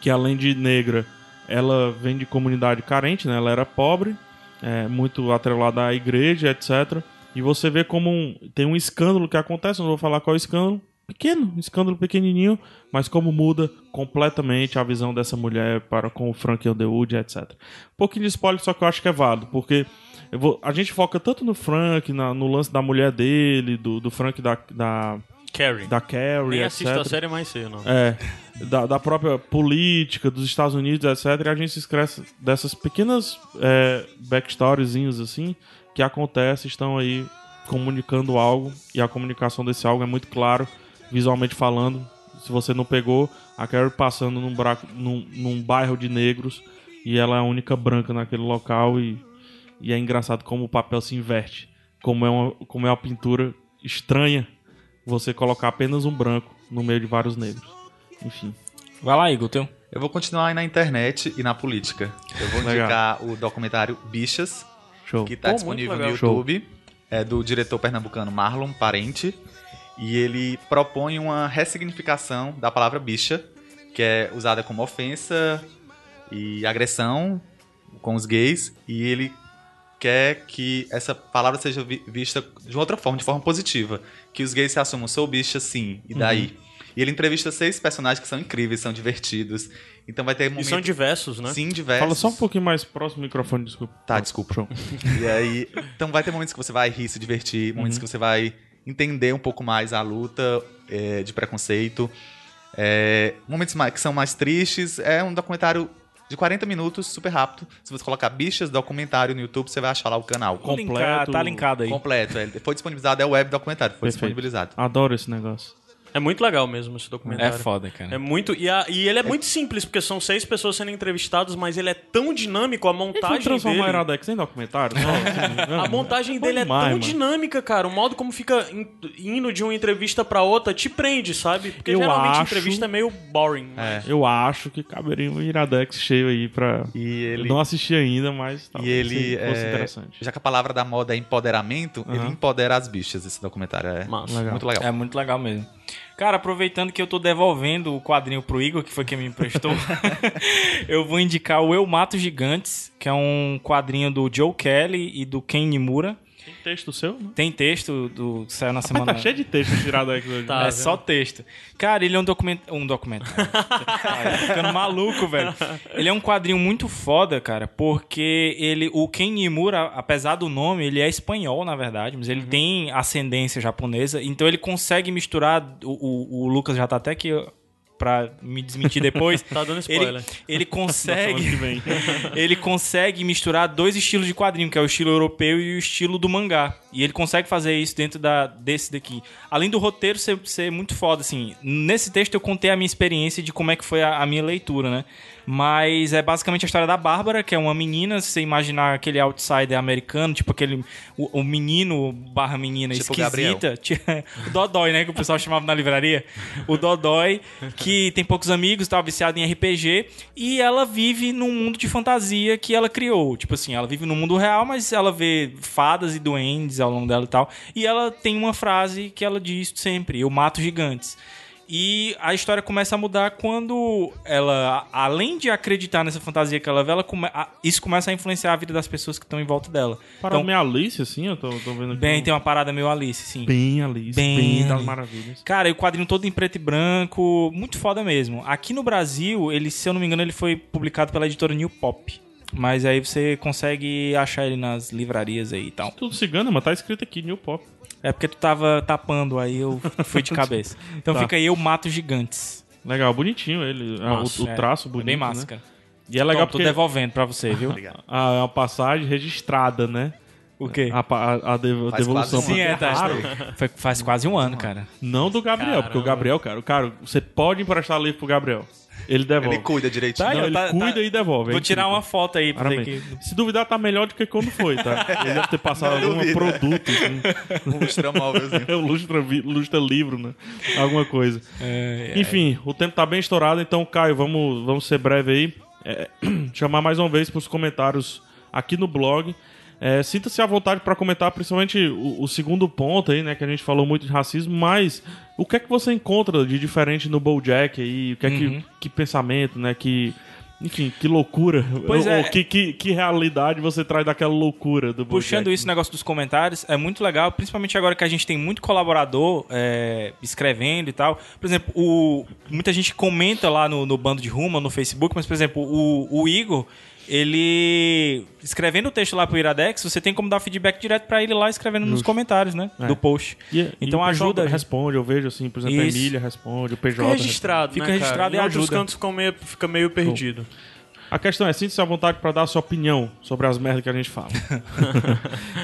Speaker 2: que além de negra, ela vem de comunidade carente, né? Ela era pobre, é, muito atrelada à igreja, etc. E você vê como um- tem um escândalo que acontece, não vou falar qual é o escândalo, pequeno, um escândalo pequenininho, mas como muda completamente a visão dessa mulher para com o Frank Underwood, etc. Um pouquinho de spoiler, só que eu acho que é válido, porque eu vou- a gente foca tanto no Frank, na- no lance da mulher dele, do, do Frank da, da
Speaker 3: Carrie.
Speaker 2: da Carrie,
Speaker 3: Nem
Speaker 2: etc.
Speaker 3: assisto a série, mas sei o nome.
Speaker 2: É, da, da própria política dos Estados Unidos, etc. E a gente se esquece dessas pequenas é, backstoryzinhas assim que acontecem, estão aí comunicando algo e a comunicação desse algo é muito claro, visualmente falando. Se você não pegou, a Carrie passando num, braco, num, num bairro de negros e ela é a única branca naquele local e, e é engraçado como o papel se inverte, como é uma, como é uma pintura estranha você colocar apenas um branco no meio de vários negros. Enfim.
Speaker 4: Vai lá, Igor, um teu.
Speaker 5: Eu vou continuar aí na internet e na política. Eu vou indicar o documentário Bichas,
Speaker 2: Show.
Speaker 5: que tá
Speaker 3: Pô,
Speaker 5: disponível
Speaker 3: muito
Speaker 5: no
Speaker 3: legal.
Speaker 5: YouTube. É do diretor pernambucano Marlon Parente. E ele propõe uma ressignificação da palavra bicha, que é usada como ofensa e agressão com os gays. E ele quer que essa palavra seja vi- vista de outra forma, de forma positiva. Que os gays se assumam, sou bicha sim, e daí?
Speaker 3: Uhum.
Speaker 5: E ele entrevista seis personagens que são incríveis, são divertidos. Então vai ter
Speaker 3: E
Speaker 5: momentos...
Speaker 3: são diversos, né?
Speaker 5: Sim, diversos.
Speaker 2: Fala só um pouquinho mais próximo do microfone, desculpa.
Speaker 5: Tá, desculpa.
Speaker 2: Show.
Speaker 5: E aí, então vai ter momentos que você vai rir, se divertir, momentos que você vai entender um pouco mais a luta é, de preconceito, é, momentos mais- que são mais tristes. É um documentário de 40 minutos, super rápido. Se você colocar bichas documentário no YouTube, você vai achar lá o canal
Speaker 2: Com- Completo.
Speaker 4: Linkar, tá linkado aí.
Speaker 5: completo. Ele foi disponibilizado, é o web documentário, foi
Speaker 2: Perfeito.
Speaker 5: disponibilizado.
Speaker 2: Adoro esse negócio.
Speaker 3: É muito legal mesmo esse
Speaker 4: É
Speaker 3: documentário.
Speaker 4: foda, cara.
Speaker 3: É muito. E, a- e ele é muito simples, porque são seis pessoas sendo entrevistadas, mas ele é tão dinâmico, a
Speaker 2: Eles vão
Speaker 3: montagem
Speaker 2: transformar o
Speaker 3: dele.
Speaker 2: Iradex em documentário? Não, assim, não.
Speaker 3: A montagem dele é
Speaker 2: demais,
Speaker 3: tão
Speaker 2: mano.
Speaker 3: dinâmica, cara. O modo como fica in- indo de uma entrevista pra outra te prende, sabe? Porque
Speaker 2: Eu
Speaker 3: geralmente
Speaker 2: acho-
Speaker 3: entrevista é meio boring.
Speaker 5: É.
Speaker 2: Eu acho que caberia um Iradex cheio aí pra...
Speaker 5: E ele.
Speaker 2: Eu não assisti ainda, mas
Speaker 5: E
Speaker 2: talvez
Speaker 5: ele.
Speaker 2: Ah, fosse
Speaker 5: é,
Speaker 2: interessante.
Speaker 5: Já que a palavra da moda é empoderamento, ele
Speaker 2: Aham.
Speaker 5: empodera as bichas, esse documentário. É
Speaker 3: Massa.
Speaker 5: muito legal.
Speaker 4: É muito legal mesmo. Cara, aproveitando que eu tô devolvendo o quadrinho pro Igor, que foi quem me emprestou, eu vou indicar o Eu Mato Gigantes, que é um quadrinho do Joe Kelly e do Ken Nimura.
Speaker 2: Tem texto seu? Né?
Speaker 4: Tem texto do que saiu na
Speaker 2: Mas
Speaker 4: semana.
Speaker 2: tá cheio de texto de Iradex hoje. né?
Speaker 3: Tá.
Speaker 4: É
Speaker 3: vendo?
Speaker 4: só texto. Cara, ele é um documento. Um documentário. Ai, ficando maluco, velho. Ele é um quadrinho muito foda, cara, porque ele. O Ken Nimura, apesar do nome, ele é espanhol, na verdade, mas ele tem ascendência japonesa, então ele consegue misturar. O, o- o Lucas já tá até aqui pra me desmentir depois.
Speaker 3: Tá dando spoiler.
Speaker 4: ele, ele consegue.
Speaker 2: Que vem.
Speaker 4: ele consegue misturar dois estilos de quadrinho, que é o estilo europeu e o estilo do mangá. E ele consegue fazer isso dentro da, desse daqui. Além do roteiro ser, ser muito foda, assim. Nesse texto eu contei a minha experiência de como é que foi a, a minha leitura, né? Mas é basicamente a história da Bárbara, que é uma menina, se você imaginar aquele outsider americano, tipo aquele. O, o menino barra menina
Speaker 5: Tipo o Gabriel.
Speaker 4: esquisita. Tinha- o Dodói, né? Que o pessoal chamava na livraria. O Dodói, que tem poucos amigos, tá viciado em RPG. E ela vive num mundo de fantasia que ela criou. Tipo assim, ela vive no mundo real, mas ela vê fadas e duendes ao longo dela e tal. E ela tem uma frase que ela diz sempre: Eu mato gigantes. E a história começa a mudar quando ela, a- além de acreditar nessa fantasia que ela vê, ela come- a- isso começa a influenciar a vida das pessoas que estão em volta dela.
Speaker 2: Para
Speaker 4: então,
Speaker 2: minha Alice, assim, eu tô, tô vendo aqui.
Speaker 4: bem,
Speaker 2: um-
Speaker 4: tem uma parada meio Alice, sim.
Speaker 2: Bem Alice,
Speaker 4: Bem
Speaker 2: bem, das
Speaker 4: Alice.
Speaker 2: maravilhas.
Speaker 4: Cara, e o quadrinho todo em preto e branco, muito foda mesmo. Aqui no Brasil, ele, se eu não me engano, ele foi publicado pela editora New Pop. Mas aí você consegue achar ele nas livrarias aí e tal.
Speaker 2: Tudo cigano, mas tá escrito aqui, New Pop.
Speaker 4: É porque tu tava tapando, aí eu fui de cabeça. Então
Speaker 2: Tá.
Speaker 4: fica aí, eu mato gigantes.
Speaker 2: Legal, bonitinho ele. ah,
Speaker 4: Massa,
Speaker 2: o, o
Speaker 4: é.
Speaker 2: traço
Speaker 4: É
Speaker 2: bonito.
Speaker 4: Bem massa,
Speaker 2: né?
Speaker 4: cara.
Speaker 2: E é legal
Speaker 4: Tom,
Speaker 2: porque
Speaker 4: tô devolvendo pra você, viu?
Speaker 2: a, é uma passagem registrada, né?
Speaker 4: O quê?
Speaker 2: A, pa- a- a dev-
Speaker 5: Faz
Speaker 2: devolução.
Speaker 5: quase
Speaker 4: Sim, é, tá.
Speaker 5: Claro.
Speaker 4: Foi- faz quase um ano, cara.
Speaker 2: Não do Gabriel, porque o Gabriel, cara, o cara, você pode emprestar livro pro Gabriel. Ele devolve.
Speaker 5: Ele cuida direitinho.
Speaker 4: Tá,
Speaker 2: Não,
Speaker 4: eu
Speaker 2: ele
Speaker 4: tá-
Speaker 2: cuida
Speaker 4: tá-
Speaker 2: e devolve. é
Speaker 4: Vou tirar
Speaker 2: incrível.
Speaker 4: uma foto aí pra ter
Speaker 2: Raramente.
Speaker 4: que...
Speaker 2: Se duvidar, tá melhor do que quando foi, tá? Ele deve ter passado
Speaker 5: Não
Speaker 2: algum
Speaker 5: duvido.
Speaker 2: produto, assim.
Speaker 5: Um lustramóvelzinho.
Speaker 2: É o lustra, vi- lustra livro, né? Alguma coisa.
Speaker 4: É,
Speaker 2: Enfim, o tempo tá bem estourado, então, Caio, vamos, vamos ser breve aí. É, chamar mais uma vez pros comentários aqui no blog. É, Sinta-se à vontade para comentar, principalmente o, o segundo ponto aí, né? Que a gente falou muito de racismo, mas o que é que você encontra de diferente no Bojack aí? O que é
Speaker 4: Uhum.
Speaker 2: que, que pensamento, né? Que. Enfim, que loucura.
Speaker 4: Pois
Speaker 2: Ou-
Speaker 4: é.
Speaker 2: ou que, que, que realidade você traz daquela loucura do
Speaker 4: Puxando
Speaker 2: BoJack?
Speaker 4: isso, né? o negócio dos comentários, é muito legal, principalmente agora que a gente tem muito colaborador é, escrevendo e tal. Por exemplo, o, muita gente comenta lá no, no Bando de Rumo, no Facebook, mas, por exemplo, o, o Igor, ele escrevendo o texto lá pro Iradex, você tem como dar feedback direto pra ele lá escrevendo nos comentários, né?
Speaker 2: É.
Speaker 4: Do post.
Speaker 2: E- e
Speaker 4: então
Speaker 2: o PJ
Speaker 4: ajuda. a gente.
Speaker 2: Responde, eu vejo assim, por exemplo, a
Speaker 4: Isso.
Speaker 2: Emília responde, o PJ.
Speaker 3: Fica
Speaker 2: responde.
Speaker 3: registrado,
Speaker 4: Fica
Speaker 3: né, cara?
Speaker 4: registrado e
Speaker 3: Em outros
Speaker 4: ajuda.
Speaker 3: cantos ficam meio- fica meio perdido.
Speaker 2: A questão é, sinta-se à vontade pra dar a sua opinião sobre as merdas que a gente fala.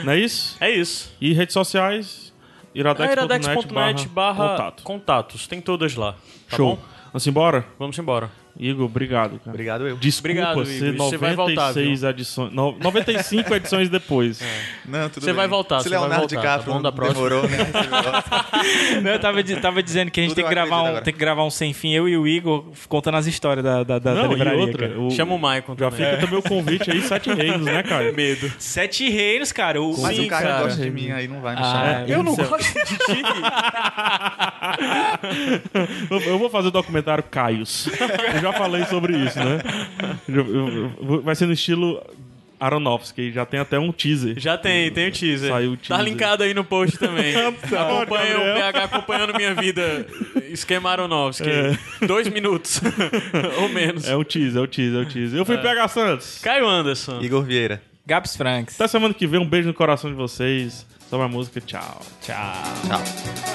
Speaker 2: Não é isso?
Speaker 3: É isso.
Speaker 2: E redes sociais,
Speaker 3: É iradex.net
Speaker 2: iradex.net
Speaker 3: barra
Speaker 2: contato.
Speaker 3: contatos. Tem todas lá. Tá
Speaker 2: Show.
Speaker 3: bom?
Speaker 2: Vamos embora?
Speaker 3: Vamos embora.
Speaker 2: Igor, obrigado, cara.
Speaker 5: Obrigado eu.
Speaker 2: Desculpa
Speaker 3: Obrigado,
Speaker 2: ser
Speaker 3: Igor. Você vai
Speaker 2: 96
Speaker 3: voltar, viu? É.
Speaker 2: edições... no- 95 edições depois.
Speaker 5: Não, tudo
Speaker 3: Você
Speaker 5: bem.
Speaker 3: vai voltar,
Speaker 5: Se
Speaker 3: você vai
Speaker 5: Leonardo
Speaker 3: voltar,
Speaker 5: DiCaprio
Speaker 3: tá bom? Da próxima.
Speaker 5: demorou, né?
Speaker 4: Não, eu tava, di- tava dizendo que a gente
Speaker 5: Tudo
Speaker 4: tem que,
Speaker 5: eu
Speaker 4: gravar
Speaker 5: acredito
Speaker 4: um,
Speaker 5: agora.
Speaker 4: tem que gravar um sem fim, eu e o Igor contando as histórias da, da, da, da
Speaker 2: Não, e
Speaker 4: Tá livraria.
Speaker 2: outra...
Speaker 4: cara.
Speaker 2: o-
Speaker 3: Chama o Maicon
Speaker 2: Tipo, Já
Speaker 3: também.
Speaker 2: fica também o convite aí, Sete Reinos, né, cara? Medo.
Speaker 4: Sete reinos, cara. O,
Speaker 5: Mas
Speaker 3: Sim,
Speaker 5: o cara,
Speaker 3: cara.
Speaker 5: gosta de mim, aí não vai me
Speaker 4: Ah,
Speaker 3: é.
Speaker 5: chamar.
Speaker 4: eu não
Speaker 2: Eu- Eu vou fazer o documentário Caios. Eu já falei sobre isso, né? Eu- eu- eu- vai ser no estilo Aronofsky, já tem até um teaser.
Speaker 3: Já tem, tem o teaser.
Speaker 2: Saiu o
Speaker 3: Tá
Speaker 2: teaser. Tá
Speaker 3: linkado aí no post também. Acompanha o
Speaker 2: Gabriel.
Speaker 3: PH acompanhando minha vida. Esquema Aronofsky. Dois minutos. Ou menos.
Speaker 2: É o teaser, é o teaser, é o teaser. Eu fui PH Santos.
Speaker 3: Caio Anderson.
Speaker 5: Igor Vieira.
Speaker 4: Gaps
Speaker 2: Tá-
Speaker 4: Franks.
Speaker 2: Até semana que vem, um beijo no coração de vocês. Sobre a música, tchau.
Speaker 4: Tchau.
Speaker 5: Tchau.